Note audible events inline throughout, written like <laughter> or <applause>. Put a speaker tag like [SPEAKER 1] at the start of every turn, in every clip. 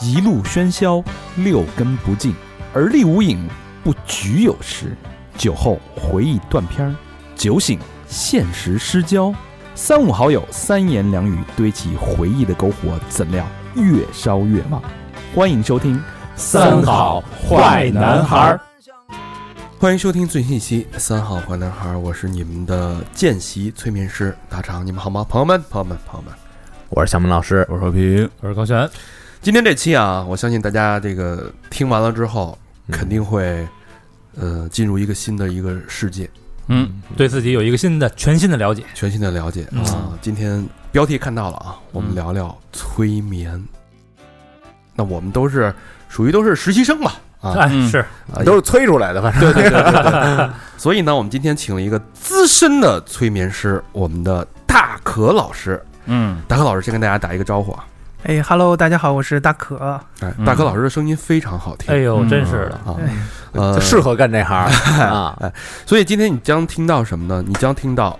[SPEAKER 1] 一路喧嚣，六根不净，而立无影，不局有时。酒后回忆断片儿，酒醒现实失焦。三五好友，三言两语堆起回忆的篝火，怎料越烧越旺。欢迎收听《
[SPEAKER 2] 儿。
[SPEAKER 3] 欢迎收听最新一期《三好坏男孩》，我是你们的见习催眠师大长，你们好吗？朋友们，朋友们，朋友们，
[SPEAKER 2] 我是小明老师，
[SPEAKER 4] 我是和平，
[SPEAKER 5] 我是高璇，
[SPEAKER 3] 今天这期啊，我相信大家这个听完了之后，
[SPEAKER 2] 嗯
[SPEAKER 3] 肯定会呃进入一个新的一个世界，
[SPEAKER 5] 嗯，对自己有一个新的、全新的了解。
[SPEAKER 3] 全新的了解
[SPEAKER 5] 嗯
[SPEAKER 3] 啊。今天标题看到了啊，我们
[SPEAKER 5] 嗯
[SPEAKER 3] 聊聊催眠。那我们都是属于都是实习生吧啊，
[SPEAKER 5] 哎，
[SPEAKER 4] 嗯
[SPEAKER 5] 是，
[SPEAKER 3] 啊
[SPEAKER 2] 都是催出来的，反正
[SPEAKER 3] 对对对对对。所以呢，我们今天请了一个资深的催眠师，我们的大可老师。
[SPEAKER 4] 嗯，
[SPEAKER 3] 大可老师先跟大家打一个招呼啊！
[SPEAKER 6] 哎哈喽，大家好，我是大可。
[SPEAKER 3] 哎，
[SPEAKER 4] 嗯
[SPEAKER 3] 大可老师的声音非常好听。
[SPEAKER 5] 哎呦，
[SPEAKER 4] 嗯
[SPEAKER 5] 真是的，
[SPEAKER 3] 啊，
[SPEAKER 6] 哎
[SPEAKER 3] 呃，
[SPEAKER 2] 适合干这行 <laughs> 啊。
[SPEAKER 3] 所以今天你将听到什么呢？你将听到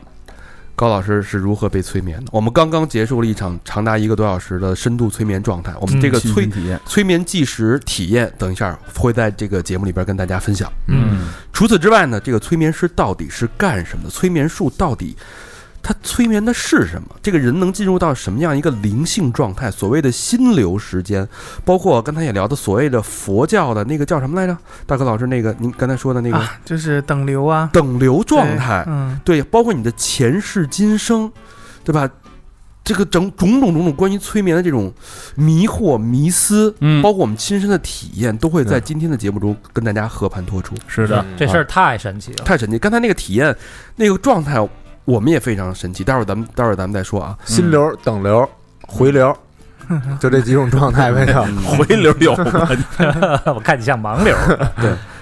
[SPEAKER 3] 高老师是如何被催眠的。我们刚刚结束了一场长达一个多小时的深度催眠状态，我们这
[SPEAKER 1] 嗯
[SPEAKER 3] 个
[SPEAKER 4] 亲
[SPEAKER 3] 催、
[SPEAKER 4] 身体验，
[SPEAKER 3] 催眠计时体验，等一下会在这个节目里边跟大家分享。
[SPEAKER 5] 嗯，
[SPEAKER 3] 除此之外呢，这个催眠师到底是干什么的？催眠术到底它催眠的是什么？这个人能进入到什么样一个灵性状态？所谓的心流时间，包括刚才也聊的所谓的佛教的那个叫什么来着？大可老师，那个您刚才说的那个
[SPEAKER 6] 啊，就是等流啊，
[SPEAKER 3] 等流状态
[SPEAKER 6] 对，嗯，
[SPEAKER 3] 对，包括你的前世今生，对吧？这个整种种种种关于催眠的这种迷惑、迷思，
[SPEAKER 4] 嗯，
[SPEAKER 3] 包括我们亲身的体验，都会在今天的节目中跟大家和盘托出。
[SPEAKER 4] 是的，
[SPEAKER 5] 这事儿太神奇了。
[SPEAKER 3] 太神奇！刚才那个体验，那个状态，我们也非常神奇。待会儿咱们待会儿咱们再说啊。
[SPEAKER 2] 心流、等流、回流，就这几种状态呗，就
[SPEAKER 4] 回流有，
[SPEAKER 5] <laughs> 我看你像盲流，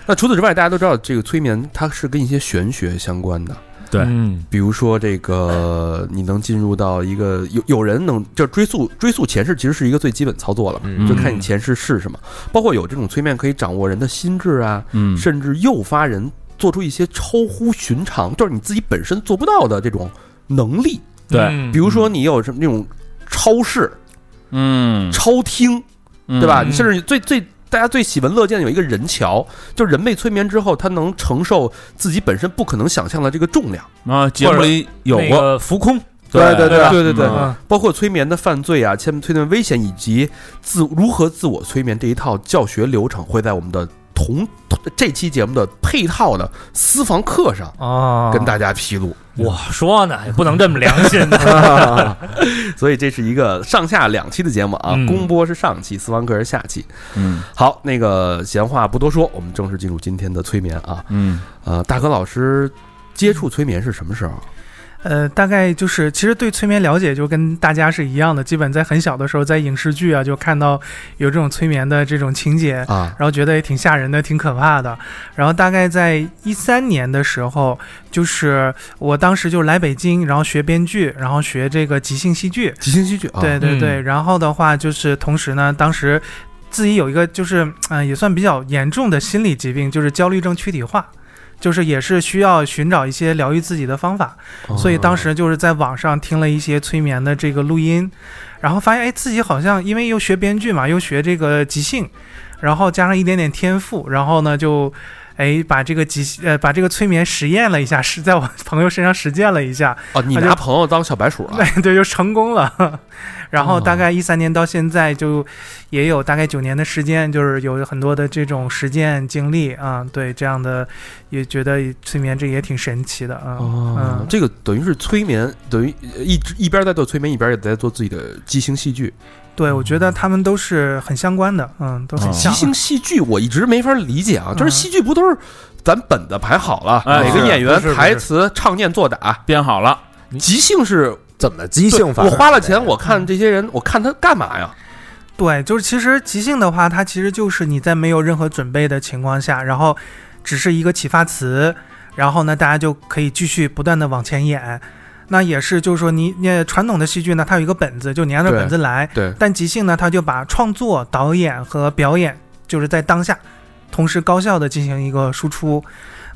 [SPEAKER 3] 那除此之外，大家都知道这个催眠它是跟一些玄学相关的，
[SPEAKER 4] 对
[SPEAKER 5] 嗯，
[SPEAKER 3] 比如说这个你能进入到一个有有人能就追溯追溯前世，其实是一个最基本操作了嘛，
[SPEAKER 2] 嗯
[SPEAKER 3] 就看你前世是什么。包括有这种催眠可以掌握人的心智啊，
[SPEAKER 4] 嗯，
[SPEAKER 3] 甚至诱发人做出一些超乎寻常，就是你自己本身做不到的这种能力。
[SPEAKER 4] 对，
[SPEAKER 5] 嗯
[SPEAKER 3] 比如说你有什么那种超视、
[SPEAKER 4] 嗯，
[SPEAKER 3] 超听。对吧？
[SPEAKER 5] 嗯
[SPEAKER 3] 你甚至最最大家最喜闻乐见的有一个人桥，就是人被催眠之后，他能承受自己本身不可能想象的这个重量，
[SPEAKER 4] 啊，节目里有
[SPEAKER 5] 那
[SPEAKER 4] 过，
[SPEAKER 5] 个浮空，
[SPEAKER 2] 对对
[SPEAKER 4] 对
[SPEAKER 2] 对
[SPEAKER 3] 对对对
[SPEAKER 2] 嗯
[SPEAKER 6] 啊
[SPEAKER 3] 包括催眠的犯罪啊、催催眠危险以及自如何自我催眠这一套教学流程，会在我们的同这期节目的配套的私房课上
[SPEAKER 6] 啊
[SPEAKER 5] 哦，
[SPEAKER 3] 跟大家披露。
[SPEAKER 5] 我说呢，也不能这么良心
[SPEAKER 4] <laughs>
[SPEAKER 5] 的，
[SPEAKER 3] 所以这是一个上下两期的节目啊，
[SPEAKER 5] 嗯
[SPEAKER 3] 公播是上期，私房课是下期。
[SPEAKER 4] 嗯
[SPEAKER 3] 好，那个闲话不多说，我们正式进入今天的催眠啊。
[SPEAKER 4] 嗯
[SPEAKER 3] 呃，大可老师接触催眠是什么时候？
[SPEAKER 6] 呃，大概就是，其实对催眠了解就跟大家是一样的，基本在很小的时候，在影视剧啊就看到有这种催眠的这种情节，
[SPEAKER 3] 啊，
[SPEAKER 6] 然后觉得也挺吓人的，挺可怕的。然后大概在一三年的时候，就是我当时就来北京，然后学编剧，然后学这个即兴戏剧，
[SPEAKER 3] 即兴戏剧啊，
[SPEAKER 6] 对对对，然后的话就是同时呢，当时自己有一个就是嗯、呃也算比较严重的心理疾病，就是焦虑症躯体化。就是也是需要寻找一些疗愈自己的方法，
[SPEAKER 3] 哦
[SPEAKER 6] 所以当时就是在网上听了一些催眠的这个录音，然后发现哎自己好像因为又学编剧嘛，又学这个即兴，然后加上一点点天赋，然后呢就哎把这个即呃把这个催眠实验了一下，是在我朋友身上实践了
[SPEAKER 3] <laughs>
[SPEAKER 6] 一下，
[SPEAKER 3] 哦，你
[SPEAKER 6] 他就
[SPEAKER 3] 拿朋友当小白鼠了，
[SPEAKER 6] 对对，就成功了。然后大
[SPEAKER 3] 哦
[SPEAKER 6] 概一三年到现在，就也有大概九年的时间，就是有很多的这种实践经历啊、对这样的也觉得催眠这也挺神奇的啊。
[SPEAKER 3] 哦
[SPEAKER 6] 嗯，
[SPEAKER 3] 这个等于是催眠，等于呃一直一边在做催眠，一边也在做自己的即兴戏剧。
[SPEAKER 6] 对，我觉得他们都是很相关的，嗯，都
[SPEAKER 4] 哦
[SPEAKER 6] 很
[SPEAKER 3] 即
[SPEAKER 6] 像。
[SPEAKER 3] 兴戏剧我一直没法理解啊，就是
[SPEAKER 6] 嗯
[SPEAKER 3] 戏剧不都是咱本子排好了，
[SPEAKER 4] 哎
[SPEAKER 3] 每个
[SPEAKER 4] 是
[SPEAKER 3] 演员
[SPEAKER 5] 不是不是
[SPEAKER 3] 台词唱念做打，
[SPEAKER 4] 编好了，
[SPEAKER 3] 即兴是
[SPEAKER 2] 怎么即
[SPEAKER 3] 即
[SPEAKER 2] 兴法？
[SPEAKER 3] 我花了钱，我看这些人，我看他干嘛呀？
[SPEAKER 6] 对，就是其实即兴的话，它其实就是你在没有任何准备的情况下，然后只是一个启发词，然后呢，大家就可以继续不断的往前演。那也是，就是说你，你传统的戏剧呢，它有一个本子，就你按照
[SPEAKER 3] 对
[SPEAKER 6] 本子来。
[SPEAKER 3] 对，
[SPEAKER 6] 但即兴呢，它就把创作、导演和表演，就是在当下，同时高效的进行一个输出。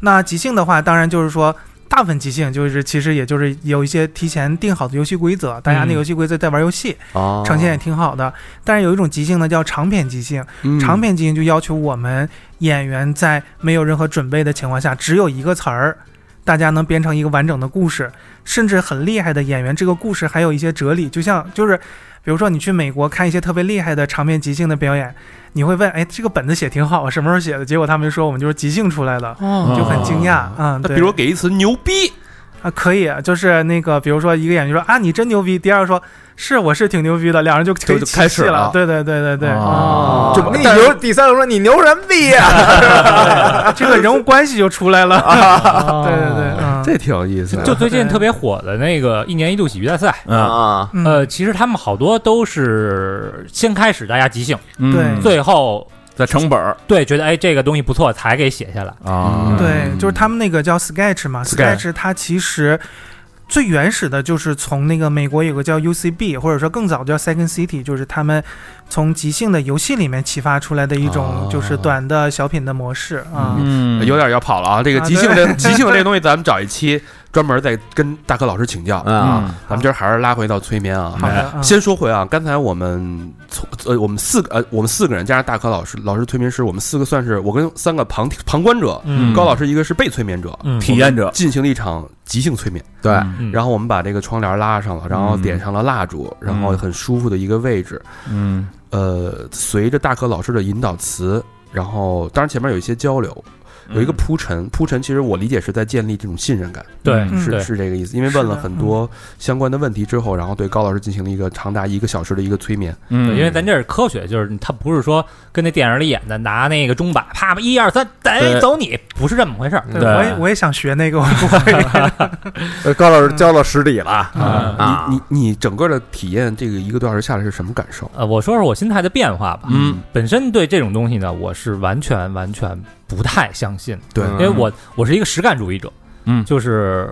[SPEAKER 6] 那即兴的话，当然就是说大部分即兴就是其实也就是有一些提前定好的游戏规则，大家那
[SPEAKER 5] 嗯
[SPEAKER 6] 游戏规则在玩游戏，
[SPEAKER 3] 哦
[SPEAKER 6] 呈现也挺好的。但是有一种即兴呢叫长篇即兴，
[SPEAKER 3] 嗯
[SPEAKER 6] 长篇即兴就要求我们演员在没有任何准备的情况下，只有一个词儿，大家能编成一个完整的故事，甚至很厉害的演员，这个故事还有一些哲理，就像就是。比如说，你去美国看一些特别厉害的长篇即兴的表演，你会问：哎，这个本子写挺好啊，什么时候写的？结果他们就说我们就是即兴出来的，
[SPEAKER 4] 嗯
[SPEAKER 6] 就很惊讶。嗯，
[SPEAKER 3] 哦那
[SPEAKER 6] 对
[SPEAKER 3] 比如给一词牛逼，
[SPEAKER 6] 啊，可以，就是那个，比如说一个演员说啊，你真牛逼，第二个说是我是挺牛逼的，两人就可以
[SPEAKER 3] 就
[SPEAKER 6] 起
[SPEAKER 3] 开始
[SPEAKER 6] 戏
[SPEAKER 3] 了
[SPEAKER 6] 了。对对对对对，
[SPEAKER 4] 啊
[SPEAKER 2] 就你牛，第三个说你牛什么逼呀？
[SPEAKER 6] 啊这个人物关系就出
[SPEAKER 3] <laughs>
[SPEAKER 6] 来了。对对对，嗯，
[SPEAKER 3] 啊这挺有意思的。
[SPEAKER 5] 就最近特别火的那个一年一度喜剧大赛，
[SPEAKER 4] 嗯
[SPEAKER 2] 啊，
[SPEAKER 6] 嗯
[SPEAKER 5] 呃，其实他们好多都是先开始大家即兴，
[SPEAKER 4] 嗯
[SPEAKER 6] 对
[SPEAKER 5] 最后
[SPEAKER 4] 在成本儿
[SPEAKER 5] 对觉得哎这个东西不错才给写下来。
[SPEAKER 4] 啊，
[SPEAKER 6] 对，就是他们那个叫 Sketch 嘛
[SPEAKER 5] Sketch
[SPEAKER 6] ，Sketch 它其实。最原始的就是从那个美国有个叫 UCB，或者说更早叫 Second City，就是他们从即兴的游戏里面启发出来的一种
[SPEAKER 3] 哦
[SPEAKER 6] 就是短的小品的模式啊。
[SPEAKER 4] 嗯
[SPEAKER 3] 有点要跑了啊！这个
[SPEAKER 6] 啊
[SPEAKER 3] 即兴这即兴这东西，咱们找一期 <laughs> 专门再跟大柯老师请教
[SPEAKER 2] 啊
[SPEAKER 4] 嗯
[SPEAKER 3] 咱们今儿还是拉回到催眠啊。
[SPEAKER 6] 好的，嗯
[SPEAKER 3] 先说回啊，刚才我们从呃，我们四个呃，我们四个人加上大柯老师、老师催眠师，我们四个算是我跟三个旁旁观者，
[SPEAKER 5] 嗯
[SPEAKER 3] 高老师一个是被催眠者，
[SPEAKER 5] 嗯
[SPEAKER 4] 体验者，
[SPEAKER 3] 进行了一场即兴催眠。
[SPEAKER 2] 对，
[SPEAKER 5] 嗯
[SPEAKER 3] 然后我们把这个窗帘拉上了，然后
[SPEAKER 4] 嗯
[SPEAKER 3] 点上了蜡烛，然后很舒服的一个位置。
[SPEAKER 4] 嗯
[SPEAKER 3] 呃，随着大柯老师的引导词，然后当然前面有一些交流，有一个铺陈，铺陈其实我理解是在建立这种信任感，
[SPEAKER 5] 对
[SPEAKER 6] 嗯
[SPEAKER 3] 是
[SPEAKER 5] 对
[SPEAKER 3] 是这个意思。因为问了很多相关的问题之后，然后对高老师进行了一个长达一个小时的一个催眠。
[SPEAKER 4] 嗯，
[SPEAKER 5] 对，因为咱这是科学，就是他不是说跟那电影里演的拿那个钟摆，啪啪一二三，哎
[SPEAKER 4] 对
[SPEAKER 5] 走你，不是这么回事儿。
[SPEAKER 6] 对，
[SPEAKER 4] 对
[SPEAKER 6] 我也我也想学那个，我不会。
[SPEAKER 2] 呃高老师教了十礼了，
[SPEAKER 5] 啊
[SPEAKER 2] 啊
[SPEAKER 3] 你你你整个的体验，这个一个多小时下来是什么感受？
[SPEAKER 5] 呃，我说说我心态的变化吧。
[SPEAKER 4] 嗯
[SPEAKER 5] 本身对这种东西呢，我是完全完全不太相信，
[SPEAKER 3] 对
[SPEAKER 5] 因为我我是一个实干主义者，
[SPEAKER 4] 嗯
[SPEAKER 5] 就是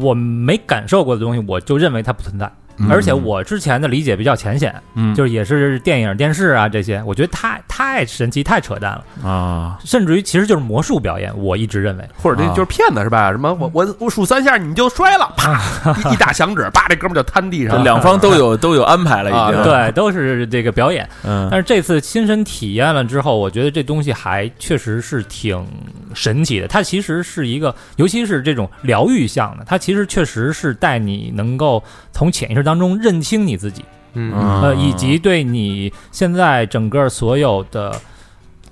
[SPEAKER 5] 我没感受过的东西，我就认为它不存在。
[SPEAKER 3] 嗯
[SPEAKER 5] 而且我之前的理解比较浅显，
[SPEAKER 4] 嗯
[SPEAKER 5] 就是也是电影、电视啊这些，我觉得太太神奇、太扯淡了，
[SPEAKER 4] 啊，
[SPEAKER 5] 甚至于其实就是魔术表演，我一直认为。
[SPEAKER 3] 或者这
[SPEAKER 4] 啊
[SPEAKER 3] 就是骗子是吧？什么我我我数三下你就摔了，啪 <laughs> 一一打响指，叭这哥们儿就瘫地上
[SPEAKER 4] 这
[SPEAKER 3] 了。
[SPEAKER 4] 两方都有都有安排了，已经
[SPEAKER 3] 啊
[SPEAKER 5] 对，都是这个表演。
[SPEAKER 4] 嗯
[SPEAKER 5] 但是这次亲身体验了之后，我觉得这东西还确实是挺神奇的。它其实是一个，尤其是这种疗愈项的，它其实确实是带你能够从潜意识当中认清你自己，
[SPEAKER 2] 嗯，
[SPEAKER 5] 呃，以及对你现在整个所有的，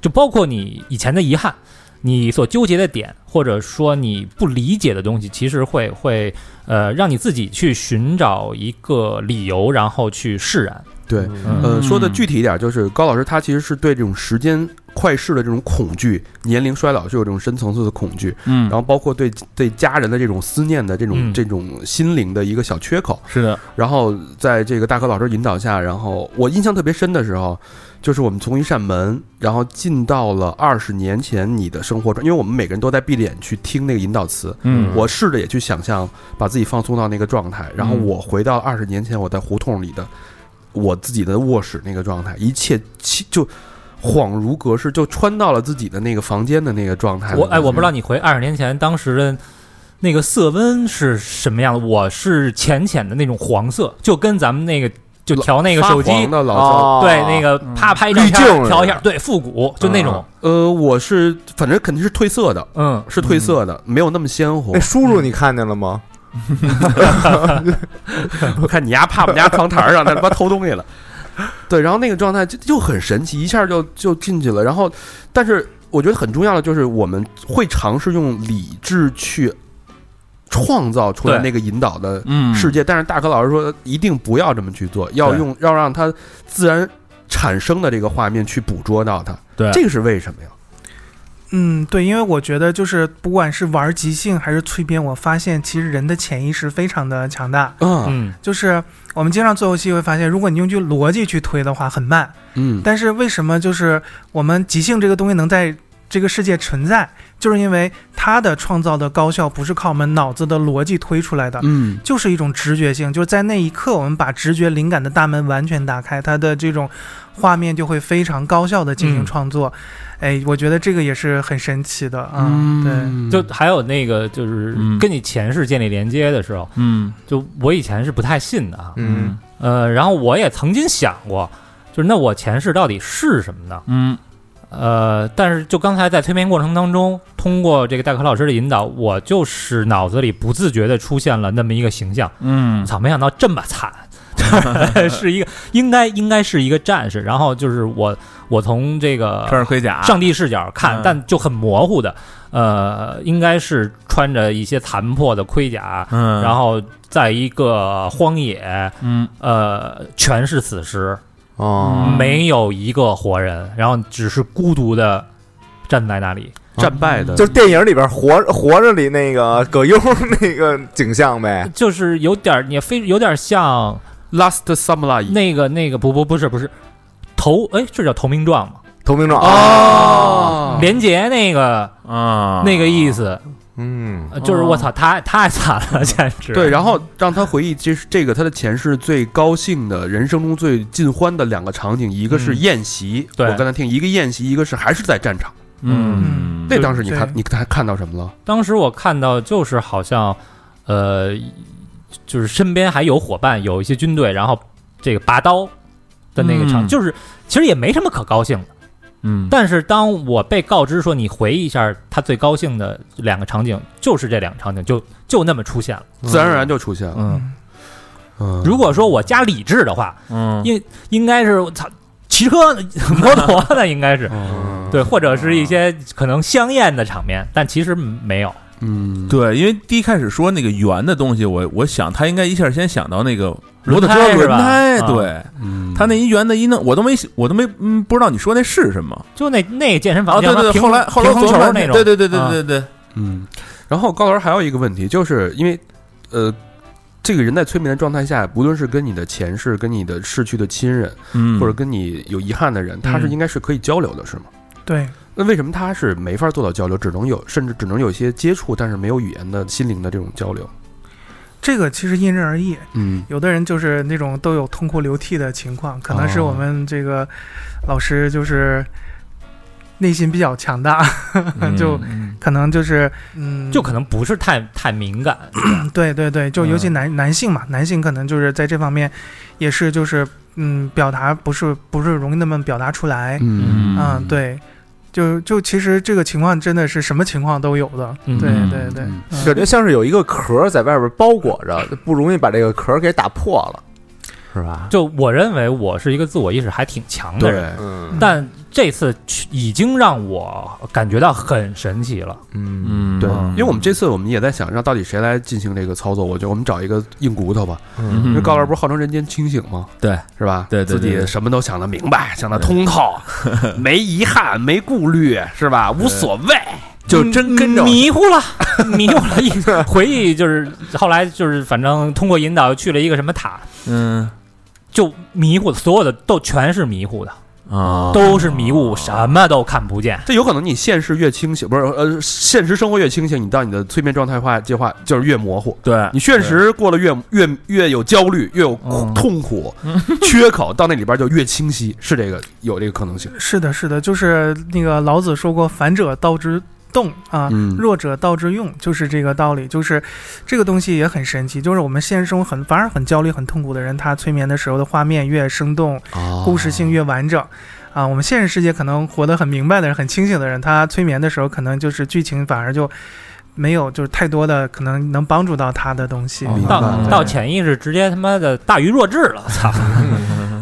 [SPEAKER 5] 就包括你以前的遗憾，你所纠结的点，或者说你不理解的东西，其实会会呃让你自己去寻找一个理由，然后去释然。
[SPEAKER 3] 对，
[SPEAKER 4] 嗯
[SPEAKER 3] 呃，说的具体一点，就是高老师他其实是对这种时间快逝的这种恐惧、年龄衰老是有这种深层次的恐惧，
[SPEAKER 4] 嗯
[SPEAKER 3] 然，后包括对对家人的这种思念的这种、
[SPEAKER 5] 嗯
[SPEAKER 3] 这种心灵的一个小缺口。
[SPEAKER 4] 是的，
[SPEAKER 3] 然后在这个大柯老师引导下，然后我印象特别深的时候，就是我们从一扇门，然后进到了二十年前你的生活中，因为我们每个人都在闭着眼去听那个引导词。
[SPEAKER 4] 嗯
[SPEAKER 3] 我试着也去想象，把自己放松到那个状态，然
[SPEAKER 5] 嗯
[SPEAKER 3] 后我回到二十年前我在胡同里的我自己的卧室那个状态，一切其就恍如隔世，就穿到了自己的那个房间的那个状态。
[SPEAKER 5] 我哎，我不知道你回二十年前当时的那个色温是什么样的，我是浅浅的那种黄色，就跟咱们那个就调那个手机
[SPEAKER 3] 发黄的老色
[SPEAKER 2] 哦
[SPEAKER 5] 对那个啪拍一张
[SPEAKER 2] 滤镜
[SPEAKER 5] 片
[SPEAKER 2] 了
[SPEAKER 5] 调一下，对复古就那种，
[SPEAKER 3] 呃，我是反正肯定是褪色的，
[SPEAKER 5] 嗯，
[SPEAKER 3] 是褪色的，没有那么鲜活
[SPEAKER 2] 那。哎叔叔你看见了吗？
[SPEAKER 3] 我看你丫趴我 <laughs> 们家床台上，他他妈偷东西了。 <laughs> 对，然后那个状态就就很神奇，一下就就进去了。然后，但是我觉得很重要的就是我们会尝试用理智去创造出来
[SPEAKER 5] 对
[SPEAKER 3] 那个引导的
[SPEAKER 4] 嗯
[SPEAKER 3] 世界，但是大可老师说一定不要这么去做，要
[SPEAKER 4] 对
[SPEAKER 3] 用要让它自然产生的这个画面去捕捉到它。
[SPEAKER 4] 对
[SPEAKER 3] 这个是为什么呀？
[SPEAKER 6] 嗯，对，因为我觉得就是不管是玩即兴还是催眠，我发现其实人的潜意识非常的强大。
[SPEAKER 3] 啊，
[SPEAKER 5] 嗯
[SPEAKER 6] 就是我们经常做游戏会发现，如果你用句逻辑去推的话很慢，
[SPEAKER 3] 嗯
[SPEAKER 6] 但是为什么就是我们即兴这个东西能在这个世界存在，就是因为他的创造的高效不是靠我们脑子的逻辑推出来的，
[SPEAKER 3] 嗯，
[SPEAKER 6] 就是一种直觉性，就是在那一刻，我们把直觉灵感的大门完全打开，它的这种画面就会非常高效的进行创作。哎，我觉得这个也是很神奇的啊、对，
[SPEAKER 3] 嗯，
[SPEAKER 5] 就还有那个就是
[SPEAKER 4] 嗯
[SPEAKER 5] 跟你前世建立连接的时候，
[SPEAKER 4] 嗯
[SPEAKER 5] 就我以前是不太信的啊，
[SPEAKER 2] 嗯，
[SPEAKER 5] 呃，然后我也曾经想过，就是那我前世到底是什么呢？
[SPEAKER 4] 嗯
[SPEAKER 5] 呃，但是就刚才在催眠过程当中，通过这个戴可老师的引导，我就是脑子里不自觉的出现了那么一个形象。
[SPEAKER 4] 嗯
[SPEAKER 5] 操，没想到这么惨， <laughs> 是一个应该应该是一个战士。然后就是我我从这个
[SPEAKER 4] 穿着盔甲，
[SPEAKER 5] 上帝视角看，
[SPEAKER 4] 嗯
[SPEAKER 5] 但就很模糊的，呃，应该是穿着一些残破的盔甲，
[SPEAKER 4] 嗯，
[SPEAKER 5] 然后在一个荒野，
[SPEAKER 4] 嗯
[SPEAKER 5] 呃，全是死尸，
[SPEAKER 2] 哦，
[SPEAKER 4] 嗯
[SPEAKER 5] 没有一个活人，然后只是孤独的站在那里。
[SPEAKER 3] 战败啊的，
[SPEAKER 2] 就是电影里边活活着里那个葛优那个景象呗。
[SPEAKER 5] 就是有点儿，也非有点像
[SPEAKER 3] Last Samurai
[SPEAKER 5] 那个那个不不不是不是投哎，这叫投名状吗？
[SPEAKER 2] 投名状，
[SPEAKER 3] 哦
[SPEAKER 5] 连杰那个
[SPEAKER 4] 啊
[SPEAKER 5] 那个意思，
[SPEAKER 2] 嗯，
[SPEAKER 5] 呃就是
[SPEAKER 4] 哦
[SPEAKER 5] 我操，太太惨了，简直。
[SPEAKER 3] 啊对，然后让他回忆这是这个他的前世最高兴的人生中最尽欢的两个场景，一个是
[SPEAKER 5] 嗯
[SPEAKER 3] 宴席，
[SPEAKER 5] 对
[SPEAKER 3] 我刚才听一个宴席，一个是还是在战场。
[SPEAKER 4] 嗯
[SPEAKER 3] 那当时你看
[SPEAKER 6] 对
[SPEAKER 3] 你看看到什么了？
[SPEAKER 5] 当时我看到就是好像，呃，就是身边还有伙伴，有一些军队，然后这个拔刀的那个场，
[SPEAKER 4] 嗯
[SPEAKER 5] 就是其实也没什么可高兴的。
[SPEAKER 4] 嗯
[SPEAKER 5] 但是当我被告知说你回忆一下他最高兴的两个场景，就是这两个场景，就就那么出现了。
[SPEAKER 3] 自然而然就出现了。
[SPEAKER 5] 嗯，
[SPEAKER 3] 嗯
[SPEAKER 5] 如果说我加理智的话，
[SPEAKER 4] 嗯
[SPEAKER 5] 应应该是我操，骑车 <laughs> 摩托呢，应该是。
[SPEAKER 3] 嗯
[SPEAKER 5] 对，或者是一些可能香艳的场面，但其实没有。
[SPEAKER 3] 嗯
[SPEAKER 4] 对，因为第一开始说那个圆的东西，我我想他应该一下先想到那个
[SPEAKER 5] 轮
[SPEAKER 4] 摩托
[SPEAKER 5] 胎
[SPEAKER 4] 车
[SPEAKER 5] 是
[SPEAKER 4] 轮
[SPEAKER 5] 吧
[SPEAKER 4] 胎，
[SPEAKER 5] 啊
[SPEAKER 4] 对
[SPEAKER 3] 嗯
[SPEAKER 4] 他那一圆的一弄，我都没我都没嗯不知道你说那是什么
[SPEAKER 5] 就那那健身
[SPEAKER 4] 啊？
[SPEAKER 5] 房
[SPEAKER 4] 对
[SPEAKER 5] 叫什么
[SPEAKER 4] 对对，
[SPEAKER 5] 乒
[SPEAKER 4] 后来
[SPEAKER 5] 乓
[SPEAKER 4] 后来
[SPEAKER 5] 乒
[SPEAKER 4] 琢
[SPEAKER 5] 乓
[SPEAKER 4] 磨
[SPEAKER 5] 球那种，
[SPEAKER 4] 对对对对
[SPEAKER 5] 啊
[SPEAKER 4] 对对，
[SPEAKER 3] 嗯，然后高老师还有一个问题，就是因为呃，这个人在催眠的状态下，无论是跟你的前世、跟你的逝去的亲人，
[SPEAKER 4] 嗯
[SPEAKER 3] 或者跟你有遗憾的人，他是
[SPEAKER 5] 嗯
[SPEAKER 3] 应该是可以交流的，是吗？
[SPEAKER 6] 对，
[SPEAKER 3] 那为什么他是没法做到交流，只能有甚至只能有一些接触，但是没有语言的心灵的这种交流？
[SPEAKER 6] 这个其实因人而异。
[SPEAKER 3] 嗯
[SPEAKER 6] 有的人就是那种都有痛哭流涕的情况，可能是我们这个老师就是内心比较强大， <laughs>
[SPEAKER 3] <laughs>
[SPEAKER 6] 就可能就是嗯，
[SPEAKER 5] 就可能不是太太敏感。
[SPEAKER 6] 对对对，就尤其男、男性嘛，男性可能就是在这方面也是就是嗯，表达不是不是容易那么表达出来，
[SPEAKER 3] 嗯
[SPEAKER 4] 嗯
[SPEAKER 6] 嗯，对，就就其实这个情况真的是什么情况都有的，
[SPEAKER 5] 嗯
[SPEAKER 6] 对
[SPEAKER 4] 嗯
[SPEAKER 6] 对对，
[SPEAKER 3] 嗯
[SPEAKER 6] 嗯
[SPEAKER 2] 感觉像是有一个壳在外边包裹着，不容易把这个壳给打破了，是吧？
[SPEAKER 5] 就我认为我是一个自我意识还挺强的人，
[SPEAKER 3] 对，
[SPEAKER 2] 嗯
[SPEAKER 5] 但这次去已经让我感觉到很神奇了。
[SPEAKER 2] 嗯
[SPEAKER 4] 嗯
[SPEAKER 3] 对，因为我们这次我们也在想，让到底谁来进行这个操作？我觉得我们找一个硬骨头吧，
[SPEAKER 2] 嗯
[SPEAKER 3] 因为高老师不是号称人间清醒吗？
[SPEAKER 4] 对，
[SPEAKER 3] 是吧？
[SPEAKER 4] 对对对
[SPEAKER 3] 自
[SPEAKER 4] 对
[SPEAKER 3] 己什么都想得明白，想得通透，没遗憾，没顾虑，是吧？无所谓，
[SPEAKER 4] 就真跟着
[SPEAKER 5] 嗯迷糊了，迷糊了，一回忆就是后来就是反正通过引导去了一个什么塔，
[SPEAKER 4] 嗯
[SPEAKER 5] 就迷糊，所有的都全是迷糊的，
[SPEAKER 1] 哦
[SPEAKER 4] 啊
[SPEAKER 3] 哦
[SPEAKER 5] 都是迷雾，什么都看不见。
[SPEAKER 3] 这有可能你现实越清醒，不是呃，现实生活越清醒，你到你的催眠状态化计划就是越模糊。
[SPEAKER 4] 对
[SPEAKER 3] 你确实过得越越越有焦虑，越有苦
[SPEAKER 4] 嗯
[SPEAKER 3] 痛苦、 <laughs> 缺口，到那里边就越清晰，是这个有这个可能性。
[SPEAKER 6] 是的，是的，就是那个老子说过“反者道之动”啊，
[SPEAKER 3] 嗯
[SPEAKER 6] 弱者道之用，就是这个道理。就是这个东西也很神奇，就是我们现实中很反而很焦虑、很痛苦的人，他催眠的时候的画面越生动，故事
[SPEAKER 3] 哦
[SPEAKER 6] 性越完整。啊，我们现实世界可能活得很明白的人、很清醒的人，他催眠的时候可能就是剧情反而就没有就是太多的可能能帮助到他的东西。
[SPEAKER 3] 哦明白
[SPEAKER 5] 到
[SPEAKER 1] 嗯
[SPEAKER 3] 了
[SPEAKER 5] 到潜意识直接他妈的大于弱智了，操！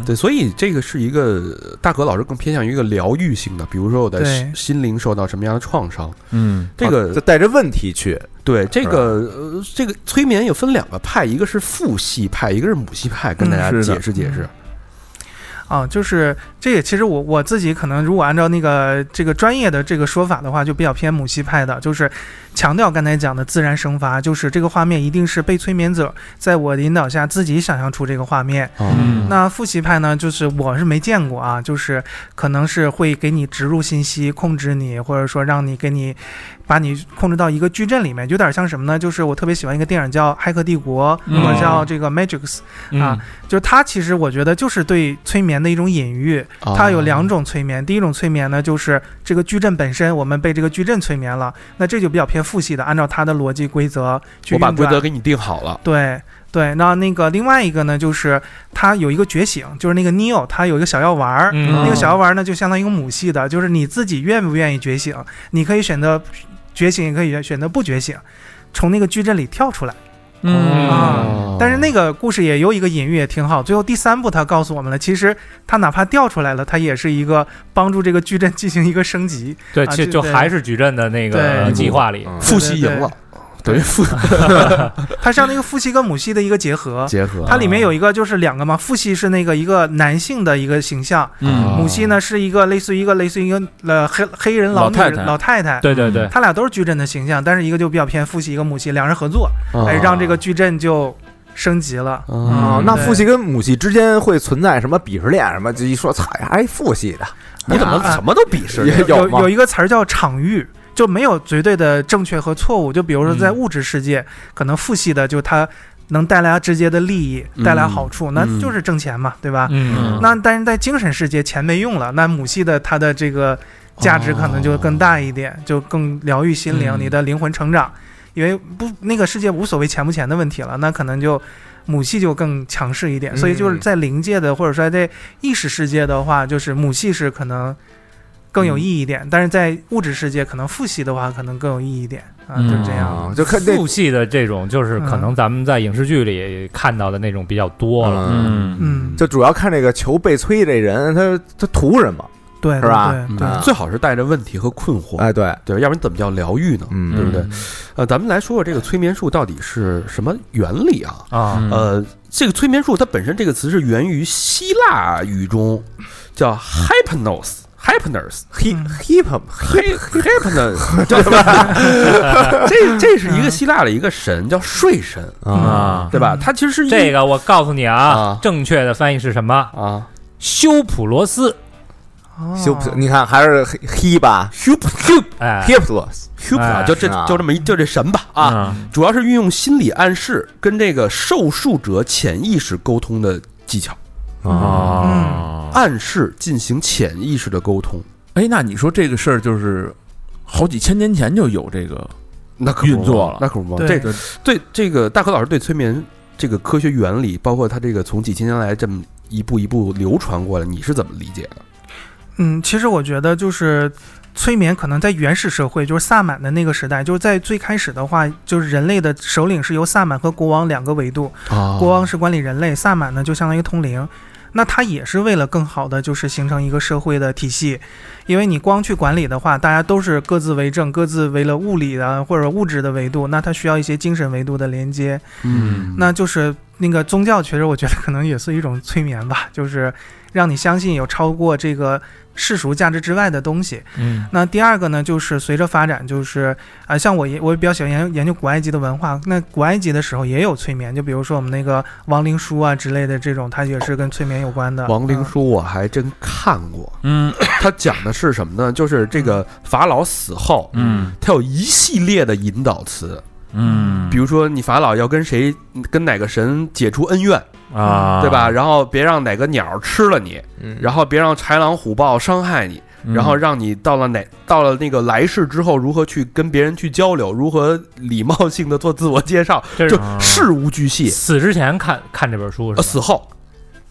[SPEAKER 3] 对，所以这个是一个大可老师更偏向于一个疗愈性的，比如说我的
[SPEAKER 6] 对
[SPEAKER 3] 心心灵受到什么样的创伤，
[SPEAKER 4] 嗯
[SPEAKER 3] 这个、
[SPEAKER 2] 就带着问题去，
[SPEAKER 3] 对这个呃这个催眠也分两个派，一个是父系派，一个是母系派，跟大家
[SPEAKER 4] 嗯是的
[SPEAKER 3] 解释解释。
[SPEAKER 6] 啊，就是这也其实我我自己可能如果按照那个这个专业的这个说法的话，就比较偏母系派的，就是强调刚才讲的自然生发，就是这个画面一定是被催眠者在我的引导下自己想象出这个画面。
[SPEAKER 4] 嗯
[SPEAKER 3] 啊
[SPEAKER 6] 那复习派呢，就是我是没见过啊，就是可能是会给你植入信息，控制你，或者说让你给你把你控制到一个矩阵里面，有点像什么呢？就是我特别喜欢一个电影叫《骇客帝国》
[SPEAKER 4] 嗯
[SPEAKER 6] 或者叫这个《Matrix》，啊，
[SPEAKER 3] 嗯
[SPEAKER 6] 就是它其实我觉得就是对催眠的一种隐喻。
[SPEAKER 3] 哦
[SPEAKER 6] 嗯它有两种催眠，第一种催眠呢，就是这个矩阵本身，我们被这个矩阵催眠了，那这就比较偏复系的，按照它的逻辑规则去
[SPEAKER 3] 我把
[SPEAKER 6] 运
[SPEAKER 3] 规
[SPEAKER 6] 转
[SPEAKER 3] 则给你定好了，
[SPEAKER 6] 对对，那那个另外一个呢，就是它有一个觉醒，就是那个 Neo，它有一个小药丸儿。
[SPEAKER 5] 嗯
[SPEAKER 6] 那个小药丸儿呢，就相当于一个母系的，就是你自己愿不愿意觉醒，你可以选择觉醒，也可以选择不觉醒，从那个矩阵里跳出来。
[SPEAKER 4] 嗯
[SPEAKER 6] 啊
[SPEAKER 2] 哦
[SPEAKER 6] 但是那个故事也有一个隐喻，也挺好。最后第三部他告诉我们了，其实他哪怕掉出来了，他也是一个帮助这个矩阵进行一个升级。
[SPEAKER 5] 对，
[SPEAKER 6] 啊
[SPEAKER 5] 就
[SPEAKER 6] 对
[SPEAKER 5] 就
[SPEAKER 6] 对
[SPEAKER 5] 还是矩阵的那个
[SPEAKER 6] 对
[SPEAKER 5] 计划里，
[SPEAKER 2] 嗯
[SPEAKER 3] 复习赢了，等于复
[SPEAKER 6] 它像那个父系跟母系的一个结合，
[SPEAKER 2] 结合
[SPEAKER 6] 它里面有一个就是两个嘛，父系是那个一个男性的一个形象，
[SPEAKER 4] 嗯
[SPEAKER 6] 母系呢是一个类似于一个类似于一个呃黑黑人老
[SPEAKER 4] 老
[SPEAKER 6] 女
[SPEAKER 4] 太太
[SPEAKER 6] 老太太，
[SPEAKER 5] 对对对，
[SPEAKER 6] 他俩都是矩阵的形象，但是一个就比较偏父系，一个母系，两人合作，哎，让这个矩阵就升级了。
[SPEAKER 2] 哦
[SPEAKER 6] 嗯，
[SPEAKER 2] 那
[SPEAKER 6] 对
[SPEAKER 2] 父系跟母系之间会存在什么鄙视链什么？就一说，操，还父系的，
[SPEAKER 3] 你怎么
[SPEAKER 6] 啊
[SPEAKER 3] 什么都鄙视
[SPEAKER 2] 也
[SPEAKER 3] 人？
[SPEAKER 6] 有
[SPEAKER 2] 吗？
[SPEAKER 6] 有一个词儿叫场域，就没有绝对的正确和错误。就比如说在
[SPEAKER 4] 嗯
[SPEAKER 6] 物质世界，可能父系的就它能带来直接的利益，
[SPEAKER 3] 嗯
[SPEAKER 6] 带来好处，
[SPEAKER 3] 嗯
[SPEAKER 6] 那就是挣钱嘛，对吧？
[SPEAKER 5] 嗯
[SPEAKER 6] 那但是在精神世界，钱没用了，那母系的它的这个价值可能就更大一点，就更疗愈心灵，
[SPEAKER 4] 哦嗯
[SPEAKER 6] 你的灵魂成长，因为不那个世界无所谓钱不钱的问题了，那可能就。母系就更强势一点，所以就是
[SPEAKER 2] 嗯
[SPEAKER 6] 在灵界的，或者说在意识世界的话，就是母系是可能更
[SPEAKER 4] 嗯
[SPEAKER 6] 有意义一点，但是在物质世界，可能父系的话可能更有意义一点啊，
[SPEAKER 4] 嗯
[SPEAKER 6] 就是这样。
[SPEAKER 2] 啊，就看那
[SPEAKER 5] 父系的这种，就是可能咱们在影视剧里看到的那种比较多了。
[SPEAKER 4] 嗯
[SPEAKER 6] 嗯，
[SPEAKER 2] 就主要看这个求被催这人，他他图什么？
[SPEAKER 6] 对，
[SPEAKER 2] 是吧
[SPEAKER 6] 对对，
[SPEAKER 2] 嗯
[SPEAKER 3] 最好是带着问题和困惑，
[SPEAKER 2] 哎，对，
[SPEAKER 3] 对，要不然怎么叫疗愈呢？
[SPEAKER 2] 嗯，
[SPEAKER 3] 对不对？呃，咱们来说说这个催眠术到底是什么原理啊？
[SPEAKER 5] 啊，
[SPEAKER 2] 嗯
[SPEAKER 3] 呃，这个催眠术它本身这个词是源于希腊语中叫 hypnos。hypners
[SPEAKER 2] <laughs> ？hip hip
[SPEAKER 3] hypnos，对吧？这这是一个希腊的一个神，叫睡神，
[SPEAKER 2] 嗯
[SPEAKER 4] 啊
[SPEAKER 3] 对吧？它其实是一
[SPEAKER 5] 这个我告诉你啊
[SPEAKER 3] 啊，
[SPEAKER 5] 正确的翻译是什么？
[SPEAKER 3] 啊
[SPEAKER 5] 修普罗斯，
[SPEAKER 6] 哦
[SPEAKER 2] 修，你看还是 hip 吧
[SPEAKER 3] h u p h u p
[SPEAKER 5] 哎，
[SPEAKER 2] ，hip plus，
[SPEAKER 3] h u p 啊，
[SPEAKER 5] 哎
[SPEAKER 3] 就这
[SPEAKER 2] 是啊嗯
[SPEAKER 3] 就这么一就这神吧啊，
[SPEAKER 4] 啊
[SPEAKER 3] 主要是运用心理暗示跟这个受术者潜意识沟通的技巧，
[SPEAKER 2] 嗯
[SPEAKER 4] 啊！
[SPEAKER 3] 暗示进行潜意识的沟通。
[SPEAKER 4] 哎，那你说这个事儿就是好几千年前就有这个，
[SPEAKER 3] 那可不
[SPEAKER 4] 运作了
[SPEAKER 3] 那可不嘛。
[SPEAKER 6] 对
[SPEAKER 3] 这个对这个大可老师对催眠这个科学原理，包括他这个从几千年来这么一步一步流传过来，你是怎么理解的？
[SPEAKER 6] 嗯，其实我觉得就是催眠，可能在原始社会，就是萨满的那个时代，就是在最开始的话，就是人类的首领是由萨满和国王两个维度，
[SPEAKER 3] 啊
[SPEAKER 6] 国王是管理人类，萨满呢就相当于通灵。那他也是为了更好的就是形成一个社会的体系，因为你光去管理的话，大家都是各自为政，各自为了物理的或者物质的维度，那他需要一些精神维度的连接。
[SPEAKER 3] 嗯
[SPEAKER 6] 那就是那个宗教，其实我觉得可能也是一种催眠吧，就是让你相信有超过这个世俗价值之外的东西。
[SPEAKER 5] 嗯
[SPEAKER 6] 那第二个呢，就是随着发展，就是啊、像我也我比较喜欢研研究古埃及的文化。那古埃及的时候也有催眠，就比如说我们那个亡灵书啊之类的这种，它也是跟催眠有关的。
[SPEAKER 3] 亡灵
[SPEAKER 6] 嗯，
[SPEAKER 3] 书我还真看过，
[SPEAKER 4] 嗯
[SPEAKER 3] 他讲的是什么呢？就是这
[SPEAKER 6] 嗯
[SPEAKER 3] 个法老死后，
[SPEAKER 4] 嗯
[SPEAKER 3] 他有一系列的引导词，
[SPEAKER 4] 嗯，
[SPEAKER 3] 比如说你法老要跟谁跟哪个神解除恩怨，
[SPEAKER 4] 啊，
[SPEAKER 3] 对吧？？然后别让哪个鸟吃了你，然后别让豺狼虎豹伤害你，
[SPEAKER 1] 嗯
[SPEAKER 4] 嗯
[SPEAKER 3] 然后让你到了哪到了那个来世之后，如何去跟别人去交流，如何礼貌性的做自我介绍，
[SPEAKER 5] 这嗯
[SPEAKER 3] 就是事无巨细。
[SPEAKER 5] 死之前看看这本书是
[SPEAKER 3] 呃，
[SPEAKER 5] 吧？
[SPEAKER 3] 死后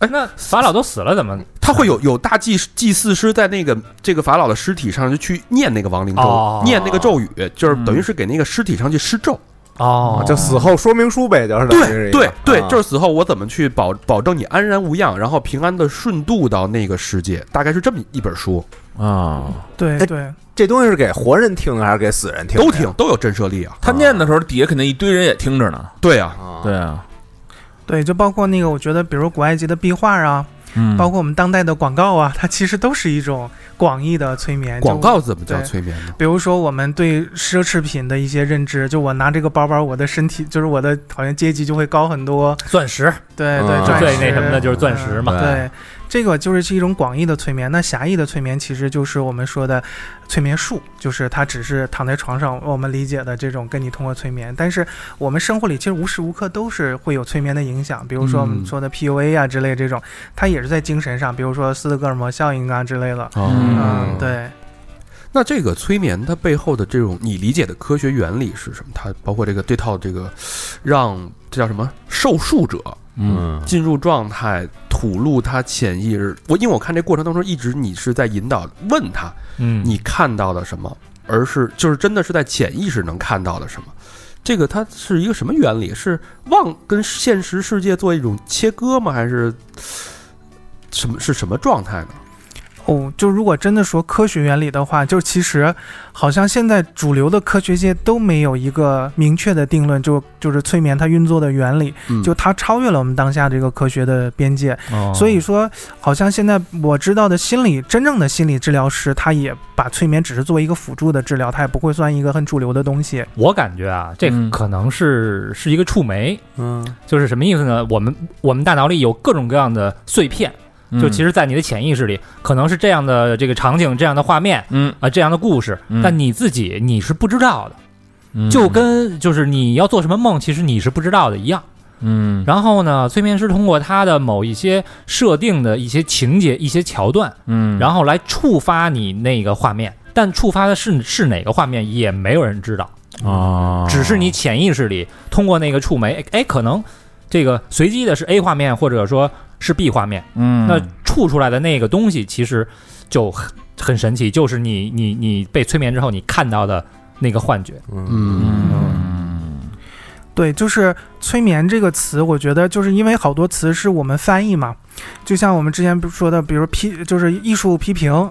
[SPEAKER 3] 哎
[SPEAKER 5] 那法老都死了，怎么？
[SPEAKER 3] 他会有有大祭祭祀师在那个这个法老的尸体上就去念那个亡灵咒，
[SPEAKER 5] 哦
[SPEAKER 3] 念那个咒语，就是等于
[SPEAKER 4] 嗯
[SPEAKER 3] 是给那个尸体上去施咒。
[SPEAKER 5] 哦，
[SPEAKER 2] 啊就死后说明书呗，就是等于是
[SPEAKER 3] 对
[SPEAKER 2] 一个
[SPEAKER 3] 对对，
[SPEAKER 2] 啊
[SPEAKER 3] 就是死后我怎么去保保证你安然无恙，然后平安的顺渡到那个世界，大概是这么一本书，
[SPEAKER 4] 啊，
[SPEAKER 6] 对
[SPEAKER 2] 哎
[SPEAKER 6] 对，
[SPEAKER 2] 这东西是给活人听的还是给死人听的呀？
[SPEAKER 3] 都挺都有震慑力啊。
[SPEAKER 4] 他念的时候，底下肯定一堆人也听着呢。
[SPEAKER 3] 对啊，
[SPEAKER 2] 啊，
[SPEAKER 4] 对啊，
[SPEAKER 6] 对，就包括那个，我觉得比如古埃及的壁画啊，
[SPEAKER 4] 嗯，
[SPEAKER 6] 包括我们当代的广告啊，它其实都是一种广义的催眠。就
[SPEAKER 3] 广告怎么叫
[SPEAKER 6] 对
[SPEAKER 3] 催眠呢？
[SPEAKER 6] 比如说我们对奢侈品的一些认知，就我拿这个包包，我的身体就是我的好像阶级就会高很多。
[SPEAKER 5] 钻石
[SPEAKER 6] 对
[SPEAKER 2] 嗯
[SPEAKER 6] 对，
[SPEAKER 5] 最
[SPEAKER 2] 就
[SPEAKER 6] 钻石
[SPEAKER 5] 那什么的就是钻石嘛。
[SPEAKER 2] 嗯
[SPEAKER 6] 对，这个就是是一种广义的催眠。那狭义的催眠其实就是我们说的催眠术，就是它只是躺在床上，我们理解的这种跟你通过催眠。但是我们生活里其实无时无刻都是会有催眠的影响，比如说我们
[SPEAKER 3] 嗯
[SPEAKER 6] 说的 PUA 啊之类这种，它也是在精神上，比如说斯德哥尔摩效应啊之类的。
[SPEAKER 3] 哦
[SPEAKER 4] 嗯
[SPEAKER 6] 嗯，，对，
[SPEAKER 3] 那这个催眠它背后的这种你理解的科学原理是什么？它包括这个这套这个让这叫什么受术者
[SPEAKER 4] 嗯，
[SPEAKER 3] 进入状态，吐露他潜意识。我因为我看这过程当中，一直你是在引导问他
[SPEAKER 5] 嗯，
[SPEAKER 3] 你看到了什么，而是就是真的是在潜意识能看到了什么。这个它是一个什么原理？是忘跟现实世界做一种切割吗？还是什么是什么状态呢？
[SPEAKER 6] 哦，就如果真的说科学原理的话，就其实好像现在主流的科学界都没有一个明确的定论，就就是催眠它运作的原理，
[SPEAKER 3] 嗯
[SPEAKER 6] 就它超越了我们当下这个科学的边界。
[SPEAKER 5] 哦
[SPEAKER 6] 所以说，好像现在我知道的心理真正的心理治疗师，他也把催眠只是作为一个辅助的治疗，他也不会算一个很主流的东西。
[SPEAKER 5] 我感觉啊，这
[SPEAKER 4] 嗯
[SPEAKER 5] 可能是是一个触媒，
[SPEAKER 2] 嗯，
[SPEAKER 5] 就是什么意思呢？我们我们大脑里有各种各样的碎片，就其
[SPEAKER 4] 实，
[SPEAKER 5] 实，在你的潜意识里，可能是这样的这个场景、这样的画面
[SPEAKER 4] 嗯，
[SPEAKER 5] 啊、这样的故事，
[SPEAKER 4] 嗯
[SPEAKER 5] 但你自己你是不知道的，
[SPEAKER 4] 嗯
[SPEAKER 5] 就跟就是你要做什么梦，其实你是不知道的一样。
[SPEAKER 4] 嗯
[SPEAKER 5] 然后呢，催眠师通过他的某一些设定的一些情节、一些桥段，
[SPEAKER 4] 嗯，
[SPEAKER 5] 然后来触发你那个画面，但触发的是是哪个画面也没有人知道。
[SPEAKER 4] 后啊，
[SPEAKER 5] 只是你潜意识里通过那个触媒，哎，可能这个随机的是 A 画面，或者说是 B 画面，
[SPEAKER 4] 嗯，
[SPEAKER 5] 那触出来的那个东西其实就很很神奇，就是你你你被催眠之后你看到的那个幻觉。
[SPEAKER 1] 嗯
[SPEAKER 4] 嗯
[SPEAKER 6] 对，就是催眠这个词，我觉得就是因为好多词是我们翻译嘛，就像我们之前不是说的，比如批就是艺术批评。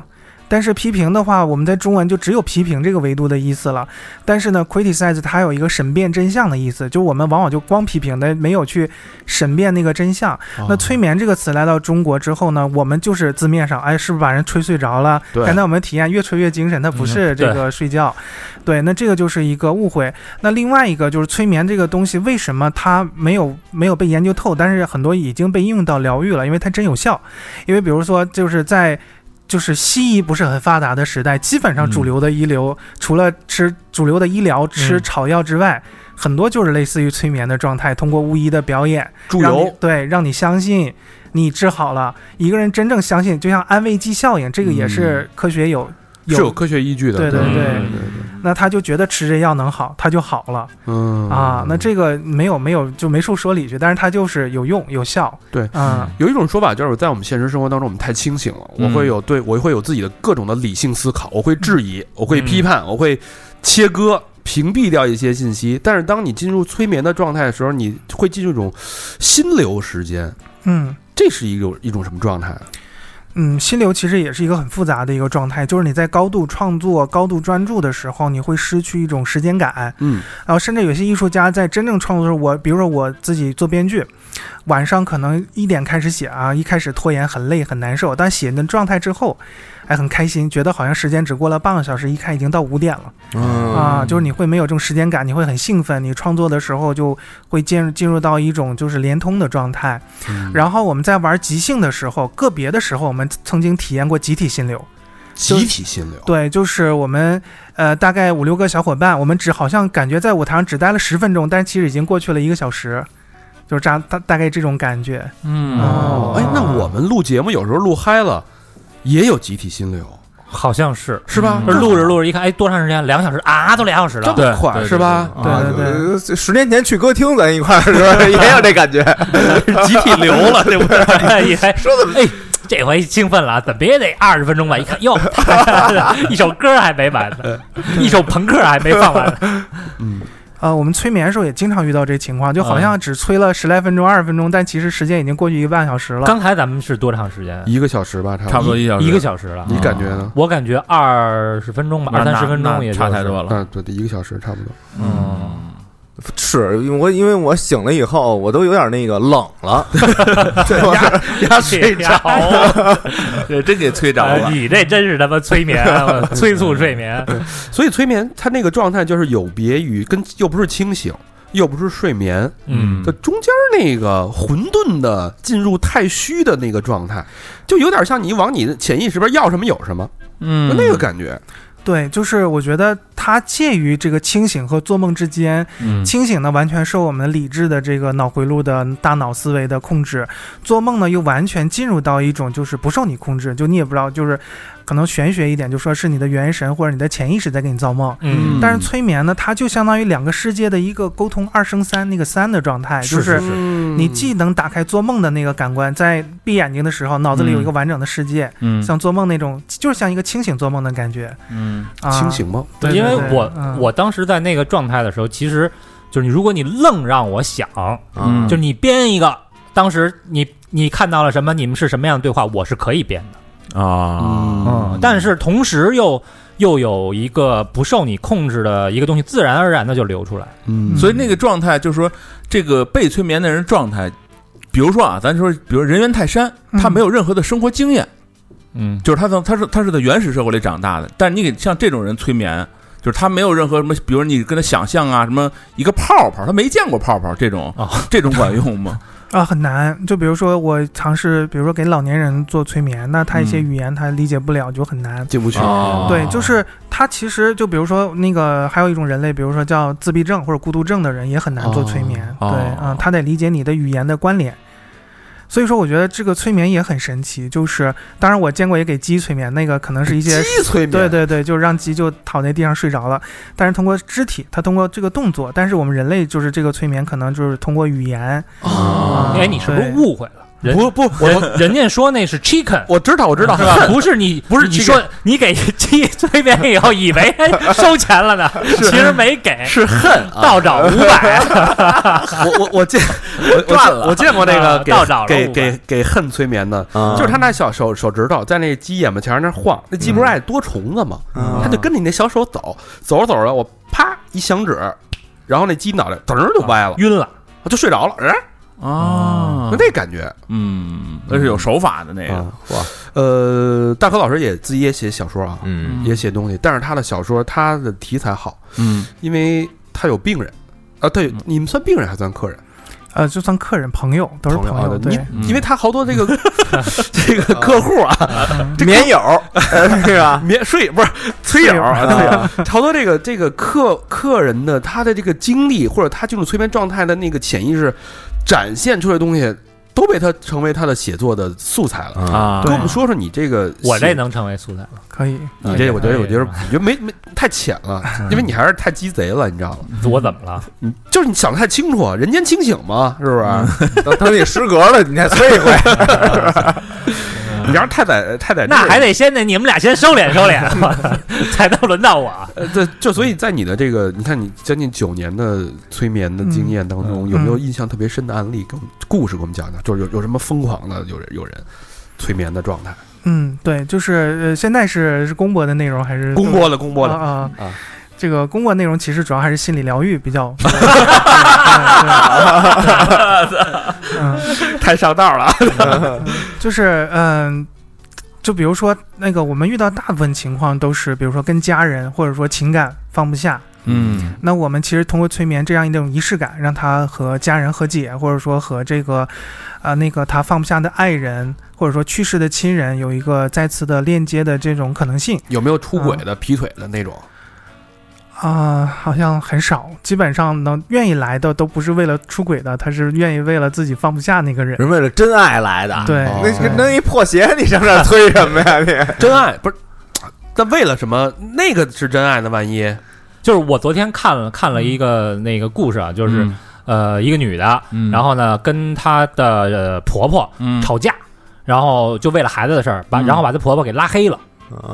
[SPEAKER 6] 但是批评的话，我们在中文就只有批评这个维度的意思了。但是呢，criticize 它有一个审辩真相的意思，就我们往往就光批评，但没有去审辩那个真相。
[SPEAKER 3] 啊
[SPEAKER 6] 那催眠这个词来到中国之后呢，我们就是字面上，哎，是不是把人吹睡着了？
[SPEAKER 2] 对
[SPEAKER 6] 刚才我们体验越吹越精神，它不是这个睡觉。对，那这个就是一个误会。那另外一个就是催眠这个东西，为什么它没有没有被研究透？但是很多已经被应用到疗愈了，因为它真有效。因为比如说，就是在就是西医不是很发达的时代，基本上主流的医疗、除了吃主流的医疗吃
[SPEAKER 5] 嗯
[SPEAKER 6] 草药之外，很多就是类似于催眠的状态，通过巫医的表演。
[SPEAKER 2] 助
[SPEAKER 6] 让你
[SPEAKER 2] 游，
[SPEAKER 6] 对，让你相信你治好了。一个人真正相信，就像安慰剂效应，这个也是科学有、
[SPEAKER 3] 嗯是有
[SPEAKER 6] 有。
[SPEAKER 3] 科学依据的，嗯
[SPEAKER 6] 对对
[SPEAKER 3] 吧
[SPEAKER 6] 对
[SPEAKER 3] 对对，
[SPEAKER 6] 那他就觉得吃这药能好，他就好了、
[SPEAKER 3] 嗯
[SPEAKER 6] 啊。那这个没有没有就没处说理去，但是它就是有用有效。
[SPEAKER 3] 对
[SPEAKER 6] 嗯，
[SPEAKER 3] 有一种说法就是在我们现实生活当中，我们太清醒了，我
[SPEAKER 4] 嗯
[SPEAKER 3] 会有对我会有自己的各种的理性思考，我会质疑，我会批判，我会切割。屏蔽掉一些信息，但是当你进入催眠的状态的时候，你会进入一种心流时间，
[SPEAKER 6] 嗯
[SPEAKER 3] 这是一种一种什么状态啊？
[SPEAKER 6] 嗯，心流其实也是一个很复杂的一个状态，就是你在高度创作、高度专注的时候，你会失去一种时间感。
[SPEAKER 3] 嗯
[SPEAKER 6] 然后甚至有些艺术家在真正创作的时候，我比如说我自己做编剧，晚上可能一点开始写啊，一开始拖延很累很难受，但写的状态之后，哎很开心，觉得好像时间只过了半个小时，一看已经到五点了
[SPEAKER 2] 嗯
[SPEAKER 6] 啊，就是你会没有这种时间感，你会很兴奋，你创作的时候就会进入进入到一种就是连通的状态。
[SPEAKER 3] 嗯
[SPEAKER 6] 然后我们在玩即兴的时候，个别的时候我们曾经体验过集体心流，
[SPEAKER 3] 集体心流，
[SPEAKER 6] 对，就是我们呃，大概五六个小伙伴，我们只好像感觉在舞台上只待了十分钟，但其实已经过去了一个小时，就是这样大大概这种感觉。
[SPEAKER 4] 嗯
[SPEAKER 6] 哦
[SPEAKER 3] 哎，那我们录节目有时候录嗨了，也有集体心流，
[SPEAKER 5] 好像是，
[SPEAKER 3] 是吧？
[SPEAKER 4] 嗯
[SPEAKER 5] 录着录着一看，哎，多长时间？两个小时啊，都两小时
[SPEAKER 3] 这
[SPEAKER 5] 了。
[SPEAKER 3] 么快
[SPEAKER 4] 对
[SPEAKER 3] 是吧？
[SPEAKER 6] 对
[SPEAKER 2] 啊
[SPEAKER 6] 对对
[SPEAKER 2] 呃十年前去歌厅咱一块儿是
[SPEAKER 4] <laughs>
[SPEAKER 2] 吧？也有这感觉，
[SPEAKER 4] 集体流
[SPEAKER 5] <laughs>
[SPEAKER 4] 了，对不对？
[SPEAKER 5] 对，哎，说的哎，这回兴奋了，怎么也得二十分钟吧？一看，哟， <laughs> 一首歌还没完呢，一首朋克还没放完呢。
[SPEAKER 6] 呃，我们催眠的时候也经常遇到这情况，就好像只催了十来分钟、二十分钟，但其实时间已经过去一个半小时了。
[SPEAKER 5] 刚才咱们是多长时间？啊
[SPEAKER 3] 一个小时吧，差
[SPEAKER 4] 差不多一小时
[SPEAKER 5] 一个小时了。
[SPEAKER 3] 你感觉呢？
[SPEAKER 5] 我感觉二十分钟吧，
[SPEAKER 4] 那
[SPEAKER 5] 二三
[SPEAKER 4] 那
[SPEAKER 5] 十分钟
[SPEAKER 4] 那
[SPEAKER 5] 也
[SPEAKER 4] 差太多
[SPEAKER 5] <laughs>
[SPEAKER 1] 哦
[SPEAKER 5] 了。
[SPEAKER 4] 了。
[SPEAKER 3] 嗯，对，对一个小时差不多。
[SPEAKER 4] 嗯，
[SPEAKER 2] 是因为我因为我醒了以后，我都有点那个冷了，对吧？
[SPEAKER 5] 压睡 <laughs> 着了，
[SPEAKER 4] 这嗯真给催着了。
[SPEAKER 5] 哦你这真是他妈催眠，啊我
[SPEAKER 6] <laughs>
[SPEAKER 5] 催促睡眠。
[SPEAKER 3] 所以催眠它那个状态就是有别于跟又不是清醒，又不是睡眠，
[SPEAKER 5] 嗯
[SPEAKER 3] 这中间那个混沌的进入太虚的那个状态，就有点像你往你的潜意识边要什么有什么，
[SPEAKER 4] 嗯
[SPEAKER 3] 那个感觉。
[SPEAKER 6] 对，就是我觉得它介于这个清醒和做梦之间。
[SPEAKER 4] 嗯
[SPEAKER 6] 清醒呢，完全受我们理智的这个脑回路的大脑思维的控制；做梦呢，又完全进入到一种就是不受你控制，就你也不知道，就是可能玄学一点，就说是你的元神或者你的潜意识在给你造梦。
[SPEAKER 5] 嗯
[SPEAKER 6] 但是催眠呢，它就相当于两个世界的一个沟通二升三那个三的状态，就是是
[SPEAKER 3] 嗯
[SPEAKER 6] 你既能打开做梦的那个感官，在闭眼睛的时候，脑子里有一个完整的世界，
[SPEAKER 4] 嗯
[SPEAKER 6] 像做梦那种，就是像一个清醒做梦的感觉。
[SPEAKER 4] 嗯
[SPEAKER 6] 啊、
[SPEAKER 3] 清醒梦，
[SPEAKER 6] 对，
[SPEAKER 5] 因为
[SPEAKER 6] 对对
[SPEAKER 5] 我
[SPEAKER 6] 嗯
[SPEAKER 5] 我当时在那个状态的时候，其实就是你，如果你愣让我想，
[SPEAKER 6] 嗯
[SPEAKER 2] 啊
[SPEAKER 5] 就是你编一个，当时你你看到了什么，你们是什么样的对话，我是可以编的。
[SPEAKER 4] 啊，
[SPEAKER 3] 嗯
[SPEAKER 5] 但是同时又又有一个不受你控制的一个东西，自然而然的就流出来。
[SPEAKER 3] 嗯
[SPEAKER 4] 所以那个状态就是说，这个被催眠的人状态，比如说啊，咱说，比如人猿泰山，
[SPEAKER 6] 嗯
[SPEAKER 4] 他没有任何的生活经验，
[SPEAKER 5] 嗯，
[SPEAKER 4] 就是他从他是他是在原始社会里长大的，但是你给像这种人催眠，就是他没有任何什么，比如你跟他想象啊，什么一个泡泡，他没见过泡泡这种，
[SPEAKER 5] 哦
[SPEAKER 4] 这种管
[SPEAKER 5] <laughs>
[SPEAKER 4] 用吗？
[SPEAKER 6] 啊很难。就比如说我尝试，比如说给老年人做催眠，那他一些
[SPEAKER 4] 嗯
[SPEAKER 6] 语言他理解不了，就很难。
[SPEAKER 3] 进不去。
[SPEAKER 4] 哦
[SPEAKER 6] 对，就是他其实就比如说那个还有一种人类，比如说叫自闭症或者孤独症的人也很难做催眠。
[SPEAKER 4] 哦
[SPEAKER 6] 对，
[SPEAKER 4] 哦
[SPEAKER 6] 啊、他得理解你的语言的关联。所以说，我觉得这个催眠也很神奇。就是，当然我见过也给鸡催眠，那个可能是一些
[SPEAKER 3] 鸡催眠，
[SPEAKER 6] 对对对，就是让鸡就躺在地上睡着了。但是通过肢体，它通过这个动作，但是我们人类就是这个催眠，可能就是通过语言。
[SPEAKER 3] 啊
[SPEAKER 5] 哎，你是不是
[SPEAKER 6] 哦对
[SPEAKER 5] 误会了？人
[SPEAKER 3] 不不，我
[SPEAKER 5] 人人家说那是 chicken。
[SPEAKER 3] 我知道我知道
[SPEAKER 5] 是， <laughs> 吧？不是你，不是你说你给鸡催眠以后，以 <laughs> 为收钱了呢，其实没给，
[SPEAKER 2] 是恨啊！
[SPEAKER 5] 倒找五百。 <laughs>
[SPEAKER 3] 我我我见我我
[SPEAKER 2] 赚
[SPEAKER 3] 见
[SPEAKER 2] 了
[SPEAKER 3] 我见过那
[SPEAKER 5] 啊
[SPEAKER 3] 个给
[SPEAKER 5] 到找了
[SPEAKER 3] 给
[SPEAKER 5] 五百
[SPEAKER 3] 给给恨催眠的，
[SPEAKER 2] 啊
[SPEAKER 3] 就是他那小手手指头在那鸡眼巴前儿那晃，那鸡不是爱多虫子吗？
[SPEAKER 2] 嗯啊
[SPEAKER 3] 他就跟着你那小手走，走着走着，我啪一响指，然后那鸡脑袋噔儿就歪了，
[SPEAKER 5] 晕了。
[SPEAKER 3] 就睡着了，哎，
[SPEAKER 4] 啊
[SPEAKER 5] 哦
[SPEAKER 3] 就，那感觉。
[SPEAKER 4] 嗯，那是有手法的那
[SPEAKER 5] 哎
[SPEAKER 4] 个，
[SPEAKER 3] 啊呃，大可老师也自己也写小说啊，
[SPEAKER 2] 嗯
[SPEAKER 3] 也写东西，但是他的小说他的题材好，
[SPEAKER 4] 嗯
[SPEAKER 3] 因为他有病人。啊，对，
[SPEAKER 5] 嗯
[SPEAKER 3] 你们算病人还算客人？
[SPEAKER 6] 呃，就算客人、朋友都是
[SPEAKER 3] 朋友
[SPEAKER 6] 朋
[SPEAKER 3] 啊
[SPEAKER 6] 友，
[SPEAKER 3] 对
[SPEAKER 6] 对，
[SPEAKER 4] 嗯
[SPEAKER 3] 你因为他好多 <laughs> 这个这个客户啊，
[SPEAKER 2] 棉友
[SPEAKER 4] <laughs>
[SPEAKER 2] 呃是吧？
[SPEAKER 3] 免税不是催友啊，对啊，好多这个这个客客人的他的这个经历或者他进入催眠状态的那个潜意识展现出来的东西，都被他成为他的写作的素材了。
[SPEAKER 2] 啊，
[SPEAKER 4] 啊
[SPEAKER 3] 跟我们说说你这个写，
[SPEAKER 5] 我这能成为素材吗？
[SPEAKER 6] 可以。
[SPEAKER 3] 你这，我觉得
[SPEAKER 5] 哎
[SPEAKER 3] 我觉得我觉得没没太浅了，因为你还是太鸡贼了，你知道吗？
[SPEAKER 5] 我怎么了？
[SPEAKER 3] 你就是你想的太清楚，人间清醒嘛，是不是？
[SPEAKER 2] <laughs> 等等你失格了，你再催一回。
[SPEAKER 3] 你要是太宰太宰治
[SPEAKER 5] 那
[SPEAKER 3] 了，
[SPEAKER 5] 还得先得你们俩先收敛收敛，才能轮到我。啊
[SPEAKER 3] 呃，对，就所以在你的这个，你看你将近九年的催眠的经验当中，有没有印象特别深的案例？跟我们故事给我们讲讲，就是有有什么疯狂的，有人有人催眠的状态，
[SPEAKER 6] 嗯，对，就是呃，现在是是公播的内容还是
[SPEAKER 3] 公播了，公播了，
[SPEAKER 6] 啊
[SPEAKER 3] 啊
[SPEAKER 6] 啊！这个公播内容其实主要还是心理疗愈比较。对对对嗯，
[SPEAKER 3] 太上道了。
[SPEAKER 6] 就是嗯。就比如说，那个我们遇到大部分情况都是，比如说跟家人或者说情感放不下，
[SPEAKER 4] 嗯
[SPEAKER 6] 那我们其实通过催眠这样一种仪式感，让他和家人和解，或者说和这个，呃，那个他放不下的爱人，或者说去世的亲人有一个再次的链接的这种可能性
[SPEAKER 3] 有没有出轨的、劈腿的那种？
[SPEAKER 6] 啊、好像很少，基本上能愿意来的都不是为了出轨的，他是愿意为了自己放不下那个人。
[SPEAKER 2] <laughs> 人为了真爱来的，
[SPEAKER 6] 对，
[SPEAKER 3] 哦
[SPEAKER 2] 那弄一破鞋，你上这儿催什么呀？你
[SPEAKER 3] 真爱不是？但为了什么？那个是真爱呢？万一
[SPEAKER 5] 就是我昨天看了看了一个那个故事啊，就是、呃一个女的，
[SPEAKER 4] 嗯
[SPEAKER 5] 然后呢跟她的、呃婆婆
[SPEAKER 4] 嗯
[SPEAKER 5] 吵架，然后就为了孩子的事儿，把、
[SPEAKER 4] 嗯
[SPEAKER 5] 然后把她婆婆给拉黑了。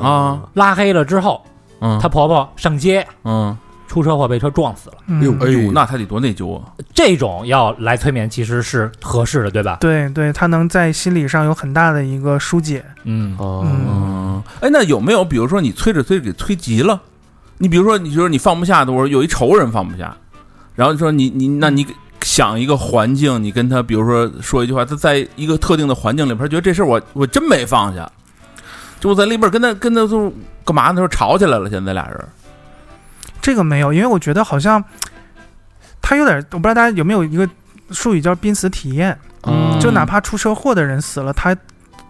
[SPEAKER 4] 啊，
[SPEAKER 5] 拉黑了之后，
[SPEAKER 4] 嗯
[SPEAKER 5] 她婆婆上街
[SPEAKER 4] 嗯，
[SPEAKER 5] 出车祸被车撞死了。
[SPEAKER 6] 嗯
[SPEAKER 3] 哎呦
[SPEAKER 4] 哎呦，那他得多内疚啊！
[SPEAKER 5] 这种要来催眠其实是合适的，对吧？
[SPEAKER 6] 对对，他能在心理上有很大的一个疏解。
[SPEAKER 5] 嗯，
[SPEAKER 3] 哦
[SPEAKER 6] 嗯
[SPEAKER 4] 嗯，哎，那有没有比如说你催着催着给催急了？你比如说，你觉得你放不下的，我说有一仇人放不下，然后就说你你那你想一个环境，你跟他比如说说一句话，他在一个特定的环境里边，他觉得这事儿我我真没放下，就我在里边跟他跟他就干嘛呢？他说吵起来了，现在俩人。
[SPEAKER 6] 这个没有，因为我觉得好像他有点，我不知道大家有没有一个术语叫濒死体验，
[SPEAKER 4] 嗯
[SPEAKER 6] 就哪怕出车祸的人死了，他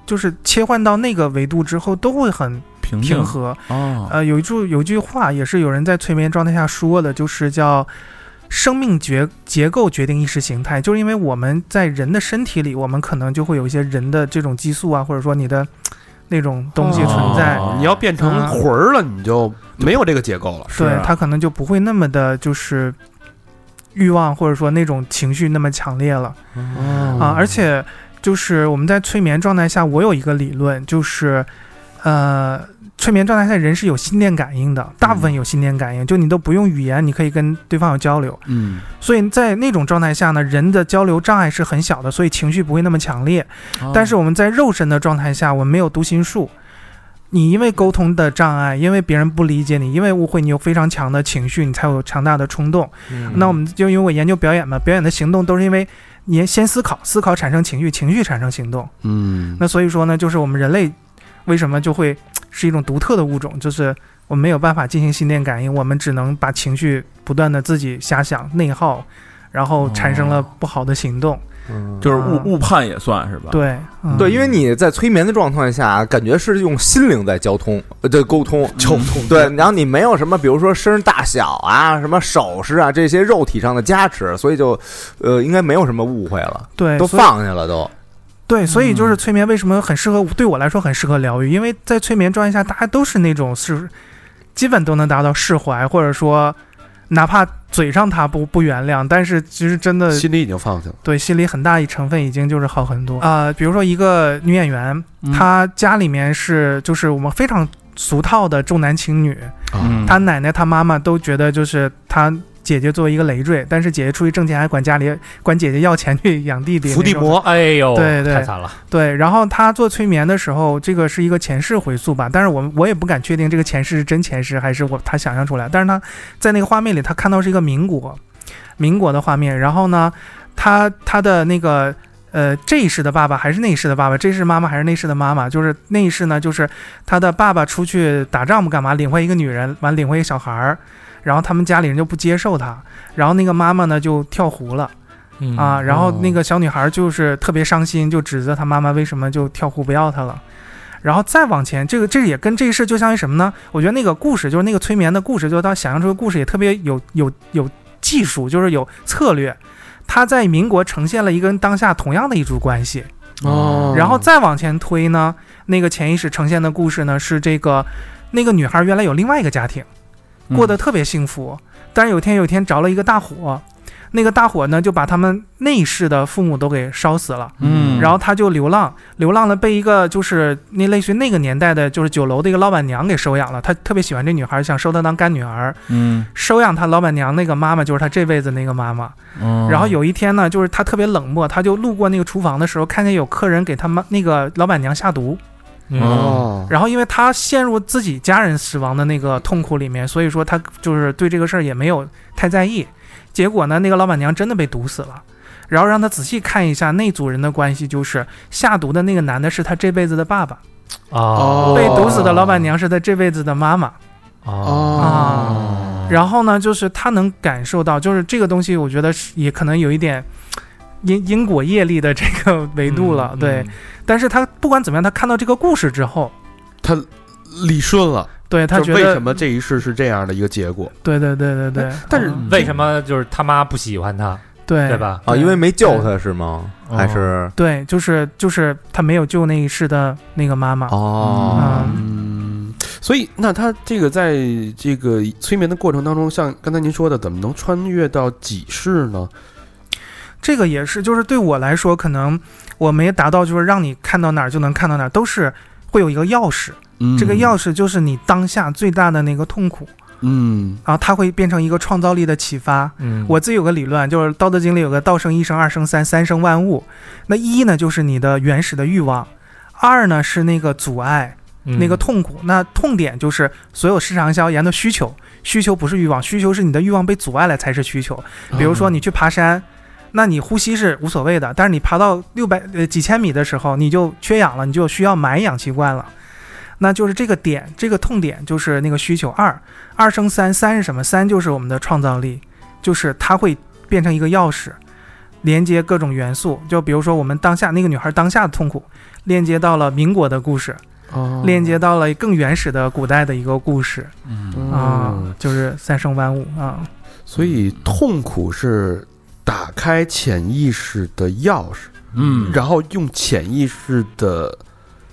[SPEAKER 6] 就是切换到那个维度之后都会很
[SPEAKER 4] 平
[SPEAKER 6] 平和。
[SPEAKER 1] 嗯
[SPEAKER 4] 哦，
[SPEAKER 6] 呃，有一句有一句话也是有人在催眠状态下说的，就是叫。生命结结构决定意识形态，就是因为我们在人的身体里，我们可能就会有一些人的这种激素啊，或者说你的那种东西存在，
[SPEAKER 4] 哦
[SPEAKER 3] 你要变成魂儿了，你就没有这个结构了。
[SPEAKER 4] 是
[SPEAKER 6] 对
[SPEAKER 4] 啊
[SPEAKER 6] 他可能就不会那么的，就是欲望或者说那种情绪那么强烈了啊。
[SPEAKER 4] 嗯
[SPEAKER 6] 而且就是我们在催眠状态下，我有一个理论，就是呃，催眠状态下人是有心电感应的，大部
[SPEAKER 4] 嗯
[SPEAKER 6] 分有心电感应，就你都不用语言，你可以跟对方有交流。
[SPEAKER 4] 嗯，
[SPEAKER 6] 所以在那种状态下呢，人的交流障碍是很小的，所以情绪不会那么强烈。
[SPEAKER 4] 哦
[SPEAKER 6] 但是我们在肉身的状态下，我们没有读心术。你因为沟通的障碍，因为别人不理解你，因为误会，你有非常强的情绪，你才有强大的冲动。
[SPEAKER 2] 嗯
[SPEAKER 6] 那我们就因为我研究表演嘛，表演的行动都是因为你先思考，思考产生情绪，情绪产生行动。
[SPEAKER 3] 嗯，
[SPEAKER 6] 那所以说呢，就是我们人类为什么就会是一种独特的物种，就是我们没有办法进行心电感应，我们只能把情绪不断的自己遐想、内耗，然后产生了不好的行动。
[SPEAKER 2] 嗯
[SPEAKER 4] 就是误
[SPEAKER 6] 啊
[SPEAKER 4] 误判也算是吧？，
[SPEAKER 6] 对，嗯、
[SPEAKER 2] 对，因为你在催眠的状态下，感觉是用心灵在交通，呃，对，沟通，
[SPEAKER 4] 沟
[SPEAKER 2] 通，对，然后你没有什么，比如说声大小啊，什么手势啊这些肉体上的加持，所以就，呃，应该没有什么误会了，
[SPEAKER 6] 对
[SPEAKER 2] 都
[SPEAKER 6] 所以
[SPEAKER 2] 放下了都，
[SPEAKER 6] 对，所以
[SPEAKER 3] 嗯
[SPEAKER 6] 就是催眠为什么很适合对我来说很适合疗愈，因为在催眠状态下，大家都是那种是基本都能达到释怀，或者说哪怕嘴上他不不原谅，但是其实真的
[SPEAKER 3] 心里已经放下了。
[SPEAKER 6] 对心里很大一成分已经就是好很多
[SPEAKER 3] 嗯
[SPEAKER 6] 啊、比如说一个女演员，
[SPEAKER 4] 嗯
[SPEAKER 6] 她家里面是就是我们非常俗套的重男轻女，
[SPEAKER 4] 嗯，
[SPEAKER 6] 她奶奶她妈妈都觉得就是她。姐姐作为一个累赘，但是姐姐出去挣钱，还管家里管姐姐要钱去养弟弟。
[SPEAKER 3] 伏地
[SPEAKER 6] 那种
[SPEAKER 3] 魔，
[SPEAKER 5] 哎呦，
[SPEAKER 6] 对对
[SPEAKER 5] 太惨了，
[SPEAKER 6] 对，然后他做催眠的时候，这个是一个前世回溯吧，但是我我也不敢确定这个前世是真前世还是我他想象出来。但是他在那个画面里，他看到是一个民国，民国的画面。然后呢，他他的那个呃这一世的爸爸还是那一世的爸爸，这一世妈妈还是那一世的妈妈，就是那一世呢，就是他的爸爸出去打仗不干嘛，领回一个女人，完领回一个小孩儿，然后他们家里人就不接受他，然后那个妈妈呢就跳湖了。
[SPEAKER 5] 嗯
[SPEAKER 6] 啊，然后那
[SPEAKER 3] 哦
[SPEAKER 6] 个小女孩就是特别伤心，就指责她妈妈为什么就跳湖不要她了。然后再往前，这个这也跟这一世就相当于什么呢？我觉得那个故事就是那个催眠的故事，就是他想象出的故事也特别有有有技术，就是有策略。他在民国呈现了一个跟当下同样的一组关系，
[SPEAKER 3] 哦
[SPEAKER 6] 然后再往前推呢，那个潜意识呈现的故事呢是这个那个女孩原来有另外一个家庭，过
[SPEAKER 1] 嗯
[SPEAKER 6] 得特别幸福，但是有一天有一天着了一个大火，那个大火呢就把他们那一世的父母都给烧死了。
[SPEAKER 4] 嗯，
[SPEAKER 6] 然后他就流浪，流浪了被一个就是那类似于那个年代的，就是酒楼的一个老板娘给收养了。他特别喜欢这女孩，想收她当干女儿。
[SPEAKER 4] 嗯，
[SPEAKER 6] 收养她老板娘那个妈妈就是他这辈子那个妈妈。
[SPEAKER 1] 哦
[SPEAKER 4] 嗯
[SPEAKER 6] 然后有一天呢，就是他特别冷漠，他就路过那个厨房的时候，看见有客人给他妈那个老板娘下毒。
[SPEAKER 5] 嗯，
[SPEAKER 3] 哦
[SPEAKER 6] 然后因为他陷入自己家人死亡的那个痛苦里面，所以说他就是对这个事儿也没有太在意。结果呢，那个老板娘真的被毒死了。然后让他仔细看一下那组人的关系，就是下毒的那个男的是他这辈子的爸爸，
[SPEAKER 5] 啊
[SPEAKER 6] 哦
[SPEAKER 3] 哦
[SPEAKER 6] 被毒死的哦老板娘是他这辈子的妈妈。
[SPEAKER 5] 啊，
[SPEAKER 3] 哦
[SPEAKER 6] 啊然后呢，就是他能感受到，就是这个东西，我觉得是也可能有一点因因果业力的这个维度了。
[SPEAKER 5] 嗯
[SPEAKER 6] 对，，但是他不管怎么样，他看到这个故事之后，
[SPEAKER 3] 他理顺了，
[SPEAKER 6] 对他
[SPEAKER 3] 就
[SPEAKER 6] 觉
[SPEAKER 3] 为
[SPEAKER 6] 得
[SPEAKER 3] 什么这一世是这样的一个结果？
[SPEAKER 6] 对对对对对，
[SPEAKER 3] 但是
[SPEAKER 6] 嗯
[SPEAKER 5] 为什么就是他妈不喜欢他，
[SPEAKER 6] 对
[SPEAKER 5] 对？吧？
[SPEAKER 2] 啊，因为没救他是吗？
[SPEAKER 5] 哦
[SPEAKER 2] 还是
[SPEAKER 6] 对，就是就是他没有救那一世的那个妈妈。
[SPEAKER 2] 哦，
[SPEAKER 6] 嗯
[SPEAKER 3] 嗯，所以那他这个在这个催眠的过程当中，像刚才您说的，怎么能穿越到几世呢？
[SPEAKER 6] 这个也是，就是对我来说，可能我没达到，就是让你看到哪儿就能看到哪儿，都是会有一个钥匙，
[SPEAKER 3] 嗯
[SPEAKER 6] 这个钥匙就是你当下最大的那个痛苦，
[SPEAKER 3] 嗯
[SPEAKER 6] 然后它会变成一个创造力的启发。
[SPEAKER 5] 嗯，
[SPEAKER 6] 我自己有个理论，就是《道德经》里有个“道生一生，二生三，三生万物”。那一呢，就是你的原始的欲望；二呢，是那个阻碍；
[SPEAKER 5] 嗯
[SPEAKER 6] 那个痛苦。那痛点就是所有市场营销研的需求，需求不是欲望，需求是你的欲望被阻碍了才是需求。比如
[SPEAKER 3] 嗯
[SPEAKER 6] 说你去爬山，那你呼吸是无所谓的，但是你爬到六百呃几千米的时候，你就缺氧了，你就需要买氧气罐了。那就是这个点，这个痛点就是那个需求二，二升三，三是什么？三就是我们的创造力，就是它会变成一个钥匙，连接各种元素。就比如说我们当下那个女孩当下的痛苦，链接到了民国的故事，
[SPEAKER 3] 哦嗯
[SPEAKER 6] 链接到了更原始的古代的一个故事
[SPEAKER 4] 嗯
[SPEAKER 6] 啊、
[SPEAKER 3] 嗯
[SPEAKER 6] 就是三生万物啊。
[SPEAKER 3] 所以痛苦是打开潜意识的钥匙，
[SPEAKER 4] 嗯，
[SPEAKER 3] 然后用潜意识的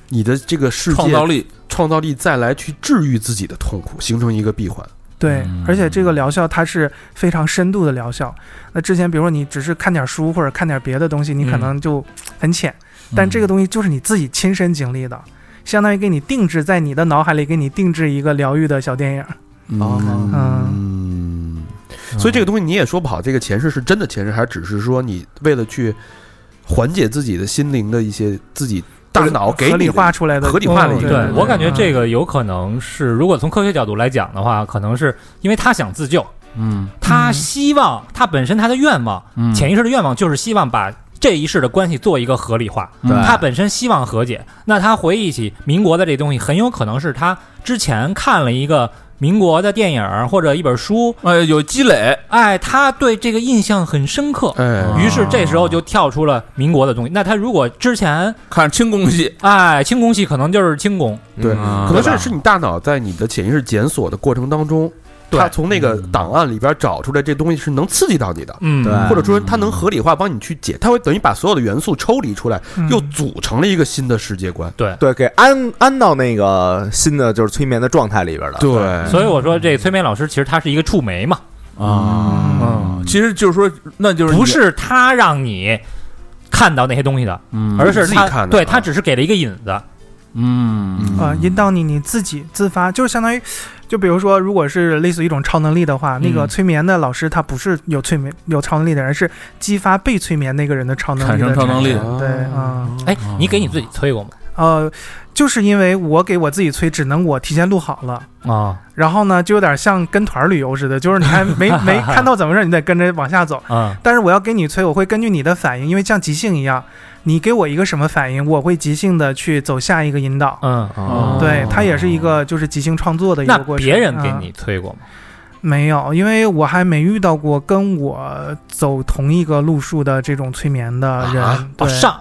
[SPEAKER 3] 你的这个世界
[SPEAKER 4] 创造力，
[SPEAKER 3] 创造力再来去治愈自己的痛苦，形成一个闭环。
[SPEAKER 6] 对
[SPEAKER 4] 嗯，
[SPEAKER 6] 而且这个疗效它是非常深度的疗效。那之前比如说你只是看点书或者看点别的东西，
[SPEAKER 3] 嗯
[SPEAKER 6] 你可能就很浅，但这个东西就是你自己亲身经历的，相当于给你定制在你的脑海里给你定制一个疗愈的小电影。
[SPEAKER 3] 嗯，所以这个东西你也说不好，这个前世是真的前世，还只是说你为了去缓解自己的心灵的一些自己大脑给
[SPEAKER 6] 合
[SPEAKER 3] 你
[SPEAKER 6] 理
[SPEAKER 3] 的
[SPEAKER 6] 化出来的，
[SPEAKER 3] 合理化的一
[SPEAKER 5] 对
[SPEAKER 3] 个
[SPEAKER 6] 对
[SPEAKER 5] 我感觉
[SPEAKER 6] 嗯
[SPEAKER 5] 这个有可能是，如果从科学角度来讲的话，可能是因为他想自救，
[SPEAKER 4] 嗯
[SPEAKER 5] 他
[SPEAKER 6] 嗯
[SPEAKER 5] 希望他本身他的愿望，
[SPEAKER 4] 嗯，
[SPEAKER 5] 潜意识的愿望就是希望把这一世的关系做一个合理化。
[SPEAKER 4] 对
[SPEAKER 5] 他本身希望和解，那他回忆起民国的这东西，很有可能是他之前看了一个民国的电影或者一本书，
[SPEAKER 4] 呃有积累，
[SPEAKER 5] 哎，他对这个印象很深刻。
[SPEAKER 4] 嗯
[SPEAKER 3] 哎，
[SPEAKER 5] 于是这时候就跳出了民国的东西。那他如果之前
[SPEAKER 4] 看清宫戏，
[SPEAKER 5] 哎清宫戏，可能就是清宫，
[SPEAKER 3] 对
[SPEAKER 2] 啊
[SPEAKER 4] 嗯
[SPEAKER 3] 可能
[SPEAKER 4] 对吧
[SPEAKER 3] 这是你大脑在你的潜意识检索的过程当中，
[SPEAKER 5] 对
[SPEAKER 3] 它从那个档案里边找出来这东西是能刺激到你的，
[SPEAKER 5] 嗯，
[SPEAKER 2] 对
[SPEAKER 3] 或者说它能合理化帮你去解，它会等于把所有的元素抽离出来，
[SPEAKER 6] 嗯
[SPEAKER 3] 又组成了一个新的世界观。
[SPEAKER 2] 对，给安安到那个新的就是催眠的状态里边了。
[SPEAKER 3] 对
[SPEAKER 5] 所以我说这催眠老师其实他是一个触媒嘛，
[SPEAKER 4] 啊，其实就是说，那就是
[SPEAKER 5] 不是他让你看到那些东西的，
[SPEAKER 4] 嗯，
[SPEAKER 5] 而是
[SPEAKER 3] 自己
[SPEAKER 5] 他
[SPEAKER 3] 看的
[SPEAKER 5] 对
[SPEAKER 3] 啊
[SPEAKER 5] 他只是给了一个引子，
[SPEAKER 4] 嗯
[SPEAKER 6] 啊、引导你你自己自发，就是相当于，就比如说，如果是类似于一种超能力的话，那个
[SPEAKER 4] 嗯
[SPEAKER 6] 催眠的老师他不是有催眠有超能力的人，是激发被催眠那个人的超能
[SPEAKER 4] 产
[SPEAKER 6] 力的
[SPEAKER 4] 生超能力
[SPEAKER 6] 产生对啊、
[SPEAKER 5] 哎，你给你自己催过吗？
[SPEAKER 6] 呃，就是因为我给我自己催，只能我提前录好了。
[SPEAKER 5] 啊
[SPEAKER 6] 然后呢，就有点像跟团旅游似的，就是你还
[SPEAKER 5] <laughs>
[SPEAKER 6] 没没看到怎么回事，你得跟着往下走。
[SPEAKER 5] 嗯
[SPEAKER 6] 但是我要给你催，我会根据你的反应，因为像即兴一样，你给我一个什么反应，我会即兴的去走下一个引导。
[SPEAKER 5] 嗯，
[SPEAKER 4] 哦
[SPEAKER 6] 对，它也是一个就是即兴创作的一
[SPEAKER 5] 那
[SPEAKER 6] 个过程。
[SPEAKER 5] 别人给
[SPEAKER 6] 啊
[SPEAKER 5] 你催过吗？
[SPEAKER 6] 没有，因为我还没遇到过跟我走同一个路数的这种催眠的啊人。
[SPEAKER 5] 哦，
[SPEAKER 6] 对
[SPEAKER 5] 上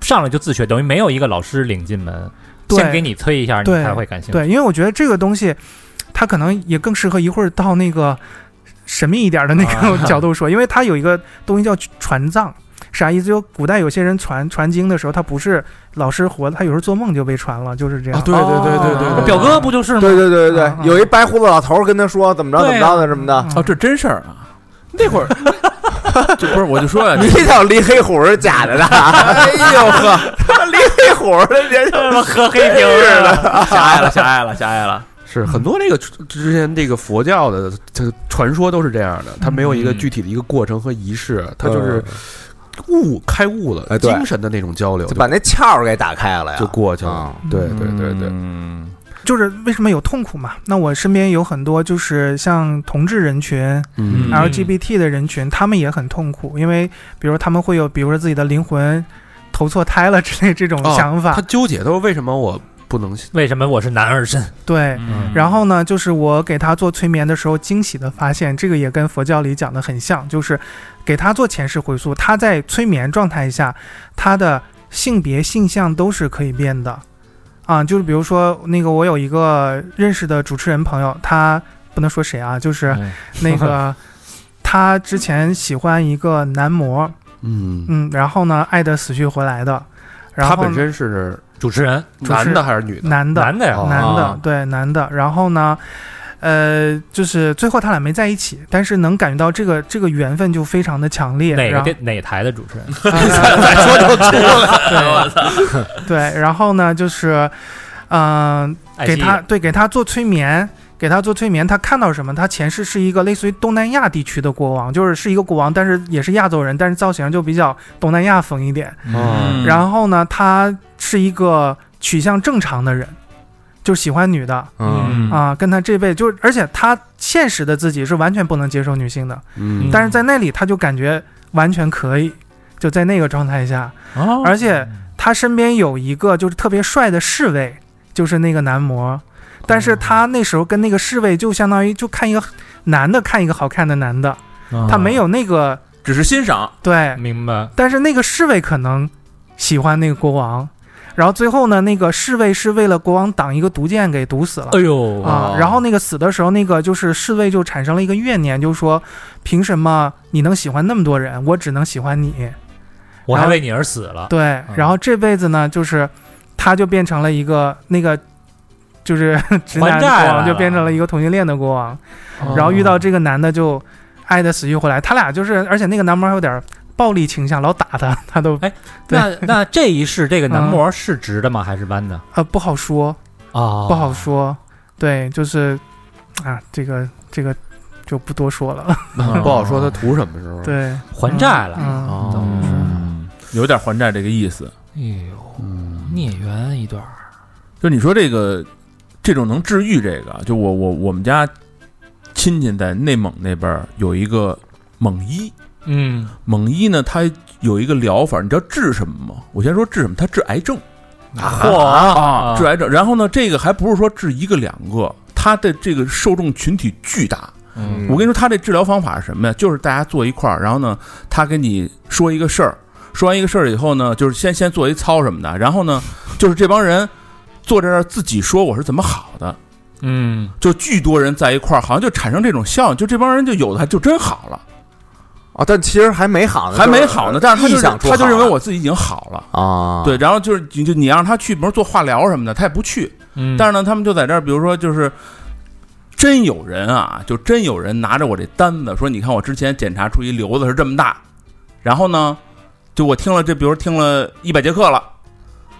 [SPEAKER 5] 上来就自学，等于没有一个老师领进门，
[SPEAKER 6] 对
[SPEAKER 5] 先给你催一下，你
[SPEAKER 6] 对
[SPEAKER 5] 才会感兴趣。
[SPEAKER 6] 对，因为我觉得这个东西，它可能也更适合一会儿到那个神秘一点的那
[SPEAKER 3] 啊 <laughs>
[SPEAKER 6] 个 <laughs> 角度说，因为它有一个东西叫传藏，啥意思？就古代有些人传传经的时候，他不是老师活的，他有时候做梦就被传了，就是这样。
[SPEAKER 3] 啊，对对对
[SPEAKER 6] 哦
[SPEAKER 3] 对对
[SPEAKER 5] 我
[SPEAKER 3] 对，
[SPEAKER 5] 啊表哥不就是吗？
[SPEAKER 2] 对对对对
[SPEAKER 6] 嗯
[SPEAKER 2] 对，
[SPEAKER 6] 嗯
[SPEAKER 2] 有一白胡子老头儿跟他说怎么着怎么着的什么的，
[SPEAKER 4] 哦，这真事儿
[SPEAKER 6] <laughs>
[SPEAKER 4] 啊，
[SPEAKER 3] 那
[SPEAKER 4] <laughs>
[SPEAKER 3] 会儿
[SPEAKER 4] 就不是我就说
[SPEAKER 1] 嗯
[SPEAKER 4] 呀，
[SPEAKER 2] 你老离黑虎是假的呢？哎呦呵，他离黑虎的人
[SPEAKER 5] 喝黑啊瓶似的。
[SPEAKER 6] <laughs>
[SPEAKER 4] 狭隘了，狭隘了，狭隘了，
[SPEAKER 3] 是很多那个之之前这个佛教的这个传说都是这样的，它没有一个具体的一个过程和仪式，它就是悟开悟了，
[SPEAKER 2] 哎对
[SPEAKER 3] 精神的那种交流
[SPEAKER 2] 就，把那窍儿给打开了呀，
[SPEAKER 3] 就过去了。
[SPEAKER 2] 啊，
[SPEAKER 3] 对对对对，
[SPEAKER 4] 嗯
[SPEAKER 6] 就是为什么有痛苦嘛？那我身边有很多就是像同志人群，
[SPEAKER 3] 嗯
[SPEAKER 4] 嗯
[SPEAKER 6] LGBT 的人群，他们也很痛苦，因为比如他们会有，比如说自己的灵魂投错胎了之类这种
[SPEAKER 3] 哦
[SPEAKER 6] 想法，
[SPEAKER 3] 他纠结，他说为什么我不能
[SPEAKER 5] 为什么我是男儿身？
[SPEAKER 6] 对。
[SPEAKER 4] 嗯
[SPEAKER 6] 然后呢，就是我给他做催眠的时候，惊喜的发现，这个也跟佛教里讲的很像，就是给他做前世回溯，他在催眠状态下，他的性别、性向都是可以变的，啊，就是比如说那个我有一个认识的主持人朋友，他不能说谁
[SPEAKER 3] <laughs>
[SPEAKER 6] 啊，就是
[SPEAKER 5] 嗯
[SPEAKER 6] 那个他之前喜欢一个男模，
[SPEAKER 3] 嗯？
[SPEAKER 6] 嗯，然后呢，爱得死去活来的，然
[SPEAKER 3] 他
[SPEAKER 6] 后
[SPEAKER 3] 本
[SPEAKER 6] 呢
[SPEAKER 3] 身是
[SPEAKER 5] 主持人，
[SPEAKER 3] 男的还是女的？
[SPEAKER 6] 男的，
[SPEAKER 5] 男的呀，
[SPEAKER 3] 哦
[SPEAKER 6] 男的，
[SPEAKER 4] 啊
[SPEAKER 6] 对男的，然后呢，呃，就是最后他俩没在一起，但是能感觉到这个这个缘分就非常的强烈。
[SPEAKER 5] 哪
[SPEAKER 6] 然
[SPEAKER 5] 个
[SPEAKER 6] 后
[SPEAKER 5] 电哪台的主持人？
[SPEAKER 4] 再说就出来了，
[SPEAKER 6] 对，然后呢，就是，嗯、
[SPEAKER 5] 爱
[SPEAKER 6] 给
[SPEAKER 5] 奇艺
[SPEAKER 6] 他对给他做催眠。给他做催眠，他看到什么？他前世是一个类似于东南亚地区的国王，就是是一个国王，但是也是亚洲人，但是造型就比较东南亚风一点。
[SPEAKER 3] 嗯
[SPEAKER 6] 然后呢，他是一个取向正常的人，就喜欢女的
[SPEAKER 2] 嗯，
[SPEAKER 5] 嗯
[SPEAKER 6] 啊，跟他这辈就是，而且他现实的自己是完全不能接受女性的，
[SPEAKER 3] 嗯
[SPEAKER 6] 但是在那里他就感觉完全可以，就在那个状态下，
[SPEAKER 4] 哦
[SPEAKER 5] 嗯
[SPEAKER 6] 而且他身边有一个就是特别帅的侍卫，就是那个男模，但是他那时候跟那个侍卫就相当于就看一个男的看一个好看的男的，他没有那个
[SPEAKER 4] 只是欣赏，
[SPEAKER 6] 对，
[SPEAKER 5] 明白，
[SPEAKER 6] 但是那个侍卫可能喜欢那个国王，然后最后呢，那个侍卫是为了国王挡一个毒箭给毒死了。
[SPEAKER 5] 哎呦
[SPEAKER 6] 啊、然后那个死的时候，那个就是侍卫就产生了一个怨念，就说凭什么你能喜欢那么多人，我只能喜欢你？
[SPEAKER 5] 我还
[SPEAKER 6] 然后
[SPEAKER 5] 为你而死了，
[SPEAKER 6] 对，然后这辈子呢，就是他就变成了一个那个就是 <laughs> 直男
[SPEAKER 5] 还
[SPEAKER 6] 的
[SPEAKER 5] 债
[SPEAKER 6] 国王，
[SPEAKER 5] 来
[SPEAKER 6] 就
[SPEAKER 5] 了嗯
[SPEAKER 6] 变成了一个同性恋的国王。哦然后遇到这个男的就爱的死去活来，他俩就是，而且那个男模还有点暴力倾向，老打他，他都对
[SPEAKER 5] 那那这一世这个男模是直的吗？还是弯的？
[SPEAKER 6] 呃不好说，
[SPEAKER 5] 啊
[SPEAKER 6] 不好说。对，就是啊，这个这个就不多说了。
[SPEAKER 5] 嗯
[SPEAKER 3] 不好说他图什么时候。
[SPEAKER 6] <laughs> 对，
[SPEAKER 5] 还债了。
[SPEAKER 6] 嗯嗯
[SPEAKER 3] 哦
[SPEAKER 1] 嗯
[SPEAKER 4] 有点还债这个意思。
[SPEAKER 5] 哎呦，孽缘一段儿，
[SPEAKER 4] 就你说这个，这种能治愈这个，就我我我们家亲戚在内蒙那边儿有一个蒙医，
[SPEAKER 5] 嗯，
[SPEAKER 4] 蒙医呢，他有一个疗法，你知道治什么吗？我先说治什么，他治癌症
[SPEAKER 5] 嚯
[SPEAKER 4] 啊，治癌症。然后呢，这个还不是说治一个两个，他的这个受众群体巨大。
[SPEAKER 2] 嗯
[SPEAKER 4] 我跟你说，他这治疗方法是什么呀？就是大家坐一块儿，然后呢，他跟你说一个事儿，说完一个事儿以后呢，就是先先做一操什么的，然后呢，就是这帮人坐在这儿自己说我是怎么好的，
[SPEAKER 5] 嗯，
[SPEAKER 4] 就巨多人在一块儿，好像就产生这种效应，就这帮人就有的还就真好了，
[SPEAKER 2] 啊，但其实还没好呢，
[SPEAKER 4] 还没
[SPEAKER 2] 就是
[SPEAKER 4] 好呢，但是他就
[SPEAKER 2] 臆想出
[SPEAKER 4] 是他就
[SPEAKER 2] 好
[SPEAKER 4] 认为
[SPEAKER 2] 了
[SPEAKER 4] 我自己已经好了。
[SPEAKER 2] 啊，
[SPEAKER 4] 对，然后就是你就你让他去，比如做化疗什么的，他也不去。
[SPEAKER 5] 嗯
[SPEAKER 4] 但是呢，他们就在这儿，比如说就是真有人啊，就真有人拿着我这单子说，你看我之前检查出一瘤子是这么大，然后呢，就我听了这，比如听了一百节课了，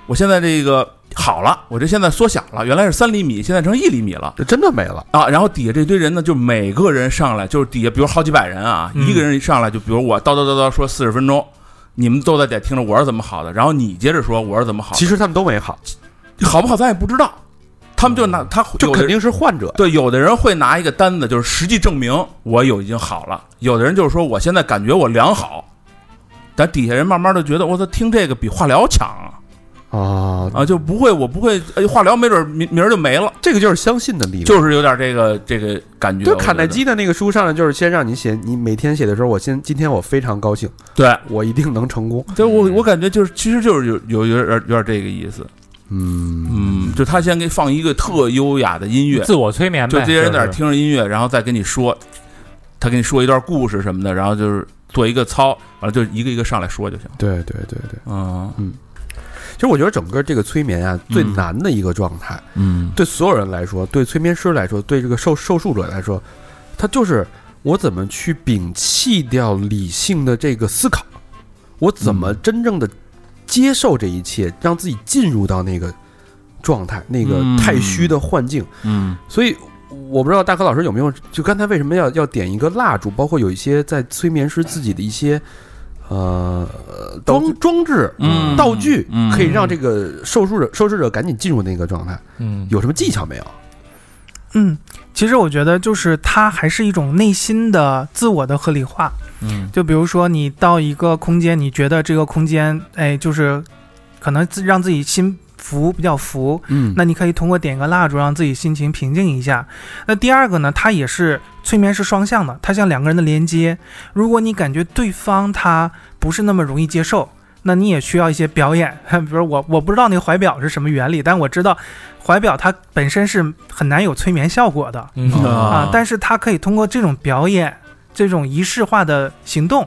[SPEAKER 4] 我现在这个好了，我这现在缩小了，原来是三厘米，现在成一厘米了。
[SPEAKER 3] 这真的没了，
[SPEAKER 4] 啊，然后底下这堆人呢，就每个人上来，就是底下比如好几百人啊，
[SPEAKER 5] 嗯
[SPEAKER 4] 一个人一上来就比如我叨叨叨叨说四十分钟，你们都在底下听着我是怎么好的，然后你接着说我是怎么好的，
[SPEAKER 3] 其实他们都没好，
[SPEAKER 4] 好不好咱也不知道，他们就拿他
[SPEAKER 3] 就
[SPEAKER 4] 有的
[SPEAKER 3] 肯定是患者。
[SPEAKER 4] 对，有的人会拿一个单子，就是实际证明我有已经好了；有的人就是说我现在感觉我良好，但底下人慢慢的觉得我操，听这个比化疗强啊
[SPEAKER 3] 啊
[SPEAKER 4] 啊，就不会我不会，哎，化疗没准儿明明儿就没了，
[SPEAKER 3] 这个就是相信的力量。
[SPEAKER 4] 就是有点这个这个感觉。
[SPEAKER 3] 对
[SPEAKER 4] 我觉
[SPEAKER 3] 卡耐
[SPEAKER 4] 得
[SPEAKER 3] 基的那个书上来就是先让你写，你每天写的时候，我先今天我非常高兴，
[SPEAKER 4] 对，
[SPEAKER 3] 我一定能成功。
[SPEAKER 4] 就我我感觉就是其实就是有有有点有点这个意思，
[SPEAKER 3] 嗯，
[SPEAKER 4] 嗯，就他先给放一个特优雅的音乐，
[SPEAKER 5] 自我催眠呗，
[SPEAKER 4] 就这些人在那儿
[SPEAKER 5] 就是
[SPEAKER 4] 听着音乐，然后再跟你说，他跟你说一段故事什么的，然后就是做一个操，完了就一个一个上来说就行。
[SPEAKER 3] 对对对对。
[SPEAKER 4] 嗯
[SPEAKER 3] 其实我觉得整个这个催眠啊，
[SPEAKER 4] 嗯
[SPEAKER 3] 最难的一个状态，
[SPEAKER 4] 嗯，
[SPEAKER 3] 对所有人来说，对催眠师来说，对这个受受术者来说，他就是我怎么去摒弃掉理性的这个思考，我怎么
[SPEAKER 4] 嗯
[SPEAKER 3] 真正的接受这一切，让自己进入到那个状态，那个
[SPEAKER 4] 嗯
[SPEAKER 3] 太虚的幻境。
[SPEAKER 4] 嗯
[SPEAKER 3] 所以我不知道大可老师有没有，就刚才为什么要要点一个蜡烛，包括有一些在催眠师自己的一些呃装装置、
[SPEAKER 4] 嗯
[SPEAKER 3] 道具，
[SPEAKER 4] 嗯
[SPEAKER 3] 可以让这个受术者受试者赶紧进入那个状态，
[SPEAKER 5] 嗯，
[SPEAKER 3] 有什么技巧没有？
[SPEAKER 6] 嗯，其实我觉得就是它还是一种内心的自我的合理化。
[SPEAKER 4] 嗯
[SPEAKER 6] 就比如说你到一个空间，你觉得这个空间，哎，就是可能自让自己心服比较服，
[SPEAKER 3] 嗯
[SPEAKER 6] 那你可以通过点个蜡烛让自己心情平静一下。那第二个呢，它也是催眠是双向的，它像两个人的连接。如果你感觉对方他不是那么容易接受，那你也需要一些表演， <laughs> 比如我我不知道那个怀表是什么原理，但我知道怀表它本身是很难有催眠效果的
[SPEAKER 5] 嗯
[SPEAKER 6] 啊，但是它可以通过这种表演。这种仪式化的行动，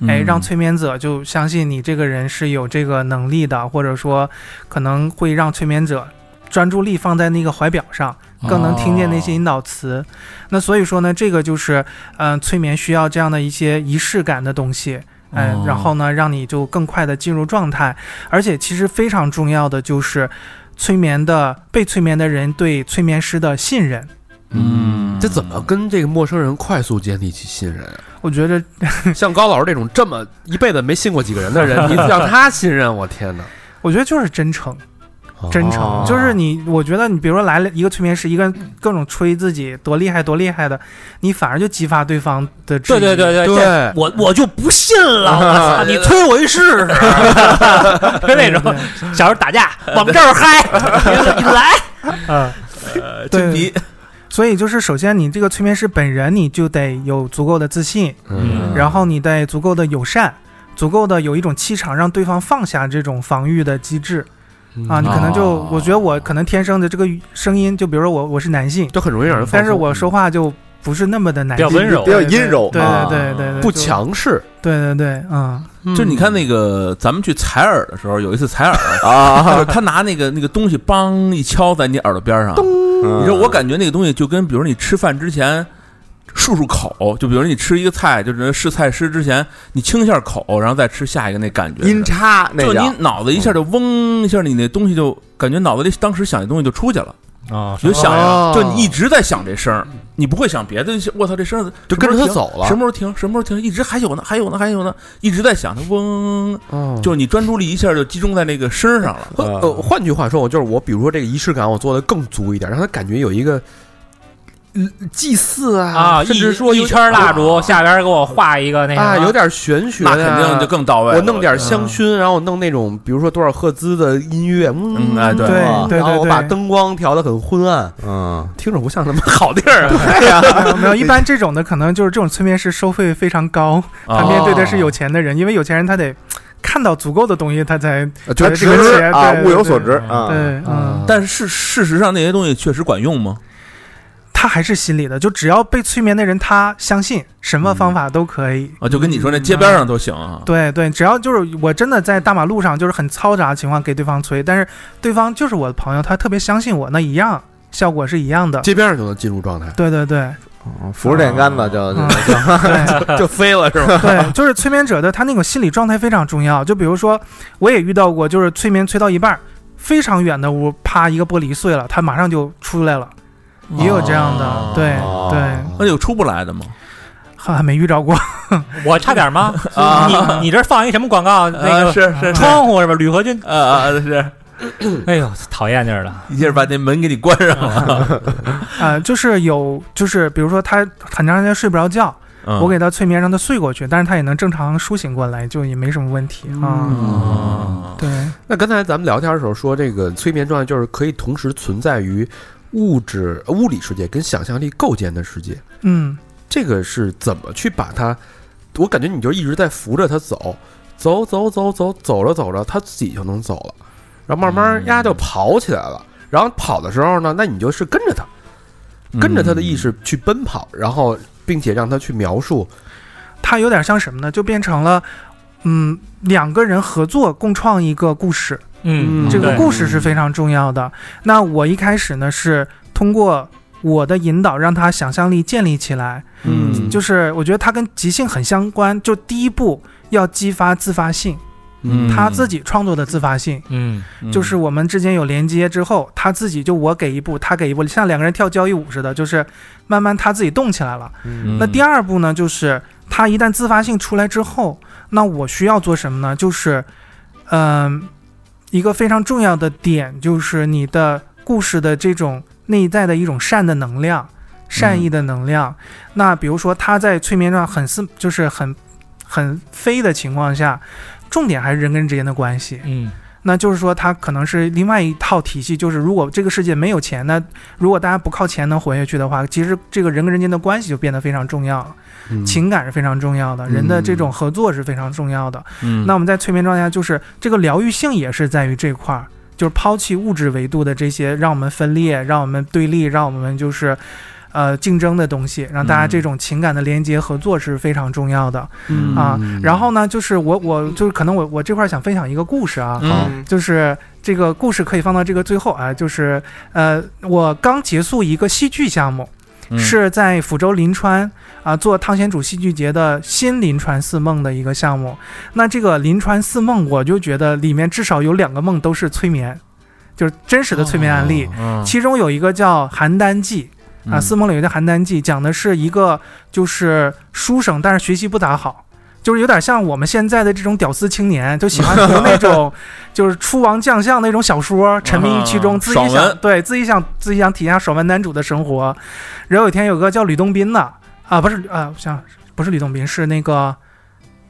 [SPEAKER 4] 嗯
[SPEAKER 6] 哎，让催眠者就相信你这个人是有这个能力的，或者说可能会让催眠者专注力放在那个怀表上，更能听见那些引导词。那所以说呢，这个就是嗯、呃催眠需要这样的一些仪式感的东西。哎
[SPEAKER 4] 哦，
[SPEAKER 6] 然后呢，让你就更快的进入状态，而且其实非常重要的就是，催眠的被催眠的人对催眠师的信任，
[SPEAKER 4] 嗯
[SPEAKER 3] 这怎么跟这个陌生人快速建立起信任
[SPEAKER 6] <laughs>
[SPEAKER 3] 啊？
[SPEAKER 6] 我觉得
[SPEAKER 3] 像高老师这种这么一辈子没信过几个人的人，你让他信任，我天哪！
[SPEAKER 6] 我觉得就是真诚， <laughs> 真
[SPEAKER 2] 哦
[SPEAKER 6] 诚，就是你，我觉得你，比如说来了一个催眠师，一个人各种吹自己多厉害多厉害的，你反而就激发对方的质
[SPEAKER 5] 对
[SPEAKER 6] 疑。
[SPEAKER 5] 对对对
[SPEAKER 3] 对嗯
[SPEAKER 5] 这我我就不信了，我 <laughs> 操！你推我一试试，就 <laughs> 那种小时候打架往这儿嗨，你来，
[SPEAKER 6] 嗯，
[SPEAKER 4] 呃，
[SPEAKER 6] 对
[SPEAKER 4] 金鼻，
[SPEAKER 6] 所以就是首先你这个催眠师本人，你就得有足够的自信，
[SPEAKER 5] 嗯
[SPEAKER 6] 然后你得足够的友善，足够的有一种气场，让对方放下这种防御的机制
[SPEAKER 3] 嗯
[SPEAKER 6] 啊。你可能就
[SPEAKER 4] 哦，
[SPEAKER 6] 我觉得我可能天生的这个声音，就比如说我我是男性，
[SPEAKER 3] 就很容易让人放松，嗯
[SPEAKER 6] 但是我说话就不是那么的男性，
[SPEAKER 5] 比较温柔
[SPEAKER 2] 比较阴柔
[SPEAKER 6] 对
[SPEAKER 2] 啊
[SPEAKER 6] 对对对对，
[SPEAKER 3] 不
[SPEAKER 6] 就，
[SPEAKER 3] 强势，
[SPEAKER 6] 对对对，嗯，
[SPEAKER 4] 就你看那个，咱们去采耳的时候，有一次采 <laughs> 耳，
[SPEAKER 2] 啊，
[SPEAKER 4] 他拿那个那个东西梆一敲在你耳朵边上，
[SPEAKER 2] 你
[SPEAKER 4] 你说我感觉那个东西就跟，比如你吃饭之前漱漱口，就比如你吃一个菜，就是试菜师之前你清一下口，然后再吃下一个那感觉似的，
[SPEAKER 2] 音叉那
[SPEAKER 4] 就
[SPEAKER 2] 叫
[SPEAKER 4] 你脑子一下就嗡一下，你那东西就感觉脑子里当时想的东西就出去了，
[SPEAKER 5] 啊，
[SPEAKER 4] 你就想呀
[SPEAKER 3] 哦
[SPEAKER 4] 就你一直在想这声儿，你不会想别的。就我操，这声儿
[SPEAKER 3] 就跟着他
[SPEAKER 4] 什么时候停。
[SPEAKER 3] 走了，啊
[SPEAKER 4] 什么时候停？什么时候停？一直还有呢，还有呢，还有呢，一直在想它嗡，
[SPEAKER 3] 哦
[SPEAKER 4] 就是你专注力一下就集中在那个声儿上了。
[SPEAKER 3] 换呃，换句话说，我就是我，比如说这个仪式感，我做的更足一点，让他感觉有一个嗯祭祀啊，
[SPEAKER 5] 啊，
[SPEAKER 3] 甚
[SPEAKER 5] 一
[SPEAKER 3] 至说
[SPEAKER 5] 一
[SPEAKER 3] 有
[SPEAKER 5] 圈蜡烛，下边给我画一个那
[SPEAKER 6] 哎
[SPEAKER 3] 啊，
[SPEAKER 5] 什么
[SPEAKER 3] 有点玄学
[SPEAKER 4] 那
[SPEAKER 3] 啊，
[SPEAKER 4] 肯定就更到位了。
[SPEAKER 3] 我弄点香
[SPEAKER 6] 嗯
[SPEAKER 3] 薰，然后我弄那种比如说多少赫兹的音乐，嗯
[SPEAKER 4] 嗯哎对
[SPEAKER 6] 对
[SPEAKER 3] 啊
[SPEAKER 6] 对
[SPEAKER 3] 然后
[SPEAKER 6] 对
[SPEAKER 3] 我把
[SPEAKER 6] 对。
[SPEAKER 3] 灯光调的很昏暗，
[SPEAKER 2] 嗯，
[SPEAKER 3] 听着不像什么好地 <laughs> 儿啊。
[SPEAKER 2] 对呀，
[SPEAKER 6] 没有没有，一般这种的可能就是这种催眠师收费非常高，他
[SPEAKER 4] 啊
[SPEAKER 6] 面对的是有钱的人，因为有钱人他得看到足够的东西，他才
[SPEAKER 2] 觉得
[SPEAKER 6] 这
[SPEAKER 2] 值
[SPEAKER 6] 个钱
[SPEAKER 2] 啊，
[SPEAKER 6] 对
[SPEAKER 2] 物有所值
[SPEAKER 5] 对
[SPEAKER 2] 啊，
[SPEAKER 6] 对，嗯，
[SPEAKER 4] 但是事实上那些东西确实管用吗？
[SPEAKER 6] 他还是心理的，就只要被催眠的人，他相信什么方法都可以。
[SPEAKER 4] 啊，就跟你说那街边上都行啊。
[SPEAKER 6] 对对，只要就是我真的在大马路上就是很嘈杂的情况给对方催，但是对方就是我的朋友，他特别相信我，那一样效果是一样的。
[SPEAKER 3] 街边上就能进入状态，
[SPEAKER 6] 对对对，
[SPEAKER 2] 嗯扶着电杆子就
[SPEAKER 6] 嗯，
[SPEAKER 2] 就
[SPEAKER 6] 对
[SPEAKER 2] 就飞了是吧？
[SPEAKER 6] 对，就是催眠者的他那种心理状态非常重要。就比如说，我也遇到过，就是催眠催到一半儿，非常远的屋，啪一个玻璃碎了，他马上就出来了，也有这样的
[SPEAKER 3] 哦。
[SPEAKER 6] 对对，
[SPEAKER 2] 哦
[SPEAKER 4] 那有出不来的吗？
[SPEAKER 6] 还还没遇着过。
[SPEAKER 5] 我差点吗？你你这放一什么广告？那
[SPEAKER 4] 啊
[SPEAKER 5] 个
[SPEAKER 4] 是是
[SPEAKER 5] 窗户是吧？铝合金，
[SPEAKER 4] 啊啊是，
[SPEAKER 5] <coughs> 哎呦，讨厌劲儿了。
[SPEAKER 4] 一下把那门给你关上了。
[SPEAKER 6] 呃，就是有，就是比如说他很长时间睡不着觉，
[SPEAKER 4] 嗯
[SPEAKER 6] 我给他催眠让他睡过去，但是他也能正常苏醒过来，就也没什么问题啊。
[SPEAKER 4] 啊
[SPEAKER 6] 对，
[SPEAKER 3] 那刚才咱们聊天的时候说，这个催眠状态就是可以同时存在于物质、物理世界跟想象力构建的世界。
[SPEAKER 6] 嗯，
[SPEAKER 3] 这个是怎么去把它？我感觉你就一直在扶着它走，走走走走，走着走着，它自己就能走了，然后慢慢
[SPEAKER 4] 嗯
[SPEAKER 3] 呀就跑起来了。然后跑的时候呢，那你就是跟着它，跟着它的意识去奔跑，然后并且让它去描述。
[SPEAKER 6] 他有点像什么呢？就变成了。嗯，两个人合作共创一个故事，
[SPEAKER 5] 嗯，
[SPEAKER 6] 这个
[SPEAKER 5] 对
[SPEAKER 6] 故事是非常重要的。那我一开始呢是通过我的引导，让他想象力建立起来。
[SPEAKER 4] 嗯
[SPEAKER 6] 就是我觉得它跟即兴很相关，就第一步要激发自发性，
[SPEAKER 4] 嗯
[SPEAKER 6] 他自己创作的自发性。
[SPEAKER 5] 嗯
[SPEAKER 6] 就是我们之间有连接之后，他自己就我给一步，他给一步，像两个人跳交谊舞似的，就是慢慢他自己动起来了。那
[SPEAKER 1] 嗯
[SPEAKER 6] 第
[SPEAKER 4] 二
[SPEAKER 6] 二步呢，就是他一旦自发性出来之后，那我需要做什么呢？就是，嗯、一个非常重要的点就是你的故事的这种内在的一种善的能量、善意的能量。那比如说他在催眠上很是就是很很飞的情况下，重点还是人跟人之间的关系。
[SPEAKER 5] 嗯
[SPEAKER 6] 那就是说，它可能是另外一套体系。就是如果这个世界没有钱，那如果大家不靠钱能活下去的话，其实这个人跟人间的关系就变得非常重要了，
[SPEAKER 3] 嗯
[SPEAKER 6] 情感是非常重要的，人的这种合作是非常重要的。
[SPEAKER 3] 嗯
[SPEAKER 6] 那我们在催眠状态下，就是这个疗愈性也是在于这块儿，就是抛弃物质维度的这些让我们分裂、让我们对立、让我们就是。呃，竞争的东西，让大家这种情感的连接合作是非常重要的、
[SPEAKER 3] 嗯
[SPEAKER 6] 啊
[SPEAKER 3] 嗯。
[SPEAKER 6] 然后呢，就是我我就是可能我我这块儿想分享一个故事啊，
[SPEAKER 4] 嗯
[SPEAKER 6] 就是这个故事可以放到这个最后啊，就是呃，我刚结束一个戏剧项目，
[SPEAKER 4] 嗯
[SPEAKER 6] 是在福州临川啊、做汤显祖戏剧节的新临川四梦的一个项目。那这个临川四梦，我就觉得里面至少有两个梦都是催眠，就是真实的催眠案例。
[SPEAKER 4] 嗯
[SPEAKER 6] 其中有一个叫《邯郸记》啊，
[SPEAKER 4] 嗯
[SPEAKER 6] 四梦里有一个《邯郸记》，讲的是一个就是书生，但是学习不咋好，就是有点像我们现在的这种屌丝青年，就喜欢读那
[SPEAKER 4] <laughs>
[SPEAKER 6] 种就是出王将相那种小说，沉迷于其中，
[SPEAKER 4] 啊
[SPEAKER 6] 自
[SPEAKER 4] 爽
[SPEAKER 6] 己想
[SPEAKER 4] 文
[SPEAKER 6] 对自己想自己想体验下爽文男主的生活。然后有一天有个叫吕洞宾的啊，不是啊，我想不是吕洞宾，是那个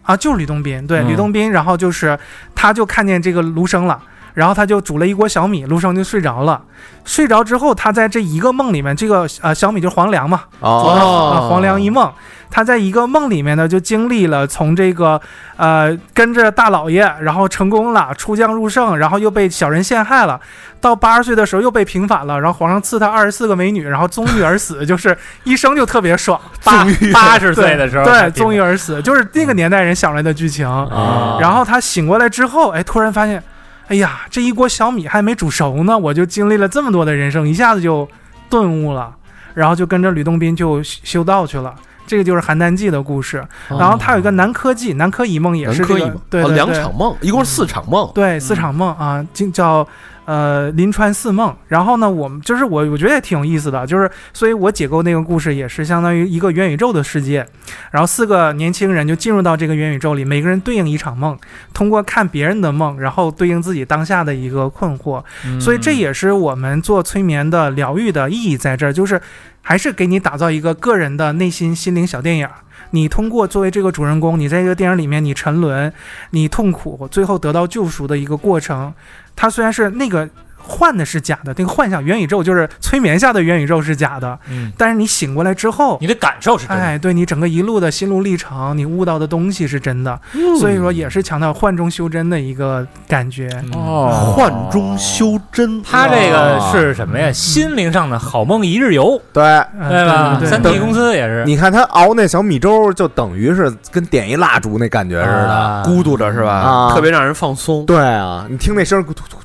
[SPEAKER 6] 啊，就是吕洞宾，对，
[SPEAKER 4] 嗯
[SPEAKER 6] 吕洞宾。然后就是他就看见这个卢生了。然后他就煮了一锅小米，卢生就睡着了。睡着之后，他在这一个梦里面，这个呃小米就是黄粱嘛，
[SPEAKER 3] 哦
[SPEAKER 6] 啊，黄粱一梦，他在一个梦里面呢，就经历了从这个呃跟着大老爷，然后成功了出将入圣，然后又被小人陷害了，到八十岁的时候又被平反了，然后皇上赐他二十四个美女，然后纵欲而死，就是一生就特别爽。
[SPEAKER 5] 八八十
[SPEAKER 6] 对
[SPEAKER 5] 岁的时候
[SPEAKER 6] 对，
[SPEAKER 5] 才
[SPEAKER 6] 纵欲
[SPEAKER 5] 平
[SPEAKER 6] 而死，就是那
[SPEAKER 3] 嗯
[SPEAKER 6] 个年代人想出来的剧情。
[SPEAKER 5] 啊，
[SPEAKER 6] 然后他醒过来之后，哎，突然发现，哎呀，这一锅小米还没煮熟呢，我就经历了这么多的人生，一下子就顿悟了，然后就跟着吕洞宾就修修道去了。这个就是《邯郸记》的故事，然后他有一个南柯记，南柯一梦也
[SPEAKER 3] 哦南
[SPEAKER 6] 是这
[SPEAKER 3] 柯
[SPEAKER 6] 个
[SPEAKER 3] 一梦，
[SPEAKER 6] 对
[SPEAKER 3] 啊
[SPEAKER 6] 对
[SPEAKER 3] 两
[SPEAKER 6] 对
[SPEAKER 3] 场梦，一共是四场梦，
[SPEAKER 6] 对，四场梦啊，经叫呃临川四梦。然后呢，我们就是我，我觉得也挺有意思的，就是所以我解构那个故事也是相当于一个元宇宙的世界，然后四个年轻人就进入到这个元宇宙里，每个人对应一场梦，通过看别人的梦，然后对应自己当下的一个困惑。所以这也是我们做催眠的疗愈的意义在这儿，就是还是给你打造一个个人的内心心灵小电影儿。你通过作为这个主人公，你在这个电影里面你沉沦，你痛苦，最后得到救赎的一个过程。它虽然是那个幻的是假的，那个幻想元宇宙就是催眠下的元宇宙是假的，
[SPEAKER 5] 嗯，
[SPEAKER 6] 但是你醒过来之后。
[SPEAKER 5] 你的感受是真的，
[SPEAKER 6] 哎，对你整个一路的心路历程，你悟到的东西是真的，
[SPEAKER 5] 嗯
[SPEAKER 6] 所以说也是强调幻中修真的一个感觉。
[SPEAKER 4] 哦，
[SPEAKER 3] 幻中修真，
[SPEAKER 5] 他这个是什么呀？心灵上的好梦一日游，
[SPEAKER 2] 对，
[SPEAKER 6] 嗯
[SPEAKER 5] 对吧？
[SPEAKER 6] 对
[SPEAKER 5] 三
[SPEAKER 6] 对
[SPEAKER 5] D 公司也是，
[SPEAKER 2] 你看他熬那小米粥，就等于是跟点一蜡烛那感觉似的。
[SPEAKER 5] 啊
[SPEAKER 3] 孤独着是吧？
[SPEAKER 2] 啊
[SPEAKER 3] 特别让人放松。
[SPEAKER 2] 对啊，你听那声儿，突突突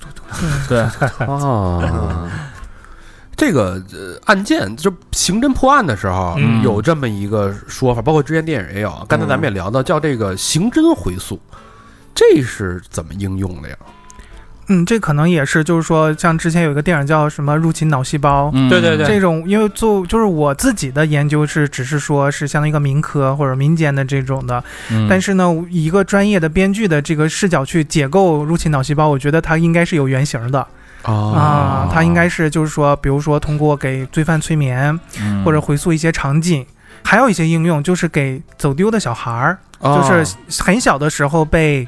[SPEAKER 4] 对，
[SPEAKER 3] 啊，
[SPEAKER 2] 啊，
[SPEAKER 3] 这个呃案件就刑侦破案的时候
[SPEAKER 5] 嗯
[SPEAKER 3] 有这么一个说法，包括之前电影也有啊。刚才咱们也聊到，叫这个刑侦回溯，这是怎么应用的呀？
[SPEAKER 6] 嗯，这可能也是，就是说，像之前有一个电影叫什么《入侵脑细胞》，
[SPEAKER 4] 嗯
[SPEAKER 5] 对对对
[SPEAKER 6] 这种因为做就是我自己的研究是，只是说是相当于一个民科或者民间的这种的，
[SPEAKER 4] 嗯
[SPEAKER 6] 但是呢，以一个专业的编剧的这个视角去解构《入侵脑细胞》，我觉得它应该是有原型的
[SPEAKER 4] 哦
[SPEAKER 6] 啊，它应该是就是说，比如说通过给罪犯催眠
[SPEAKER 4] 嗯
[SPEAKER 6] 或者回溯一些场景。还有一些应用就是给走丢的小孩儿，就是很小的时候被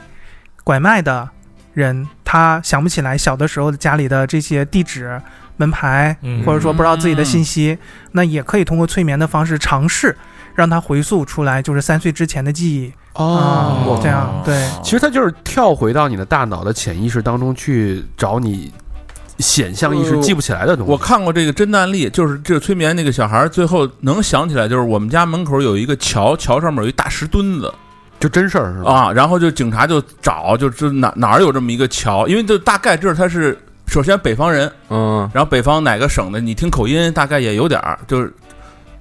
[SPEAKER 6] 拐卖的人，他想不起来小的时候家里的这些地址、门牌，
[SPEAKER 5] 嗯
[SPEAKER 6] 或者说不知道自己的信息，那也可以通过催眠的方式尝试让他回溯出来，就是三岁之前的记忆啊、
[SPEAKER 3] 哦，
[SPEAKER 6] 这样对。
[SPEAKER 3] 其实它就是跳回到你的大脑的潜意识当中去找你显象意识
[SPEAKER 4] 呃
[SPEAKER 3] 记不起来的东西。
[SPEAKER 4] 我看过这个真的案例，就是这催眠那个小孩儿最后能想起来，就是我们家门口有一个桥，桥上面有一大石墩子
[SPEAKER 3] 就真事儿是吧？
[SPEAKER 4] 啊，然后就警察就找，就就哪哪儿有这么一个桥，因为就大概知道他是首先北方人，
[SPEAKER 2] 嗯，
[SPEAKER 4] 然后北方哪个省的，你听口音大概也有点儿，就是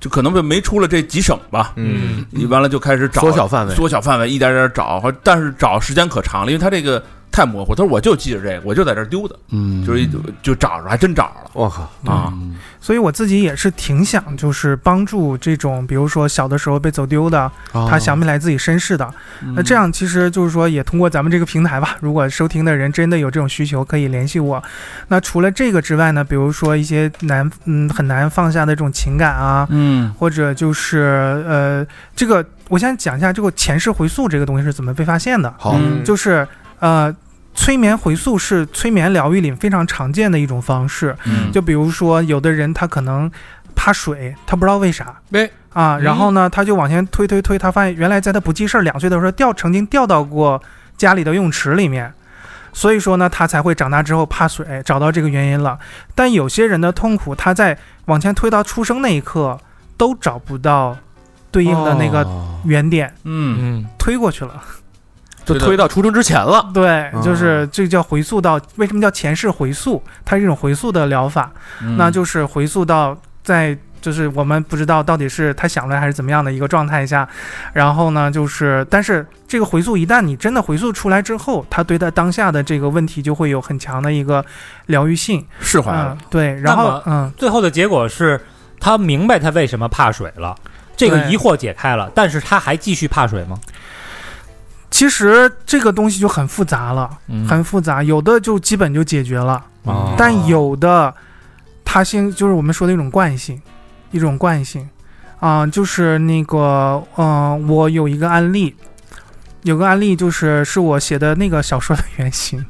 [SPEAKER 4] 就可能被没出了这几省吧，
[SPEAKER 2] 嗯，
[SPEAKER 4] 你完了就开始找
[SPEAKER 3] 缩小范围，
[SPEAKER 4] 缩小范围，一点点找，或但是找时间可长了，因为他这个太模糊，他说我就记着这个，我就在这儿丢的，
[SPEAKER 3] 嗯
[SPEAKER 4] 就是一就找着，还真找着
[SPEAKER 2] 我靠，
[SPEAKER 4] 了啊，
[SPEAKER 3] 嗯
[SPEAKER 6] 所以我自己也是挺想，就是帮助这种，比如说小的时候被走丢的，
[SPEAKER 3] 哦
[SPEAKER 6] 他想不起来自己身世的，那这样其实就是说，也通过咱们这个平台吧，如果收听的人真的有这种需求，可以联系我。那除了这个之外呢，比如说一些难嗯很难放下的这种情感啊，
[SPEAKER 4] 嗯。
[SPEAKER 6] 或者就是呃这个，我先讲一下这个前世回溯这个东西是怎么被发现的，
[SPEAKER 3] 好
[SPEAKER 4] 嗯
[SPEAKER 6] 就是呃。催眠回溯是催眠疗愈里非常常见的一种方式，
[SPEAKER 4] 嗯
[SPEAKER 6] 就比如说有的人他可能怕水，他不知道为啥，
[SPEAKER 3] 哎
[SPEAKER 6] 啊，然后呢，他就往前推推推，他发现原来在他不记事儿两岁的时候掉，曾经掉到过家里的游泳池里面，所以说呢，他才会长大之后怕水，找到这个原因了。但有些人的痛苦，他在往前推到出生那一刻都找不到对应的那个
[SPEAKER 3] 哦
[SPEAKER 6] 原点，
[SPEAKER 4] 嗯，
[SPEAKER 5] 嗯，
[SPEAKER 6] 推过去了。
[SPEAKER 3] 就推到出生之前了。
[SPEAKER 6] 对，就是这叫回溯到为什么叫前世回溯？它是一种回溯的疗法。那就是回溯到在就是我们不知道到底是他想了还是怎么样的一个状态下，然后呢，就是但是这个回溯一旦你真的回溯出来之后，他对他当下的这个问题就会有很强的一个疗愈性，
[SPEAKER 4] 释怀
[SPEAKER 6] 嗯
[SPEAKER 4] 了。，
[SPEAKER 6] 对，然后嗯，
[SPEAKER 5] 最后的结果是他明白他为什么怕水了。这个
[SPEAKER 6] 对
[SPEAKER 5] 疑惑解开了，但是他还继续怕水吗？
[SPEAKER 6] 其实这个东西就很复杂了，
[SPEAKER 5] 嗯
[SPEAKER 6] 很复杂，有的就基本就解决了，
[SPEAKER 4] 嗯
[SPEAKER 5] 哦
[SPEAKER 6] 但有的它先就是我们说的一种惯性，一种惯性啊、就是那个嗯、呃我有一个案例，有个案例就是是我写的那个小说的原型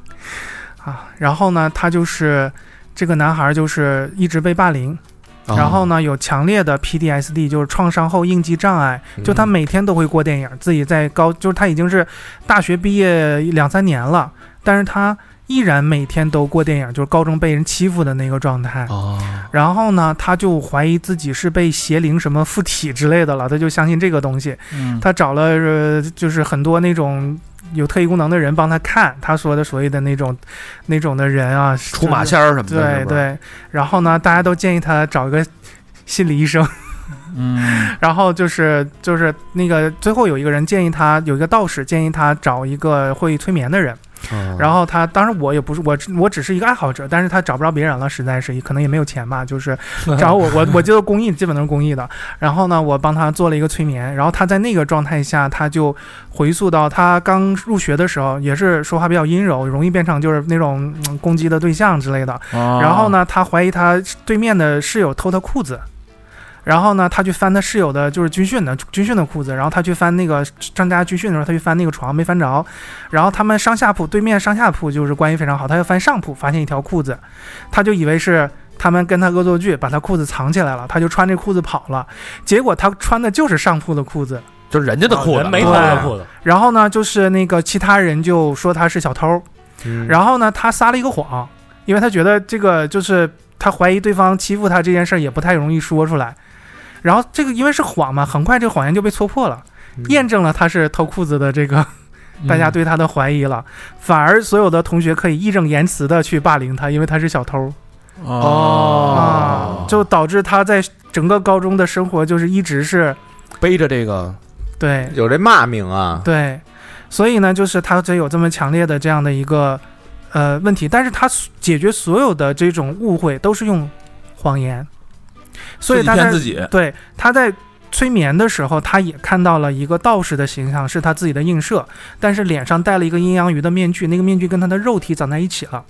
[SPEAKER 6] 啊，然后呢，他就是这个男孩就是一直被霸凌，然后呢，有强烈的 PTSD，就是创伤后应激障碍。就
[SPEAKER 3] 嗯
[SPEAKER 6] 他每天都会过电影，自己在高，就是他已经是大学毕业两三年了，但是他依然每天都过电影，就是高中被人欺负的那个状态。
[SPEAKER 3] 哦，
[SPEAKER 6] 然后呢，他就怀疑自己是被邪灵什么附体之类的了，他就相信这个东西。
[SPEAKER 4] 嗯
[SPEAKER 6] 他找了、呃就是很多那种有特异功能的人帮他看，他说的所谓的那种那种的人啊，
[SPEAKER 3] 出马
[SPEAKER 6] 就是
[SPEAKER 3] 仙儿什么的，
[SPEAKER 6] 对
[SPEAKER 3] 是吧，
[SPEAKER 6] 对，然后呢，大家都建议他找一个心理医生，
[SPEAKER 4] 嗯
[SPEAKER 6] 然后就是就是那个最后有一个人建议他，有一个道士建议他找一个会催眠的人，
[SPEAKER 3] 嗯
[SPEAKER 6] 然后他当然我也不是我只我只是一个爱好者，但是他找不着别人了，实在是可能也没有钱吧，就是找我我我就公益，基本都是公益的。 <laughs> 然后呢，我帮他做了一个催眠，然后他在那个状态下，他就回溯到他刚入学的时候，也是说话比较阴柔，容易变成就是那种、嗯攻击的对象之类的。
[SPEAKER 4] 哦
[SPEAKER 6] 然后？呢，他怀疑他对面的室友偷他裤子，然后呢，他去翻他室友的就是军训的军训的裤子，然后他去翻那个张家军训的时候，他去翻那个床没翻着，然后他们上下铺对面上下铺就是关系非常好，他又翻上铺发现一条裤子，他就以为是。他们跟他恶作剧，把他裤子藏起来了，他就穿这裤子跑了。结果他穿的就是上铺的裤子，
[SPEAKER 3] 就是人家的裤子
[SPEAKER 5] 哦
[SPEAKER 3] 哦
[SPEAKER 5] 人没偷
[SPEAKER 6] 对
[SPEAKER 5] 的裤子，
[SPEAKER 6] 然后呢，就是那个其他人就说他是小偷，然后呢，他撒了一个谎，因为他觉得这个就是他怀疑对方欺负他这件事儿也不太容易说出来。然后这个因为是谎嘛，很快这个谎言就被戳破了，验证了他是偷裤子的这个
[SPEAKER 5] 嗯
[SPEAKER 6] <laughs> 大家对他的怀疑了，反而所有的同学可以义正言辞的去霸凌他，因为他是小偷啊，就导致他在整个高中的生活就是一直是
[SPEAKER 3] 背着这个，
[SPEAKER 6] 对
[SPEAKER 2] 有这骂名啊，
[SPEAKER 6] 对，所以呢，就是他这有这么强烈的这样的一个呃问题，但是他所解决所有的这种误会都是用谎言，所以
[SPEAKER 4] 自己
[SPEAKER 6] 他
[SPEAKER 4] 骗
[SPEAKER 6] 在
[SPEAKER 4] 自己，
[SPEAKER 6] 对他在催眠的时候，他也看到了一个道士的形象，是他自己的映射，但是脸上戴了一个阴阳鱼的面具，那个面具跟他的肉体长在一起了。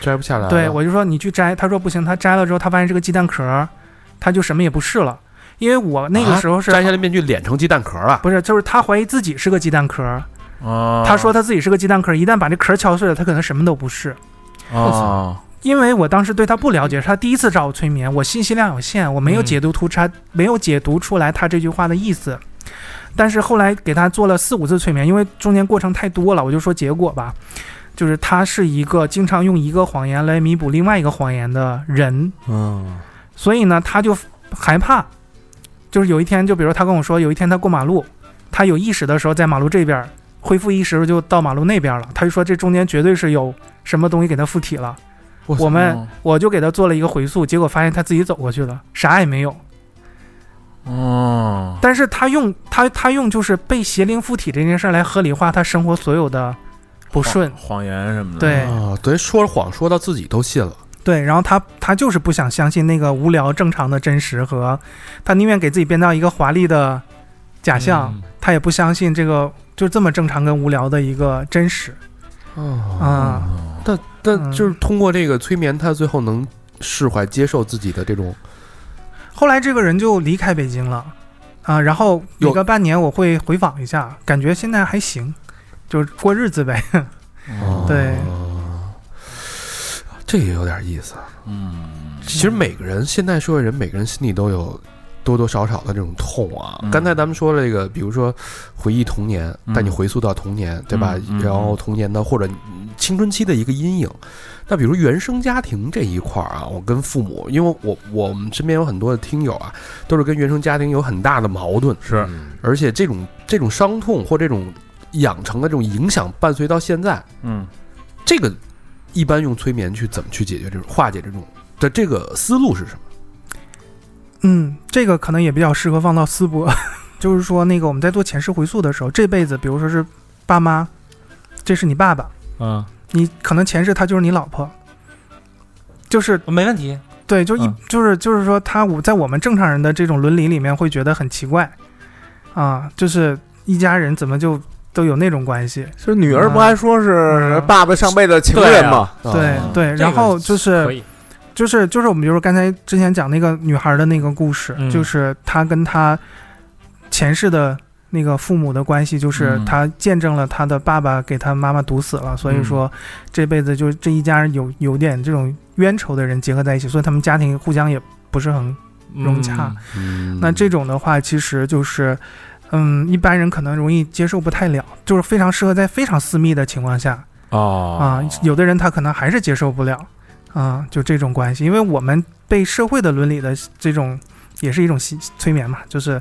[SPEAKER 3] 摘不下
[SPEAKER 4] 啊
[SPEAKER 3] 来了。
[SPEAKER 6] 对我就说你去摘，他说不行，他摘了之后，他发现是个鸡蛋壳儿，他就什么也不是了，因为我那个
[SPEAKER 3] 啊
[SPEAKER 6] 时候是、
[SPEAKER 3] 摘下来面具，脸成鸡蛋壳了。
[SPEAKER 6] 不是就是他怀疑自己是个鸡蛋壳儿。
[SPEAKER 4] 哦
[SPEAKER 6] 他说他自己是个鸡蛋壳，一旦把这壳敲碎了，他可能什么都不是。
[SPEAKER 4] 哦，
[SPEAKER 6] 因为我当时对他不了解，是他第一次找我催眠，我信息量有限，我没有解读出他、没有解读出来他这句话的意思。但是后来给他做了四五次催眠，因为中间过程太多了，我就说结果吧，就是他是一个经常用一个谎言来弥补另外一个谎言的人，
[SPEAKER 2] 嗯，
[SPEAKER 6] 所以呢，他就害怕，就是有一天，就比如他跟我说，有一天他过马路，他有意识的时候在马路这边，恢复意识就到马路那边了。他就说这中间绝对是有什么东西给他附体了。
[SPEAKER 3] 我
[SPEAKER 6] 我
[SPEAKER 4] 哦
[SPEAKER 6] 们我就给他做了一个回溯，结果发现他自己走过去了，啥也没有。
[SPEAKER 4] 哦，
[SPEAKER 6] 但是他用他他用就是被邪灵附体这件事儿来合理化他生活所有的不顺
[SPEAKER 4] 谎，谎言什么的，
[SPEAKER 6] 对
[SPEAKER 3] 啊，对，说谎说到自己都信了。
[SPEAKER 6] 对，然后他他就是不想相信那个无聊正常的真实和，他宁愿给自己编造一个华丽的假象，
[SPEAKER 5] 嗯
[SPEAKER 6] 他也不相信这个就这么正常跟无聊的一个真实
[SPEAKER 3] 啊，
[SPEAKER 6] 啊、
[SPEAKER 1] 哦
[SPEAKER 3] 但但
[SPEAKER 6] 嗯
[SPEAKER 3] 就是通过这个催眠，他最后能释怀、接受自己的这种
[SPEAKER 6] 后来这个人就离开北京了啊、然后
[SPEAKER 3] 有
[SPEAKER 6] 有个半年我会回访一下，感觉现在还行，就是过日子呗。
[SPEAKER 4] 哦
[SPEAKER 6] 对，
[SPEAKER 3] 这也有点意思。啊
[SPEAKER 4] 嗯，
[SPEAKER 3] 其实每个人，现代社会人，每个人心里都有多多少少的这种痛啊。
[SPEAKER 4] 嗯
[SPEAKER 3] 刚才咱们说了这个，比如说回忆童年，
[SPEAKER 4] 嗯
[SPEAKER 3] 带你回溯到童年，对吧？
[SPEAKER 4] 嗯嗯嗯
[SPEAKER 3] 然后童年的或者青春期的一个阴影。那比如原生家庭这一块儿啊，我跟父母，因为我我们身边有很多的听友啊，都是跟原生家庭有很大的矛盾，
[SPEAKER 4] 是
[SPEAKER 2] 嗯
[SPEAKER 3] 而且这种这种伤痛或这种养成的这种影响伴随到现在，
[SPEAKER 4] 嗯
[SPEAKER 3] 这个一般用催眠去怎么去解决这种化解这种的这个思路是什么？
[SPEAKER 6] 嗯，这个可能也比较适合放到私播， <laughs> 就是说那个我们在做前世回溯的时候，这辈子比如说是爸妈，这是你爸爸，
[SPEAKER 5] 嗯，
[SPEAKER 6] 你可能前世他就是你老婆，就是
[SPEAKER 5] 哦没问题，
[SPEAKER 6] 对，就一、
[SPEAKER 5] 嗯
[SPEAKER 6] 就是就是说他我在我们正常人的这种伦理里面会觉得很奇怪啊，就是一家人怎么就都有那种关系。
[SPEAKER 2] 就是女儿不还说是
[SPEAKER 6] 嗯
[SPEAKER 2] 爸爸上辈子情人吗？
[SPEAKER 6] 对
[SPEAKER 3] 啊
[SPEAKER 6] 对，
[SPEAKER 5] 这
[SPEAKER 6] 然
[SPEAKER 5] 个
[SPEAKER 6] 后就是
[SPEAKER 5] 可以，
[SPEAKER 6] 就是就是我们就是刚才之前讲那个女孩的那个故事，
[SPEAKER 5] 嗯
[SPEAKER 6] 就是她跟她前世的那个父母的关系，就是
[SPEAKER 4] 嗯
[SPEAKER 6] 她见证了她的爸爸给她妈妈毒死了，所以
[SPEAKER 5] 嗯
[SPEAKER 6] 说这辈子就这一家人有有点这种冤仇的人结合在一起，所以他们家庭互相也不是很融洽。
[SPEAKER 5] 嗯
[SPEAKER 3] 嗯
[SPEAKER 6] 那这种的话，其实就是。嗯，一般人可能容易接受不太了，就是非常适合在非常私密的情况下，
[SPEAKER 4] 哦
[SPEAKER 6] 啊，有的人他可能还是接受不了啊，就这种关系，因为我们被社会的伦理的这种也是一种吸催眠嘛，就是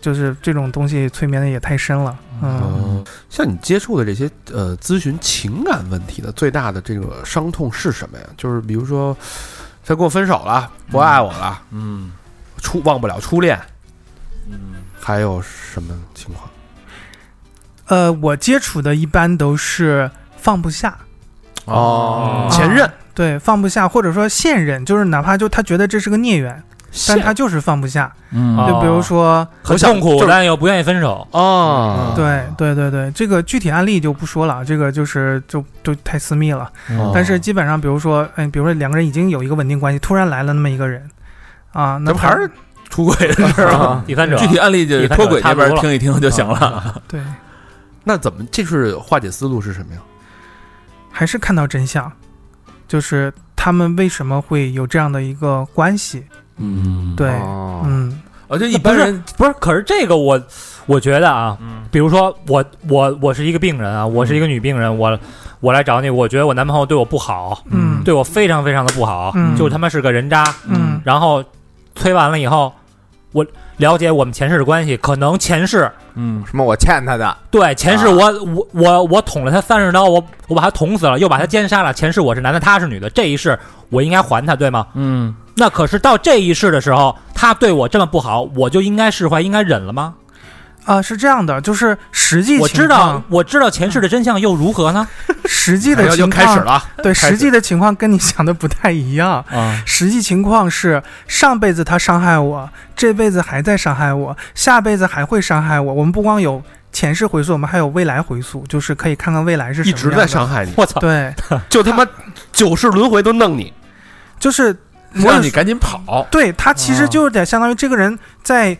[SPEAKER 6] 就是这种东西催眠的也太深了，嗯
[SPEAKER 3] 哦，像你接触的这些呃咨询情感问题的最大的这个伤痛是什么呀？就是比如说，他跟我分手了，不爱我了，
[SPEAKER 4] 嗯
[SPEAKER 3] 初忘不了初恋，
[SPEAKER 4] 嗯
[SPEAKER 3] 还有什么情况？
[SPEAKER 6] 呃，我接触的一般都是放不下，
[SPEAKER 4] 哦
[SPEAKER 5] 前
[SPEAKER 3] 任
[SPEAKER 6] 啊对放不下，或者说现任，就是哪怕就他觉得这是个孽缘，但他就是放不下，
[SPEAKER 4] 嗯
[SPEAKER 3] 哦
[SPEAKER 5] 啊
[SPEAKER 6] 就比如说，
[SPEAKER 5] 很痛苦，但又不愿意分手。
[SPEAKER 3] 啊，
[SPEAKER 6] 对对对对，这个具体案例就不说了，这个就是就就太私密了。
[SPEAKER 3] 哦
[SPEAKER 6] 但是基本上，比如说，嗯，比如说两个人已经有一个稳定关系，突然来了那么一个人，啊，那
[SPEAKER 3] 咱们还
[SPEAKER 6] 他
[SPEAKER 3] 是出轨了。
[SPEAKER 2] <laughs> 啊
[SPEAKER 5] 第三者
[SPEAKER 4] 具体案例就
[SPEAKER 5] 第三者
[SPEAKER 4] 脱轨那
[SPEAKER 5] 插足
[SPEAKER 4] 边
[SPEAKER 5] 了
[SPEAKER 4] 听一听就行了。
[SPEAKER 6] 对，
[SPEAKER 3] 那怎么这是化解思路是什么呀？
[SPEAKER 6] 还是看到真相，就是他们为什么会有这样的一个关系？
[SPEAKER 4] 嗯，
[SPEAKER 6] 对，
[SPEAKER 3] 哦
[SPEAKER 6] 嗯，
[SPEAKER 4] 而且一般人
[SPEAKER 5] 不是，可是这个我我觉得啊，比如说我我我是一个病人啊，我是一个女病人，我我来找你，我觉得我男朋友对我不好，
[SPEAKER 6] 嗯
[SPEAKER 5] 对我非常非常的不好，
[SPEAKER 6] 嗯
[SPEAKER 5] 就他妈是个人渣。
[SPEAKER 6] 嗯
[SPEAKER 5] 然后催完了以后，我了解我们前世的关系，可能前世
[SPEAKER 4] 嗯
[SPEAKER 2] 什么我欠他的，
[SPEAKER 5] 对前世
[SPEAKER 2] 啊
[SPEAKER 5] 我、我我我捅了他三十刀，我我把他捅死了，又把他奸杀了。前世我是男的，他是女的，这一世我应该还他，对吗？
[SPEAKER 4] 嗯
[SPEAKER 5] 那可是到这一世的时候，他对我这么不好，我就应该释怀，应该忍了吗？
[SPEAKER 6] 啊、是这样的，就是实际
[SPEAKER 5] 我
[SPEAKER 6] 情
[SPEAKER 5] 知
[SPEAKER 6] 况嗯
[SPEAKER 5] 道，我知道前世的真相又如何呢？
[SPEAKER 6] 实际的
[SPEAKER 3] 要就
[SPEAKER 6] 情
[SPEAKER 3] 开始
[SPEAKER 6] 况，
[SPEAKER 3] 了啊，
[SPEAKER 6] 对
[SPEAKER 3] 开始
[SPEAKER 6] 实际的情况跟你想的不太一样。
[SPEAKER 4] 啊
[SPEAKER 6] 实际情况是，上辈子他伤害我，这辈子还在伤害我，下辈子还会伤害我。我们不光有前世回溯，我们还有未来回溯，就是可以看看未来是什
[SPEAKER 3] 一
[SPEAKER 6] 么
[SPEAKER 3] 直
[SPEAKER 6] 样
[SPEAKER 3] 在
[SPEAKER 6] 的
[SPEAKER 3] 伤害你，
[SPEAKER 5] 我操！
[SPEAKER 6] 对，
[SPEAKER 3] 就他妈九世轮回都弄你。 <laughs>
[SPEAKER 6] 就是
[SPEAKER 4] 嗯，让你赶紧
[SPEAKER 6] <laughs>
[SPEAKER 4] 跑。
[SPEAKER 6] 对他其
[SPEAKER 3] 啊
[SPEAKER 6] 实就有点相当于这个人在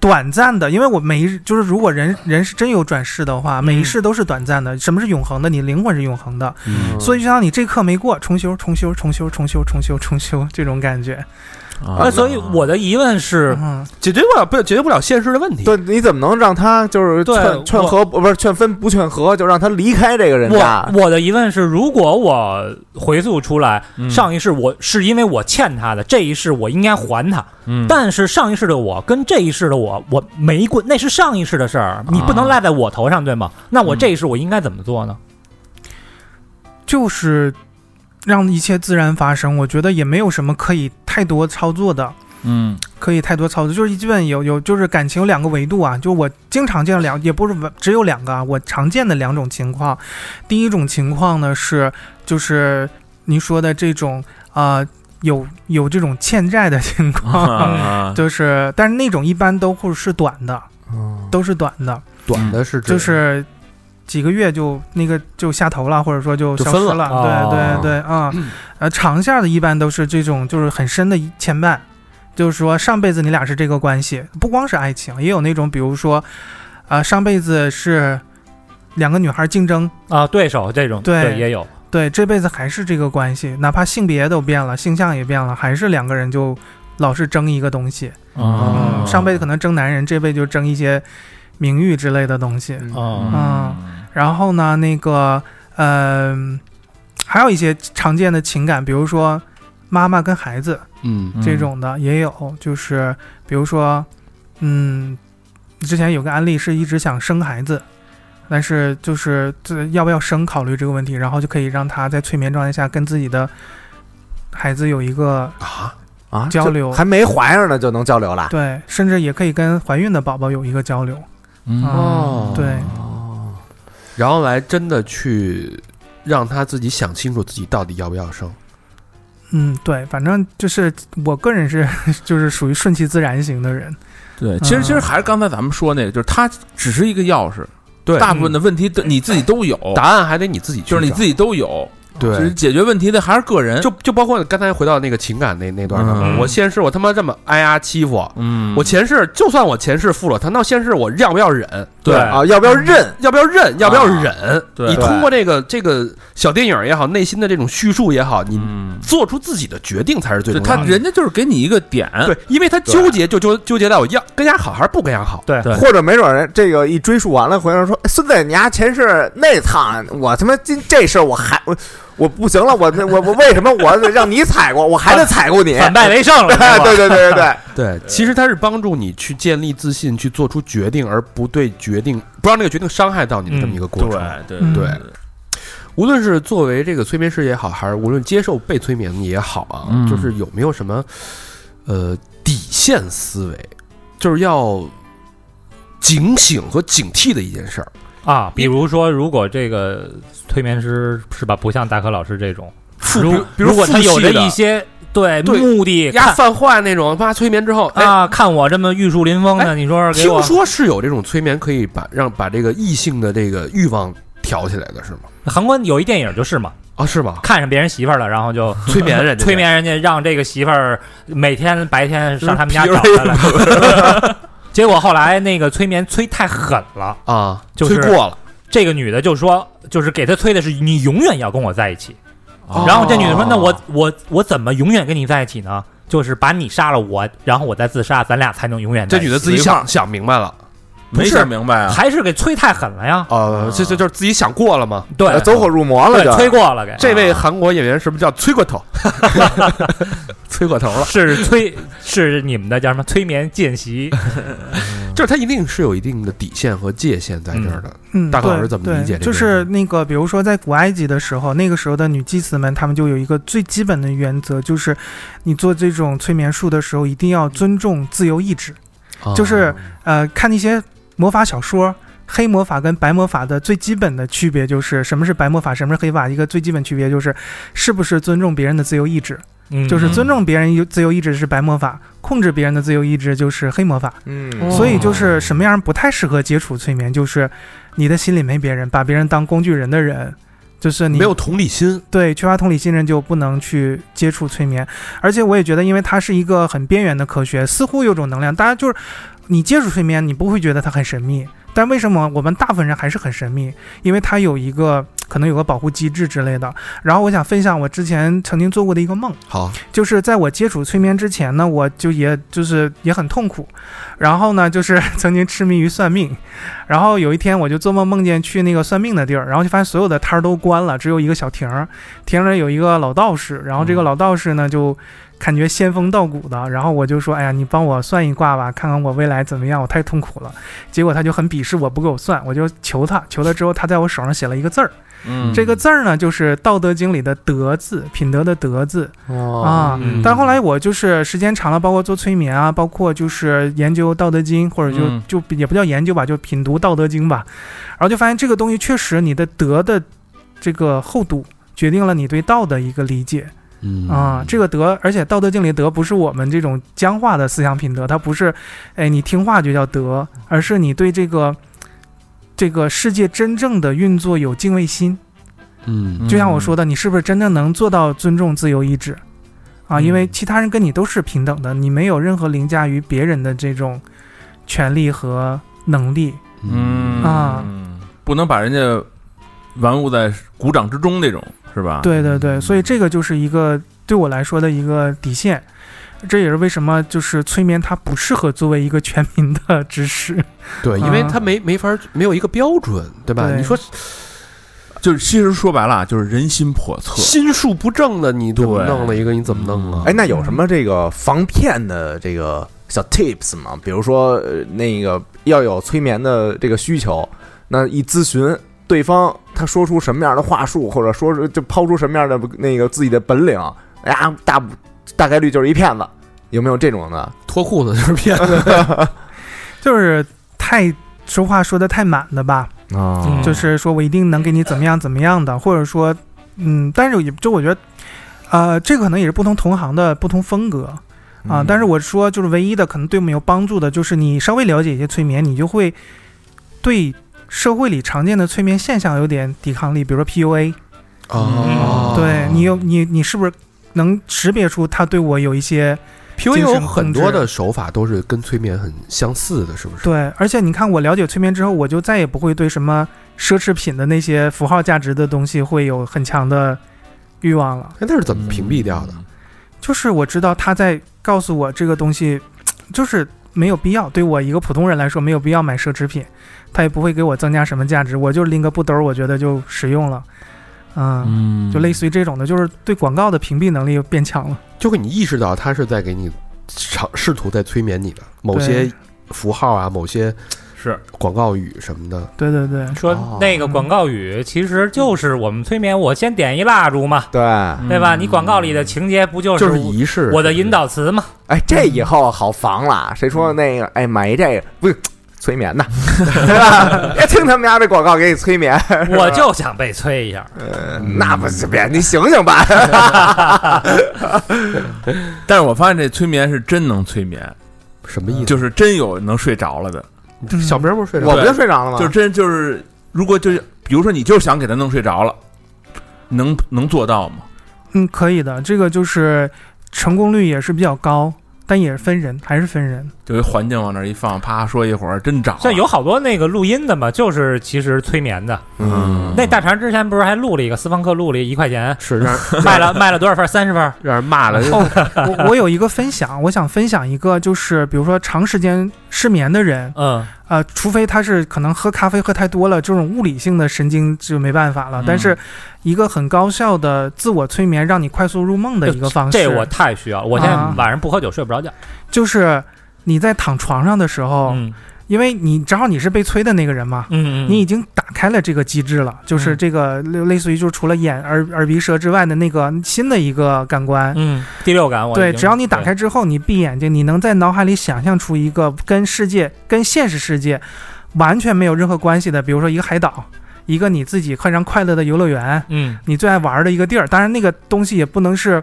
[SPEAKER 6] 短暂的，因为我每一就是如果人人是真有转世的话，每一世都是短暂的。什么是永恒的？你灵魂是永恒的，
[SPEAKER 3] 嗯
[SPEAKER 6] 所以就像你这课没过，重修、重修、重修、重修、重修、重修这种感觉。
[SPEAKER 4] 啊
[SPEAKER 5] 那所以我的疑问是，
[SPEAKER 6] 嗯，
[SPEAKER 3] 解决不了，不解决不了现实的问题。
[SPEAKER 2] 对，你怎么能让他就是
[SPEAKER 5] 对
[SPEAKER 2] 劝劝
[SPEAKER 5] 我
[SPEAKER 2] 和不是劝分不劝和，就让他离开这个人家
[SPEAKER 5] 我？我的疑问是，如果我回溯出来，
[SPEAKER 4] 嗯
[SPEAKER 5] 上一世我是因为我欠他的，这一世我应该还他。
[SPEAKER 4] 嗯
[SPEAKER 5] 但是上一世的我跟这一世的我，我没过，那是上一世的事儿，你
[SPEAKER 4] 啊
[SPEAKER 5] 不能赖在我头上，对吗？那
[SPEAKER 4] 嗯
[SPEAKER 5] 我这一世我应该怎么做呢？
[SPEAKER 6] 就是让一切自然发生，我觉得也没有什么可以太多操作的。
[SPEAKER 4] 嗯
[SPEAKER 6] 可以太多操作，就是基本有有就是感情有两个维度啊，就是我经常见到两，也不是只有两个啊，我常见的两种情况。第一种情况呢是就是您说的这种啊、呃有有这种欠债的情况，
[SPEAKER 4] 啊
[SPEAKER 6] 就是但是那种一般都会是短的，都是短的，
[SPEAKER 3] 短的是指
[SPEAKER 6] 就是几个月就那个就下头了，或者说就消失
[SPEAKER 3] 就
[SPEAKER 6] 了。
[SPEAKER 3] 分
[SPEAKER 5] 哦
[SPEAKER 6] 对对对啊，呃，长线的一般都是这种就是很深的牵绊，就是说上辈子你俩是这个关系，不光是爱情，也有那种比如说，啊，上辈子是两个女孩竞争，
[SPEAKER 5] 啊，对手这种
[SPEAKER 6] 对
[SPEAKER 5] 也有，
[SPEAKER 6] 对，这辈子还是这个关系，哪怕性别都变了，性向也变了，还是两个人就老是争一个东西。
[SPEAKER 4] 啊
[SPEAKER 6] 嗯，上辈子可能争男人，这辈子就争一些名誉之类的东西。
[SPEAKER 1] 哦
[SPEAKER 5] 嗯
[SPEAKER 6] 嗯然后呢，那个，嗯、还有一些常见的情感，比如说妈妈跟孩子
[SPEAKER 3] 嗯
[SPEAKER 6] 这种的、也有，就是比如说，嗯，之前有个案例是一直想生孩子，但是就是这要不要生考虑这个问题，然后就可以让他在催眠状态下跟自己的孩子有一个
[SPEAKER 3] 啊，
[SPEAKER 2] 啊，
[SPEAKER 6] 交
[SPEAKER 2] 这
[SPEAKER 6] 流
[SPEAKER 2] 还没怀上呢就能交流了。
[SPEAKER 6] 对，甚至也可以跟怀孕的宝宝有一个交流。
[SPEAKER 4] 嗯
[SPEAKER 3] 啊
[SPEAKER 6] 哦对，
[SPEAKER 3] 然后来真的去让他自己想清楚自己到底要不要生。
[SPEAKER 6] 嗯，对，反正就是我个人是 <laughs> 就是属于顺其自然型的人。
[SPEAKER 4] 对，其实其实
[SPEAKER 6] 嗯
[SPEAKER 4] 还是刚才咱们说那个，就是它只是一个钥匙，
[SPEAKER 3] 对，
[SPEAKER 4] 大部分的问题都你自己都有，
[SPEAKER 3] 答案还得你自己去
[SPEAKER 4] 嗯就是你自
[SPEAKER 3] 己
[SPEAKER 4] 己都有，就是
[SPEAKER 3] 对。
[SPEAKER 4] 解决问题的还是个人。
[SPEAKER 3] 就就包括刚才回到那个情感那那段上嘛，
[SPEAKER 6] 嗯
[SPEAKER 3] 我现世我他妈这么挨呀欺负，
[SPEAKER 4] 嗯，
[SPEAKER 3] 我前世就算我前世负了他，那现世我要不要忍？
[SPEAKER 4] 对
[SPEAKER 2] 啊，要不要认？
[SPEAKER 3] 要不要认？要不要忍？
[SPEAKER 4] 对
[SPEAKER 3] 你通过这个这个小电影也好，内心的这种叙述也好，你
[SPEAKER 4] 嗯，
[SPEAKER 3] 做出自己的决定才是最
[SPEAKER 4] 就
[SPEAKER 3] 重要
[SPEAKER 4] 他
[SPEAKER 3] 的。
[SPEAKER 4] 人家就是给你一个点，
[SPEAKER 3] 对，因为他纠结就纠纠结到我要跟家好还是不跟家好。
[SPEAKER 5] 对
[SPEAKER 4] 对
[SPEAKER 2] 或者没准儿这个一追溯完了，回头说哎孙子，你丫前世那趟，我他妈今这事儿我还我我不行了，我我我为什么我让你踩过，我还得踩过
[SPEAKER 5] <laughs>
[SPEAKER 2] 你？
[SPEAKER 5] 反败为胜
[SPEAKER 6] <laughs>
[SPEAKER 5] 了，是吧
[SPEAKER 2] <laughs> 对对对对对，
[SPEAKER 3] 对，其实他是帮助你去建立自信，去做出决定，而不对决定不让这个决定伤害到你的这么一个过程。
[SPEAKER 4] 对
[SPEAKER 6] 嗯
[SPEAKER 4] 对，
[SPEAKER 3] 无论是作为这个催眠师也好，还是无论接受被催眠也好啊，
[SPEAKER 4] 嗯
[SPEAKER 3] 就是有没有什么呃底线思维，就是要警醒和警惕的一件事儿。
[SPEAKER 5] 啊，比如说，如果这个催眠师是吧，不像大可老师这种，如
[SPEAKER 3] 比如比如
[SPEAKER 5] 如果他
[SPEAKER 3] 父系
[SPEAKER 5] 有着
[SPEAKER 3] 的
[SPEAKER 5] 一些对
[SPEAKER 3] 对
[SPEAKER 5] 目的
[SPEAKER 3] 压
[SPEAKER 5] 看
[SPEAKER 3] 犯坏那种，妈催眠之后，哎，
[SPEAKER 5] 啊，看我这么玉树临风的，你说说给
[SPEAKER 3] 听
[SPEAKER 5] 我
[SPEAKER 3] 说是有这种催眠可以把让把这个异性的这个欲望挑起来的是吗？
[SPEAKER 5] 韩国有一电影就是嘛，
[SPEAKER 3] 啊，是吗？
[SPEAKER 5] 看上别人媳妇儿了，然后就
[SPEAKER 3] <laughs> 催眠人家
[SPEAKER 5] 催眠人家，让这个媳妇儿每天白天上他们家找他
[SPEAKER 3] <laughs>
[SPEAKER 5] 来， <laughs> 结果后来那个催眠催太狠了，
[SPEAKER 3] 啊，
[SPEAKER 5] 就是
[SPEAKER 3] 催过了，
[SPEAKER 5] 这个女的就说，就是给他催的是你永远要跟我在一起。然后这女的
[SPEAKER 3] 啊
[SPEAKER 5] 说：“那我我我怎么永远跟你在一起呢？就是把你杀了我，然后我再自杀，咱俩才能永远在
[SPEAKER 3] 这
[SPEAKER 5] 一起。”
[SPEAKER 3] 女的自己想想明白了，
[SPEAKER 4] 没想明白啊，
[SPEAKER 5] 还是给催太狠了呀？
[SPEAKER 3] 呃，这这就是自己想呃过了吗？
[SPEAKER 5] 对，
[SPEAKER 2] 走火入魔了
[SPEAKER 5] 对
[SPEAKER 2] 就。
[SPEAKER 5] 催过
[SPEAKER 6] 啊
[SPEAKER 5] 了给，啊
[SPEAKER 3] 这位韩国演员是不是叫崔过头？ <laughs> 崔过头了，
[SPEAKER 5] 是催是你们的叫什么催眠见
[SPEAKER 3] <laughs>
[SPEAKER 5] 习？
[SPEAKER 3] 就是他一定是有一定的底线和界限在这儿的。
[SPEAKER 6] 嗯，
[SPEAKER 3] 大
[SPEAKER 6] 对
[SPEAKER 3] 狗
[SPEAKER 6] 对，
[SPEAKER 3] 儿怎么理解这个
[SPEAKER 6] 就是那个，比如说在古埃及的时候，那个时候的女祭司们，她们就有一个最基本的原则，就是你做这种催眠术的时候，一定要尊重自由意志。
[SPEAKER 3] 啊
[SPEAKER 6] 就是呃，看那些魔法小说。黑魔法跟白魔法的最基本的区别就是什么是白魔法，什么是黑法。一个最基本区别就是，是不是尊重别人的自由意志，
[SPEAKER 5] 嗯
[SPEAKER 6] 就是尊重别人有自由意志是白魔法，控制别人的自由意志就是黑魔法。
[SPEAKER 2] 嗯
[SPEAKER 6] 所以就是什么样不太适合接触催眠，就是你的心里没别人，把别人当工具人的人，就是你
[SPEAKER 3] 没有同理心，
[SPEAKER 6] 对缺乏同理心人就不能去接触催眠。而且我也觉得，因为它是一个很边缘的科学，似乎有种能量，大家就是你接触催眠，你不会觉得它很神秘。但为什么我们大部分人还是很神秘？因为它有一个可能有个保护机制之类的。然后我想分享我之前曾经做过的一个梦。
[SPEAKER 3] 好，
[SPEAKER 6] 就是在我接触催眠之前呢，我就也就是也很痛苦，然后呢，就是 <laughs> 曾经痴迷于算命，然后有一天我就做梦梦见去那个算命的地儿，然后就发现所有的摊儿都关了，只有一个小亭儿，亭儿有一个老道士，然后这个老道士呢就感觉仙风道骨的，然后我就说，哎呀，你帮我算一卦吧，看看我未来怎么样，我太痛苦了。结果他就很鄙视我，不给我算，我就求他，求他之后，他在我手上写了一个字儿，
[SPEAKER 4] 嗯
[SPEAKER 6] 这个字儿呢就是《道德经》里的“德”字，品德的“德”字。啊
[SPEAKER 3] 嗯
[SPEAKER 6] 但后来我就是时间长了，包括做催眠啊，包括就是研究《道德经》，或者就、
[SPEAKER 4] 嗯
[SPEAKER 6] 就也不叫研究吧，就品读《道德经》吧，然后就发现这个东西确实你的德的这个厚度。决定了你对道的一个理解
[SPEAKER 3] 嗯
[SPEAKER 6] 啊，这个德，而且《道德经》里的德不是我们这种僵化的思想品德，它不是，哎，你听话就叫德，而是你对这个这个世界真正的运作有敬畏心。
[SPEAKER 3] 嗯
[SPEAKER 6] 就像我说的，你是不是真正能做到尊重自由意志啊？因为其他人跟你都是平等的，你没有任何凌驾于别人的这种权利和能力。
[SPEAKER 4] 嗯
[SPEAKER 6] 啊，
[SPEAKER 4] 不能把人家玩物在鼓掌之中那种，是吧？，
[SPEAKER 6] 对对对，所以这个就是一个对我来说的一个底线。这也是为什么就是催眠它不适合作为一个全民的知识。
[SPEAKER 3] 对，因为他没没法没有一个标准，对吧？
[SPEAKER 6] 嗯对
[SPEAKER 3] 你说
[SPEAKER 4] 就是其实说白了啊，就是人心叵测。
[SPEAKER 3] 心术不正的，你怎么
[SPEAKER 4] 对
[SPEAKER 3] 弄了一个？你怎么弄啊？
[SPEAKER 2] 哎，那有什么这个防骗的这个小 tips 吗？比如说，呃那个要有催眠的这个需求，那一咨询对方，他说出什么样的话术，或者说是就抛出什么样的那个自己的本领，哎呀，大不大概率就是一骗子。有没有这种的？
[SPEAKER 3] 脱裤子就是骗子，
[SPEAKER 6] <laughs> 就是太说话说的太满了吧？哦
[SPEAKER 2] 啊
[SPEAKER 5] 嗯
[SPEAKER 6] 就是说我一定能给你怎么样怎么样的，或者说，嗯，但是也就我觉得，呃，这个可能也是不同同行的不同风格啊。但是我说，就是唯一的可能对我们有帮助的，就是你稍微了解一些催眠，你就会对社会里常见的催眠现象有点抵抗力，比如说 PUA，、
[SPEAKER 3] 哦，
[SPEAKER 6] 对你有你你是不是能识别出他对我有一些
[SPEAKER 3] PUA
[SPEAKER 6] 精神
[SPEAKER 3] 有很
[SPEAKER 6] 控制
[SPEAKER 3] 多的手法都是跟催眠很相似的，是 <laughs> 不是？
[SPEAKER 6] 对，而且你看，我了解催眠之后，我就再也不会对什么奢侈品的那些符号价值的东西会有很强的欲望了。
[SPEAKER 3] 哎，那是怎么屏蔽掉的？
[SPEAKER 6] 就是我知道他在告诉我这个东西，就是没有必要，对我一个普通人来说没有必要买奢侈品，他也不会给我增加什么价值，我就拎个布兜儿，我觉得就实用了。嗯，
[SPEAKER 1] 嗯
[SPEAKER 6] 就类似于这种的，就是对广告的屏蔽能力又变强了。
[SPEAKER 3] 就会你意识到他是在给你尝试图在催眠你的某些符号啊，某些
[SPEAKER 4] 是
[SPEAKER 3] 广告语什么的。
[SPEAKER 6] 对对对，
[SPEAKER 3] 哦
[SPEAKER 5] 嗯说那个广告语其实就是我们催眠，我先点一蜡烛嘛，
[SPEAKER 2] 对，
[SPEAKER 5] 对吧？你广告里的情节不就
[SPEAKER 3] 嗯就是
[SPEAKER 5] 我
[SPEAKER 3] 仪式，
[SPEAKER 5] 我的引导词嘛？
[SPEAKER 2] 哎，这以后好防了。谁说那个？哎，买一这个不是催眠的，对吧？ <laughs> 别听他们家这广告给你催眠，呃
[SPEAKER 5] 我就想被催一下。
[SPEAKER 2] 那不是别，你醒醒吧。
[SPEAKER 4] 但是我发现这催眠是真能催眠，
[SPEAKER 3] 什么意思？
[SPEAKER 4] 就是真有能睡着了的，
[SPEAKER 6] 嗯
[SPEAKER 3] 小明不是睡着
[SPEAKER 2] 我
[SPEAKER 3] 了，
[SPEAKER 2] 不就睡着了吗？
[SPEAKER 4] 就真就是如果就是比如说你就是想给他弄睡着了，能能做到吗？
[SPEAKER 6] 嗯，可以的，这个就是成功率也是比较高，但也是分人，还是分人。
[SPEAKER 4] 就一环境往那儿一放，啪说一会儿，真着了。
[SPEAKER 5] 像有好多那个录音的嘛，就是其实催眠的。
[SPEAKER 4] 嗯，
[SPEAKER 5] 那大肠之前不是还录了一个私房课，录了一块钱，
[SPEAKER 3] 是让
[SPEAKER 5] <laughs> 卖了卖了多少份？三十份。
[SPEAKER 3] 让人骂了，
[SPEAKER 5] <laughs>
[SPEAKER 6] 我我有一个分享，我想分享一个，就是比如说长时间失眠的人，
[SPEAKER 5] 嗯，
[SPEAKER 6] 呃，除非他是可能喝咖啡喝太多了，这种物理性的神经就没办法了。
[SPEAKER 4] 嗯
[SPEAKER 6] 但是一个很高效的自我催眠，让你快速入梦的一个方式，
[SPEAKER 5] 这我太需要。我现在晚上不喝酒睡不着觉。
[SPEAKER 6] 就是你在躺床上的时候，
[SPEAKER 5] 嗯
[SPEAKER 6] 因为你正好你是被催的那个人嘛。
[SPEAKER 5] 嗯，
[SPEAKER 6] 你已经打开了这个机制了，就是
[SPEAKER 5] 嗯
[SPEAKER 6] 这个类类似于就是除了眼、耳、耳鼻舌之外的那个新的一个感官，
[SPEAKER 5] 嗯第六感我已经
[SPEAKER 6] 对，只要你打开之后，你闭眼睛，你能在脑海里想象出一个跟世界、跟现实世界完全没有任何关系的，比如说一个海岛，一个你自己非常快乐的游乐园，
[SPEAKER 5] 嗯
[SPEAKER 6] 你最爱玩的一个地儿。当然，那个东西也不能是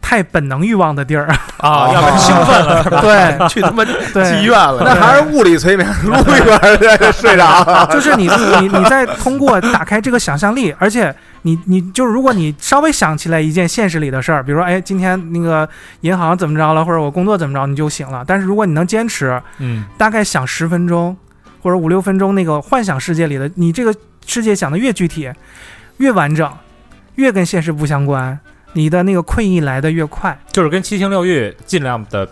[SPEAKER 6] 太本能欲望
[SPEAKER 3] <laughs>
[SPEAKER 6] 的地儿，哦
[SPEAKER 5] 啊，
[SPEAKER 6] <laughs>
[SPEAKER 5] 要不然兴奋了是吧？
[SPEAKER 6] 对
[SPEAKER 3] 去他妈妓
[SPEAKER 6] 对
[SPEAKER 3] 院。了。
[SPEAKER 2] 那还是物理催眠，录一会儿就睡着
[SPEAKER 3] 啊
[SPEAKER 2] 了。
[SPEAKER 6] 就
[SPEAKER 3] <laughs>
[SPEAKER 6] 是你你你在通过打开这个想象力，而且你你就是如果你稍微想起来一件现实里的事儿，比如说哎今天那个银行怎么着了，或者我工作怎么着，你就醒了。但是如果你能坚持，
[SPEAKER 5] 嗯
[SPEAKER 6] 大概想十分钟或者五六分钟那个幻想世界里的，你这个世界想的越具体、越完整、越跟现实不相关，你的那个困意来的越快。
[SPEAKER 5] 就是跟七情六欲尽量的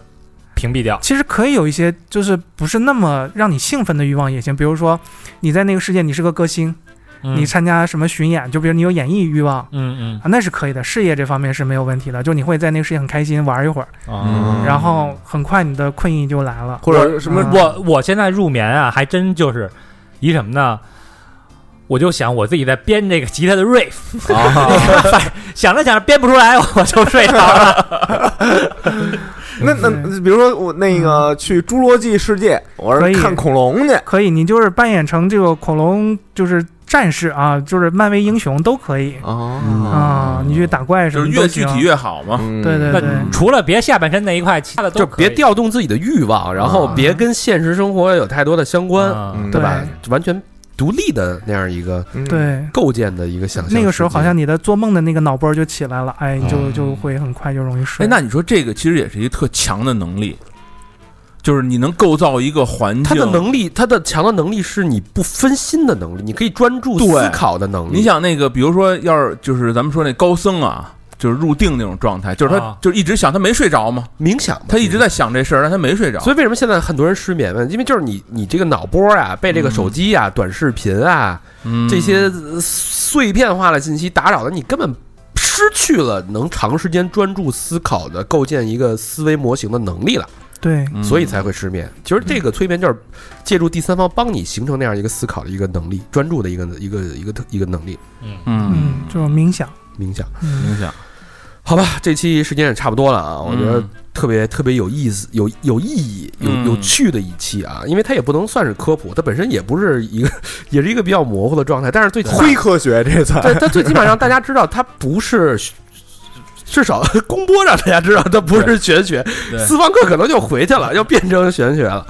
[SPEAKER 5] 屏蔽掉。
[SPEAKER 6] 其实可以有一些就是不是那么让你兴奋的欲望也行，比如说你在那个世界你是个歌星，你参加什么巡演，就比如你有演艺欲望。
[SPEAKER 5] 嗯
[SPEAKER 6] 啊，那是可以的，事业这方面是没有问题的，就你会在那个世界很开心玩一会儿，
[SPEAKER 5] 嗯啊。
[SPEAKER 2] 嗯
[SPEAKER 6] 然后很快你的困意就来了。
[SPEAKER 2] 或者什么
[SPEAKER 6] 嗯
[SPEAKER 5] 我我现在入眠啊，还真就是以什么呢？我就想我自己在编这个吉他的 riff，、反
[SPEAKER 4] 啊
[SPEAKER 5] 想着想着编不出来，我就睡着了。
[SPEAKER 2] 那那比如说我那个去《侏罗纪世界》，我
[SPEAKER 6] 可以
[SPEAKER 2] 是看恐龙去，
[SPEAKER 6] 可以，你就是扮演成这个恐龙，就是战士啊，就是漫威英雄都可以
[SPEAKER 4] 哦嗯
[SPEAKER 6] 啊、你去打怪什
[SPEAKER 4] 就
[SPEAKER 6] 么
[SPEAKER 4] 是
[SPEAKER 6] 都
[SPEAKER 4] 越具
[SPEAKER 6] 行
[SPEAKER 4] 体越好嘛。
[SPEAKER 2] 嗯
[SPEAKER 6] 对对
[SPEAKER 5] 那
[SPEAKER 6] 对
[SPEAKER 5] 除了别下半身那一块，其他的都
[SPEAKER 3] 就别
[SPEAKER 5] 掉
[SPEAKER 3] 调动自己的欲望，然后别跟现实生活有太多的相关，
[SPEAKER 2] 嗯
[SPEAKER 3] 对吧？啊完全独立的那样一个
[SPEAKER 2] 嗯
[SPEAKER 6] 对。
[SPEAKER 3] 构建的一个想象世界。
[SPEAKER 6] 那个时候好像你的做梦的那个脑波就起来了，哎，你就就会很快就容易睡。
[SPEAKER 4] 嗯哎，那你说这个其实也是一个特强的能力，就是你能构造一个环境。
[SPEAKER 3] 他的能力，他的强的能力是你不分心的能力，你可以专注
[SPEAKER 4] 对
[SPEAKER 3] 思考的能力。
[SPEAKER 4] 你想那个，比如说，要是就是咱们说那高僧啊，就是入定那种状态，就是他、
[SPEAKER 5] 啊
[SPEAKER 4] 就一直想，他没睡着嘛，
[SPEAKER 3] 冥想嘛，
[SPEAKER 4] 他一直在想这事儿，但他没睡着。
[SPEAKER 3] 所以为什么现在很多人失眠呢？因为就是你你这个脑波啊，被这个手机啊、短视频啊
[SPEAKER 4] 嗯
[SPEAKER 3] 这些呃碎片化的信息打扰的，你根本失去了能长时间专注思考的构建一个思维模型的能力了，
[SPEAKER 6] 对，
[SPEAKER 4] 嗯
[SPEAKER 3] 所以才会失眠。其实这个催眠就是借助第三方帮你形成那样一个思考的一个能力，专注的一个一个一个一个能力。
[SPEAKER 4] 嗯
[SPEAKER 6] 嗯，这种冥想，
[SPEAKER 3] 冥想，
[SPEAKER 6] 嗯，
[SPEAKER 4] 影响。
[SPEAKER 3] 好吧，这期时间也差不多了啊，我觉得
[SPEAKER 4] 嗯
[SPEAKER 3] 特别特别有意思、有有意义、有
[SPEAKER 4] 嗯
[SPEAKER 3] 有趣的一期啊，因为它也不能算是科普，它本身也不是一个， <laughs> 也是一个比较模糊的状态，但是最起码
[SPEAKER 2] 灰，科学这次
[SPEAKER 3] <laughs> 对它最起码让大家知道它不
[SPEAKER 4] <laughs>
[SPEAKER 3] 是。至少公播让大家知道，它不是玄学，
[SPEAKER 4] 对
[SPEAKER 3] 私房课可能就回去了，又变成玄学了。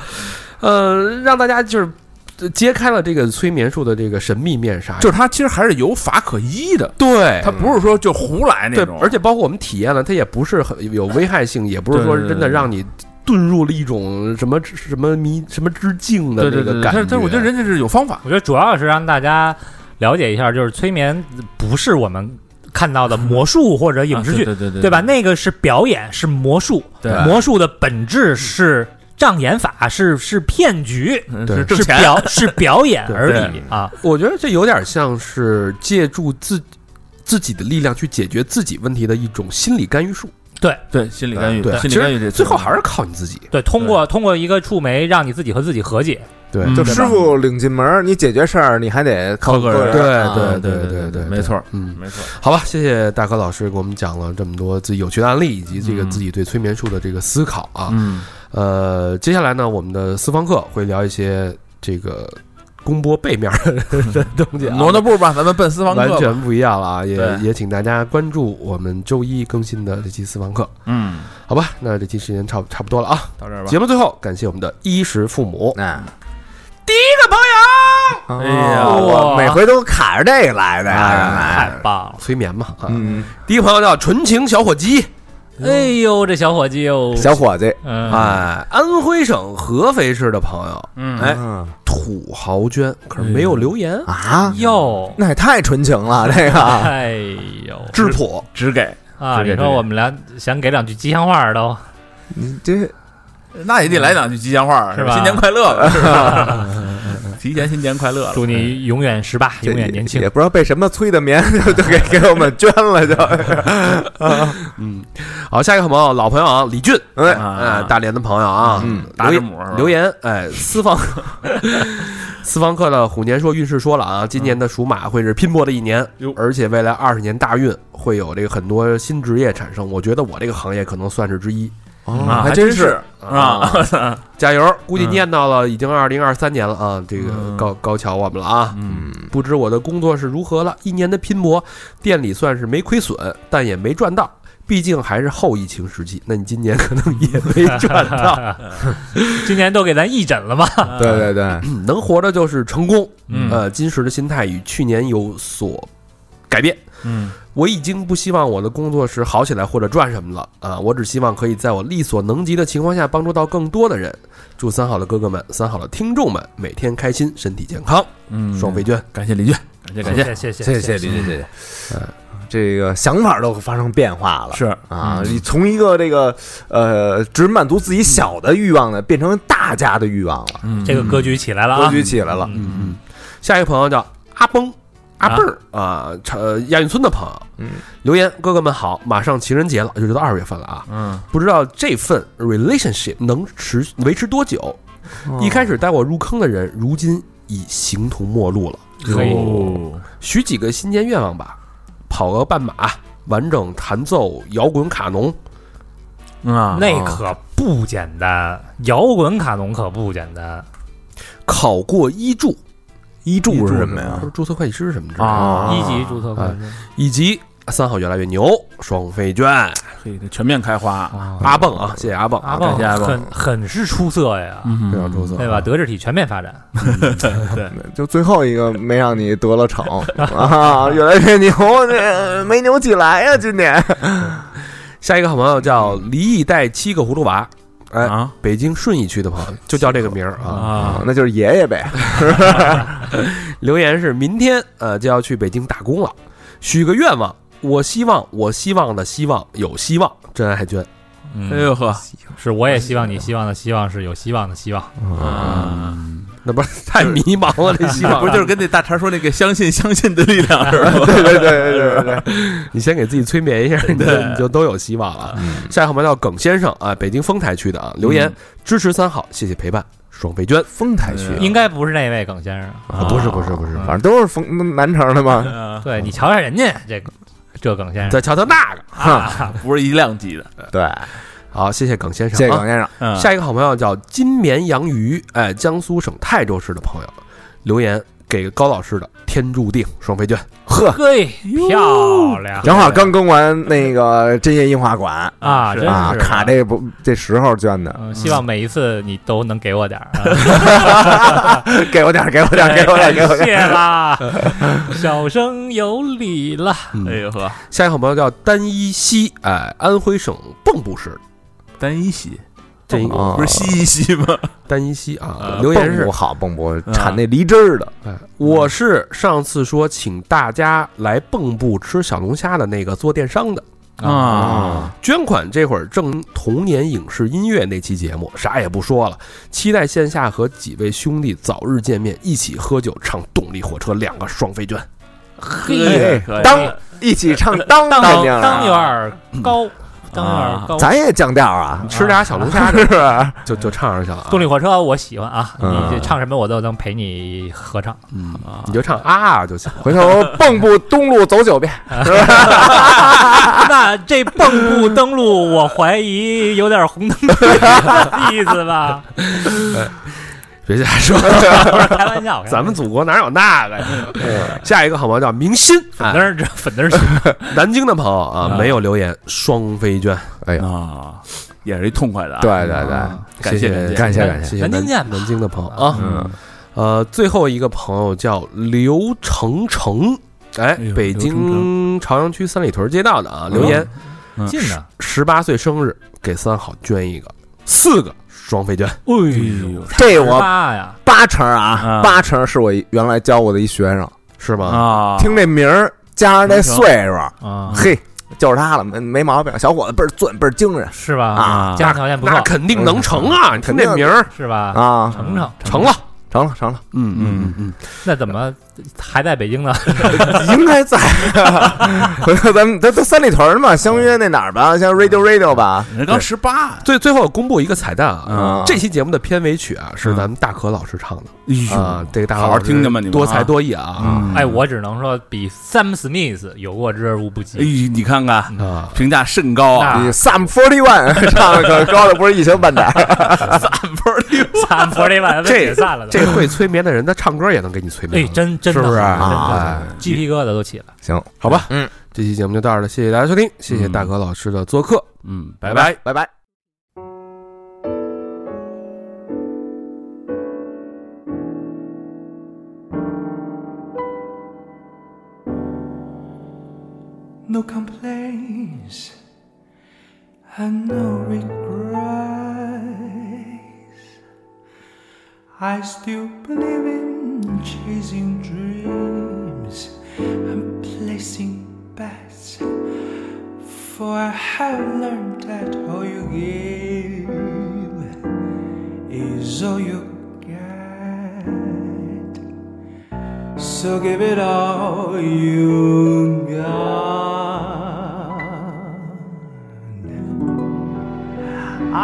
[SPEAKER 3] 呃，让大家就是揭开了这个催眠术的这个神秘面纱，
[SPEAKER 4] 就是它其实还是有法可依的，
[SPEAKER 3] 对
[SPEAKER 4] 它不是说就胡来那
[SPEAKER 3] 对
[SPEAKER 4] 种，，
[SPEAKER 3] 而且包括我们体验了，它也不是很有危害性，也不是说
[SPEAKER 4] 对对对
[SPEAKER 3] 真的让你遁入了一种什么什么迷什么之境的
[SPEAKER 4] 对
[SPEAKER 3] 那
[SPEAKER 4] 对对
[SPEAKER 3] 个
[SPEAKER 4] 对，
[SPEAKER 3] 感
[SPEAKER 4] 但
[SPEAKER 3] 觉。
[SPEAKER 4] 是但是我觉得人家是有方法，
[SPEAKER 5] 我觉得主要是让大家了解一下，就是催眠不是我们看到的魔术或者影视
[SPEAKER 4] 啊
[SPEAKER 5] 剧，
[SPEAKER 4] 对对对
[SPEAKER 5] 对吧？那个是表演，是魔术，
[SPEAKER 4] 对
[SPEAKER 5] 魔术的本质是障眼法，是是骗局，
[SPEAKER 4] 嗯
[SPEAKER 3] 对
[SPEAKER 4] 是挣
[SPEAKER 5] 是
[SPEAKER 4] 钱，
[SPEAKER 5] 表是表演
[SPEAKER 3] 对
[SPEAKER 5] 而已
[SPEAKER 4] 对
[SPEAKER 5] 啊。
[SPEAKER 3] 我觉得这有点像是借助自自己的力量去解决自己问题的一种心理干预术，
[SPEAKER 4] 对心理干预，
[SPEAKER 3] 对
[SPEAKER 4] 心理
[SPEAKER 3] 其实
[SPEAKER 4] 干预这
[SPEAKER 3] 最后还是靠你自己。
[SPEAKER 5] 对，通过通过一个触媒，让你自己和自己和解。
[SPEAKER 3] 对
[SPEAKER 4] 嗯
[SPEAKER 2] 就师傅领进门儿，你解决事儿，你还得靠
[SPEAKER 4] 靠个人
[SPEAKER 2] 人儿。
[SPEAKER 4] 啊
[SPEAKER 3] 对
[SPEAKER 4] 对
[SPEAKER 3] 对
[SPEAKER 4] 对
[SPEAKER 3] 对，
[SPEAKER 4] 没错，
[SPEAKER 3] 嗯，
[SPEAKER 4] 没错，
[SPEAKER 3] 好吧，谢谢大可老师给我们讲了这么多自己有趣的案例，以及这个
[SPEAKER 4] 嗯
[SPEAKER 3] 自己对催眠术的这个思考啊。
[SPEAKER 4] 嗯，
[SPEAKER 3] 呃，接下来呢，我们的私房课会聊一些这个公播背面的的东西、啊，
[SPEAKER 4] 挪挪步吧，咱们奔私房
[SPEAKER 3] 完
[SPEAKER 4] 课吧，
[SPEAKER 3] 全不一样了啊！也
[SPEAKER 4] 对
[SPEAKER 3] 也请大家关注我们周一更新的这期私房课，
[SPEAKER 4] 嗯，
[SPEAKER 3] 好吧？那这期时间差不差不多了啊！
[SPEAKER 4] 到这儿吧。
[SPEAKER 3] 节目最后，感谢我们的衣食父母，
[SPEAKER 2] 哎，第一个朋友，
[SPEAKER 4] 哎呀
[SPEAKER 2] 我每回都卡着这个来的呀，
[SPEAKER 3] 哎
[SPEAKER 2] 原
[SPEAKER 5] 太
[SPEAKER 2] 来，
[SPEAKER 5] 棒了！
[SPEAKER 3] 催眠嘛啊！
[SPEAKER 2] 嗯，
[SPEAKER 3] 第一个朋友叫纯情小伙鸡，
[SPEAKER 5] 哎呦，这小伙计哟，
[SPEAKER 2] 小伙计，
[SPEAKER 5] 嗯
[SPEAKER 3] 哎，安徽省合肥市的朋友，
[SPEAKER 4] 嗯
[SPEAKER 3] 哎，
[SPEAKER 2] 嗯
[SPEAKER 3] 土豪娟，
[SPEAKER 4] 哎
[SPEAKER 3] 可是没有留言，
[SPEAKER 2] 啊，
[SPEAKER 5] 哟，
[SPEAKER 2] 那也太纯情了，这个
[SPEAKER 5] 哎呦
[SPEAKER 3] 质朴，
[SPEAKER 4] 只给，
[SPEAKER 5] 啊！你
[SPEAKER 4] 是这
[SPEAKER 5] 说我们俩想给两句吉祥话都，
[SPEAKER 2] 你这
[SPEAKER 4] 那也得来两句吉祥话，
[SPEAKER 5] 是吧
[SPEAKER 4] 吧？新年快乐吧，是吧 <laughs> 提前新年快乐了，
[SPEAKER 5] 祝你永远十八，
[SPEAKER 2] 这
[SPEAKER 5] 永远年轻
[SPEAKER 2] 也。不知道被什么催的眠， <laughs> 就就给给我们捐了， <laughs> 就
[SPEAKER 3] 嗯，好，下一个好朋友，老朋友啊，李俊，
[SPEAKER 2] 哎，
[SPEAKER 3] 哎
[SPEAKER 4] 啊，，
[SPEAKER 3] 大连的朋友啊，
[SPEAKER 2] 嗯
[SPEAKER 4] 大
[SPEAKER 3] 留
[SPEAKER 4] 字
[SPEAKER 3] 言
[SPEAKER 4] 母是吧
[SPEAKER 3] 留言，哎，私房 <laughs> 私房课的虎年说运势说了啊，今年的属马会是拼搏的一年
[SPEAKER 4] 嗯哟，
[SPEAKER 3] 而且未来二十年大运会有这个很多新职业产生，我觉得我这个行业可能算是之一
[SPEAKER 2] 哦
[SPEAKER 4] 啊，
[SPEAKER 2] 还
[SPEAKER 4] 真
[SPEAKER 2] 是，
[SPEAKER 4] 啊，
[SPEAKER 3] <laughs> 加油！估计念叨了已经二零二三年了啊，这个
[SPEAKER 4] 嗯
[SPEAKER 3] 高高瞧我们了啊！
[SPEAKER 4] 嗯，
[SPEAKER 3] 不知我的工作是如何了，一年的拼搏，店里算是没亏损，但也没赚到。毕竟还是后疫情时期，那你今年可能也没
[SPEAKER 5] <laughs>
[SPEAKER 3] 赚到。
[SPEAKER 5] 今年都给咱义诊了吗？
[SPEAKER 2] 对对对，
[SPEAKER 3] 嗯能活着就是成功。
[SPEAKER 4] 嗯
[SPEAKER 3] 呃，今时的心态与去年有所改变。
[SPEAKER 4] 嗯，
[SPEAKER 3] 我已经不希望我的工作是好起来或者赚什么了啊、我只希望可以在我力所能及的情况下帮助到更多的人。祝三好的哥哥们、三好的听众们每天开心、身体健康。
[SPEAKER 4] 嗯，
[SPEAKER 3] 双飞娟，
[SPEAKER 4] 感谢李俊，感谢感谢，
[SPEAKER 5] 谢谢谢
[SPEAKER 2] 谢谢李姐，谢谢，这个想法都发生变化了，
[SPEAKER 4] 是
[SPEAKER 2] 啊，你从一个这个呃只满足自己小的欲望呢，变成大家的欲望了，
[SPEAKER 4] 嗯
[SPEAKER 5] 这个格局起来了啊！
[SPEAKER 2] 格局起来了。
[SPEAKER 5] 嗯
[SPEAKER 3] 嗯，下一个朋友叫阿崩。阿蹦儿啊，呃，亚运村的朋友，
[SPEAKER 2] 嗯，
[SPEAKER 3] 留言哥哥们好，马上情人节了，就是到二月份了啊，
[SPEAKER 4] 嗯，
[SPEAKER 3] 不知道这份 relationship 能持维持多久？
[SPEAKER 2] 哦
[SPEAKER 3] 一开始带我入坑的人，如今已形同陌路了。
[SPEAKER 5] 可以
[SPEAKER 4] 哟
[SPEAKER 3] 许几个新年愿望吧，跑个半马，完整弹奏摇滚卡农，
[SPEAKER 4] 嗯啊，
[SPEAKER 5] 那可不简单，摇滚卡农可不简单。
[SPEAKER 3] 考过医助，
[SPEAKER 2] 医助是什么
[SPEAKER 3] 就
[SPEAKER 2] 呀？
[SPEAKER 3] 是注册会计师什么之类的，
[SPEAKER 4] 啊
[SPEAKER 5] 一级注册会计师
[SPEAKER 3] 以及三好越来越牛，双飞娟，
[SPEAKER 4] 可以全面开花，
[SPEAKER 3] 阿蹦啊，谢谢阿蹦，
[SPEAKER 5] 阿
[SPEAKER 3] 感
[SPEAKER 5] 豹
[SPEAKER 3] 谢阿蹦，
[SPEAKER 5] 很很是出色呀，
[SPEAKER 4] 嗯
[SPEAKER 3] 非常出色，啊
[SPEAKER 5] 对吧？？德智体全面发展，嗯
[SPEAKER 2] 就最后一个没让你得了 <laughs> 逞啊，越来越牛，这没牛起来呀、今年
[SPEAKER 3] 下一个好朋友叫离异带七个葫芦娃，哎，
[SPEAKER 4] 啊
[SPEAKER 3] 北京顺义区的朋友就叫这个名儿啊。
[SPEAKER 4] 啊，
[SPEAKER 2] 那就是爷爷呗。
[SPEAKER 3] 留言是明天呃就要去北京打工了，许个愿望，我希望我希望的希望有希望，真爱娟。
[SPEAKER 4] 哎呦呵，
[SPEAKER 5] 嗯是我也希望你希望的希望是有希望的希望。
[SPEAKER 4] 嗯，
[SPEAKER 3] 那不是太迷茫了，这希望
[SPEAKER 4] <laughs> 不是就是跟那大肠说那个相信相信的力量是吧？
[SPEAKER 2] <laughs> 对对对对对对，
[SPEAKER 3] 你先给自己催眠一下，你就你就都有希望了。下一个好朋友叫耿先生啊，北京丰台区的啊，留言支持三好，谢谢陪伴，双倍
[SPEAKER 2] <laughs>
[SPEAKER 3] 娟。
[SPEAKER 2] 丰台区
[SPEAKER 5] 应该不是那位耿先生，
[SPEAKER 2] 啊不是不是不是
[SPEAKER 5] 啊
[SPEAKER 2] 反正都是丰南城的
[SPEAKER 4] <laughs>
[SPEAKER 2] 嘛。
[SPEAKER 4] 啊
[SPEAKER 5] 对你瞧瞧人家这个这耿先生
[SPEAKER 3] 再瞧瞧那个，
[SPEAKER 4] 不是一量级的，
[SPEAKER 2] 对，
[SPEAKER 3] 好，谢谢耿先生、啊，
[SPEAKER 2] 谢谢耿先生。
[SPEAKER 4] 嗯
[SPEAKER 3] 下一个好朋友叫金绵羊鱼，哎，江苏省泰州市的朋友留言：给高老师的《天注定》双飞卷，
[SPEAKER 2] 呵，
[SPEAKER 5] 嘿，漂亮
[SPEAKER 2] 正好刚更完那个真夜映画馆
[SPEAKER 5] 啊，
[SPEAKER 4] 是
[SPEAKER 5] 真
[SPEAKER 2] 啊，
[SPEAKER 5] 是
[SPEAKER 2] 卡
[SPEAKER 5] 个。
[SPEAKER 2] 这不这时候捐的，
[SPEAKER 5] 嗯，希望每一次你都能给我点
[SPEAKER 2] <laughs>
[SPEAKER 5] 儿啊，
[SPEAKER 2] 给我点儿，给我点儿，给我点
[SPEAKER 5] <laughs>
[SPEAKER 2] 儿，给我点儿。
[SPEAKER 5] 谢啦，小生有礼了。
[SPEAKER 4] 哎呦呵，
[SPEAKER 3] 嗯下一个好朋友叫单依稀，哎，安徽省蚌埠市，
[SPEAKER 4] 单一哦席
[SPEAKER 3] 这一个
[SPEAKER 2] 啊
[SPEAKER 4] 不是西一席吗？
[SPEAKER 3] 单依稀啊
[SPEAKER 4] 啊，
[SPEAKER 3] 留言
[SPEAKER 2] 蹦
[SPEAKER 3] 是
[SPEAKER 2] 不，好，蹦不产那梨汁儿的，
[SPEAKER 3] 哎，我是上次说请大家来蚌埠吃小龙虾的那个做电商的。
[SPEAKER 4] 啊，
[SPEAKER 3] 捐款这会儿正童年影视音乐那期节目，啥也不说了，期待线下和几位兄弟早日见面，一起喝酒唱动力火车两个双飞卷。
[SPEAKER 4] 嘿，可以
[SPEAKER 2] 当一起唱当
[SPEAKER 5] 当
[SPEAKER 2] 当
[SPEAKER 5] 有
[SPEAKER 2] 当
[SPEAKER 5] 当有点儿高，当有点儿
[SPEAKER 4] 啊
[SPEAKER 5] 高。
[SPEAKER 2] 咱也降调啊
[SPEAKER 3] 你，吃俩小龙虾
[SPEAKER 2] 是
[SPEAKER 3] 就 <laughs> 就唱上去了、啊，
[SPEAKER 5] 动力火车我喜欢啊，
[SPEAKER 2] 嗯
[SPEAKER 5] 你这唱什么我都能陪你合
[SPEAKER 2] <laughs>
[SPEAKER 5] 唱。
[SPEAKER 3] 嗯，
[SPEAKER 4] 啊
[SPEAKER 3] 你就唱啊
[SPEAKER 5] <laughs>
[SPEAKER 3] 就行了。
[SPEAKER 2] 回头蚌埠东路走九遍，
[SPEAKER 5] 那这蚌埠登陆，我怀疑有点红灯区的 <laughs> 意思吧？
[SPEAKER 3] 别瞎说，
[SPEAKER 5] 不是开玩笑，
[SPEAKER 3] 咱们祖国哪有那个
[SPEAKER 5] <laughs>
[SPEAKER 3] 呀？下一个好朋友叫明心，
[SPEAKER 5] 粉
[SPEAKER 3] 哎，
[SPEAKER 5] 灯这粉灯区
[SPEAKER 3] 南京的朋友啊，
[SPEAKER 5] 啊
[SPEAKER 3] 没有留言，双飞卷，
[SPEAKER 4] 啊，也是一痛快的啊，
[SPEAKER 2] 对对对
[SPEAKER 4] 啊，感谢
[SPEAKER 3] 谢
[SPEAKER 4] 感
[SPEAKER 2] 感谢感
[SPEAKER 3] 感
[SPEAKER 2] 谢，
[SPEAKER 3] 谢
[SPEAKER 5] 南京见吧
[SPEAKER 3] 南京的朋友啊，
[SPEAKER 2] 嗯，
[SPEAKER 3] 呃，最后一个朋友叫刘成成，哎
[SPEAKER 4] 哎呦，
[SPEAKER 3] 北京朝阳区三里屯街道的啊，留言
[SPEAKER 4] 嗯
[SPEAKER 5] 近呢，
[SPEAKER 3] 十八岁生日给三好捐一个，四个双飞捐，
[SPEAKER 4] 哎呦
[SPEAKER 2] 这我
[SPEAKER 5] 八呀，
[SPEAKER 2] 八成啊
[SPEAKER 4] 啊，
[SPEAKER 2] 八成是我原来教我的一学生，
[SPEAKER 3] 是吗？
[SPEAKER 4] 啊，
[SPEAKER 2] 听这名儿加上这岁数，
[SPEAKER 5] 啊，
[SPEAKER 2] 嘿，就是他了，没没毛病，小伙子倍儿俊，倍儿精神
[SPEAKER 5] 是吧？
[SPEAKER 2] 啊
[SPEAKER 5] 家庭条件不
[SPEAKER 3] 那
[SPEAKER 5] 错，
[SPEAKER 3] 肯定能成啊！
[SPEAKER 4] 嗯
[SPEAKER 3] 你听这名儿，
[SPEAKER 5] 是吧？
[SPEAKER 2] 啊，
[SPEAKER 5] 成成
[SPEAKER 3] 成，了。
[SPEAKER 2] 成了成了，
[SPEAKER 3] 嗯嗯嗯
[SPEAKER 5] 那怎么还在北京呢？
[SPEAKER 2] 应该在， <laughs> 回头咱们咱咱三里屯儿嘛，相约那哪儿吧，像 Radio Radio 吧，
[SPEAKER 4] 人刚十八，哎
[SPEAKER 3] 最最后公布一个彩蛋啊
[SPEAKER 2] 嗯！
[SPEAKER 3] 这期节目的片尾曲啊，是咱们大可老师唱的啊
[SPEAKER 4] 哎呦，。
[SPEAKER 3] 这个大可
[SPEAKER 4] 好
[SPEAKER 3] 老
[SPEAKER 4] 嗯好
[SPEAKER 3] 师
[SPEAKER 4] 听听吧你们啊
[SPEAKER 3] 多才多艺啊
[SPEAKER 4] 嗯
[SPEAKER 5] 哎，我只能说比 Sam Smith 有过之而无不
[SPEAKER 4] 哎
[SPEAKER 5] 及。，
[SPEAKER 4] 你看看
[SPEAKER 3] 啊！
[SPEAKER 4] 评价甚高啊，
[SPEAKER 3] 哎
[SPEAKER 5] 那
[SPEAKER 2] 比 Sam Forty One 唱的可高的不是一星半点儿，
[SPEAKER 5] 惨佛这晚上
[SPEAKER 3] <laughs> 这
[SPEAKER 5] 解散了都，
[SPEAKER 3] 这会催眠的人，他唱歌也能给你催
[SPEAKER 5] 哎
[SPEAKER 3] 眠，，
[SPEAKER 5] 真真的
[SPEAKER 3] 是不是
[SPEAKER 5] 好
[SPEAKER 2] 啊
[SPEAKER 5] 真的鸡皮疙瘩都起来了。
[SPEAKER 2] 行，
[SPEAKER 3] 好吧，
[SPEAKER 2] 嗯，
[SPEAKER 3] 这期节目就到这儿了，谢谢大家收听，谢谢大可老师的做客，
[SPEAKER 4] 嗯，拜
[SPEAKER 3] 拜
[SPEAKER 4] 拜。
[SPEAKER 2] 拜
[SPEAKER 3] 拜。
[SPEAKER 2] 拜。
[SPEAKER 6] no complaints and no regrets. I still believe in chasing dreams and placing bets. For I have learned that all you give is all you get. So give it all you got.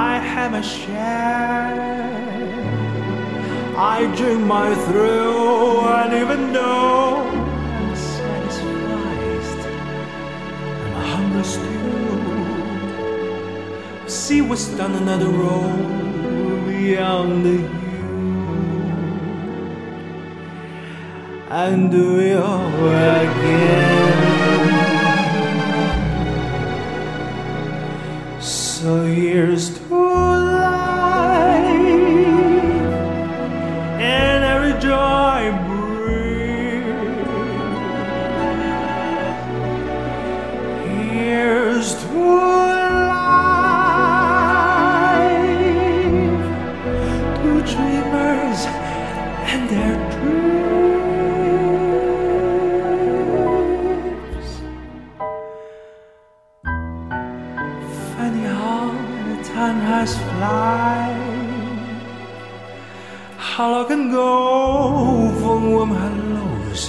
[SPEAKER 6] I have a share. I drink my thrill, and even though I'm satisfied, I'm hungry still. See what's done another road beyond the hill and do it all again. So here's to life and every joy brings. Here's to life to dreamers and their dreams. Funny how the time has flown. How long can go from warm hellos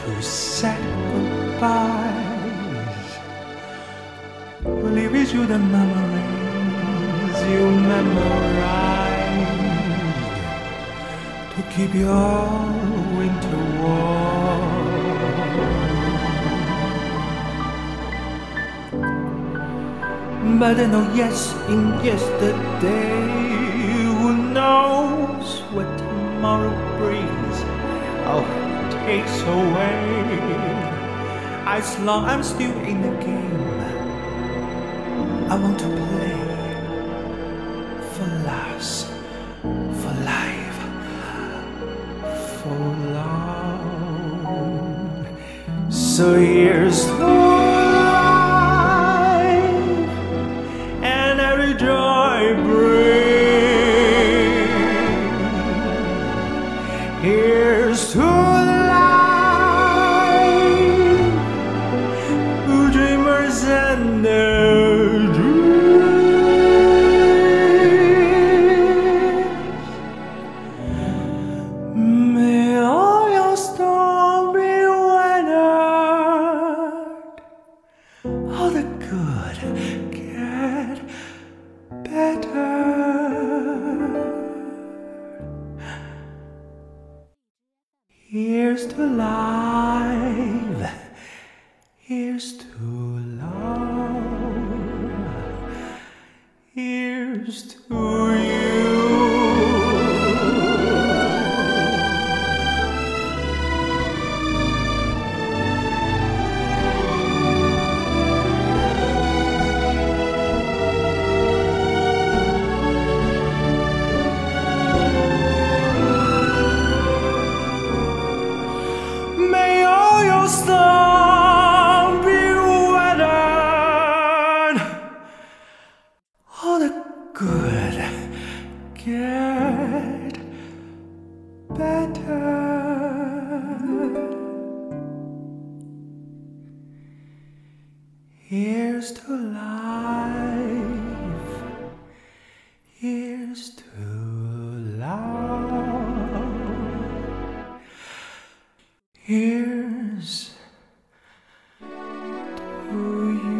[SPEAKER 6] to sad goodbyes? Believe it's you the memories you memorized to keep your winter warm. But no yes in yesterday. Who knows what tomorrow brings? Oh. fades away. As long I'm still in the game, I want to play for last, for life, for love. So here's life, and every joy brings. Here's to life dreamers and their dreams. May all your storm be weathered. All the good get better. Here's to life. Here's to love. Here's to you. May all your storm be weathered. All the good get better. Here's to life. Here's to love. Here's to you.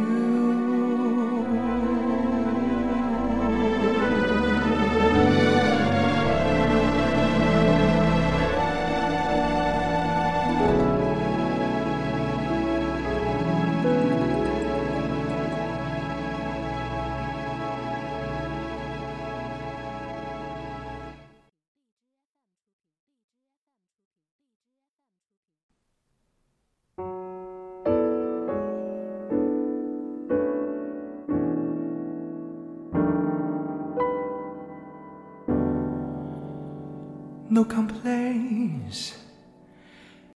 [SPEAKER 6] No complaints.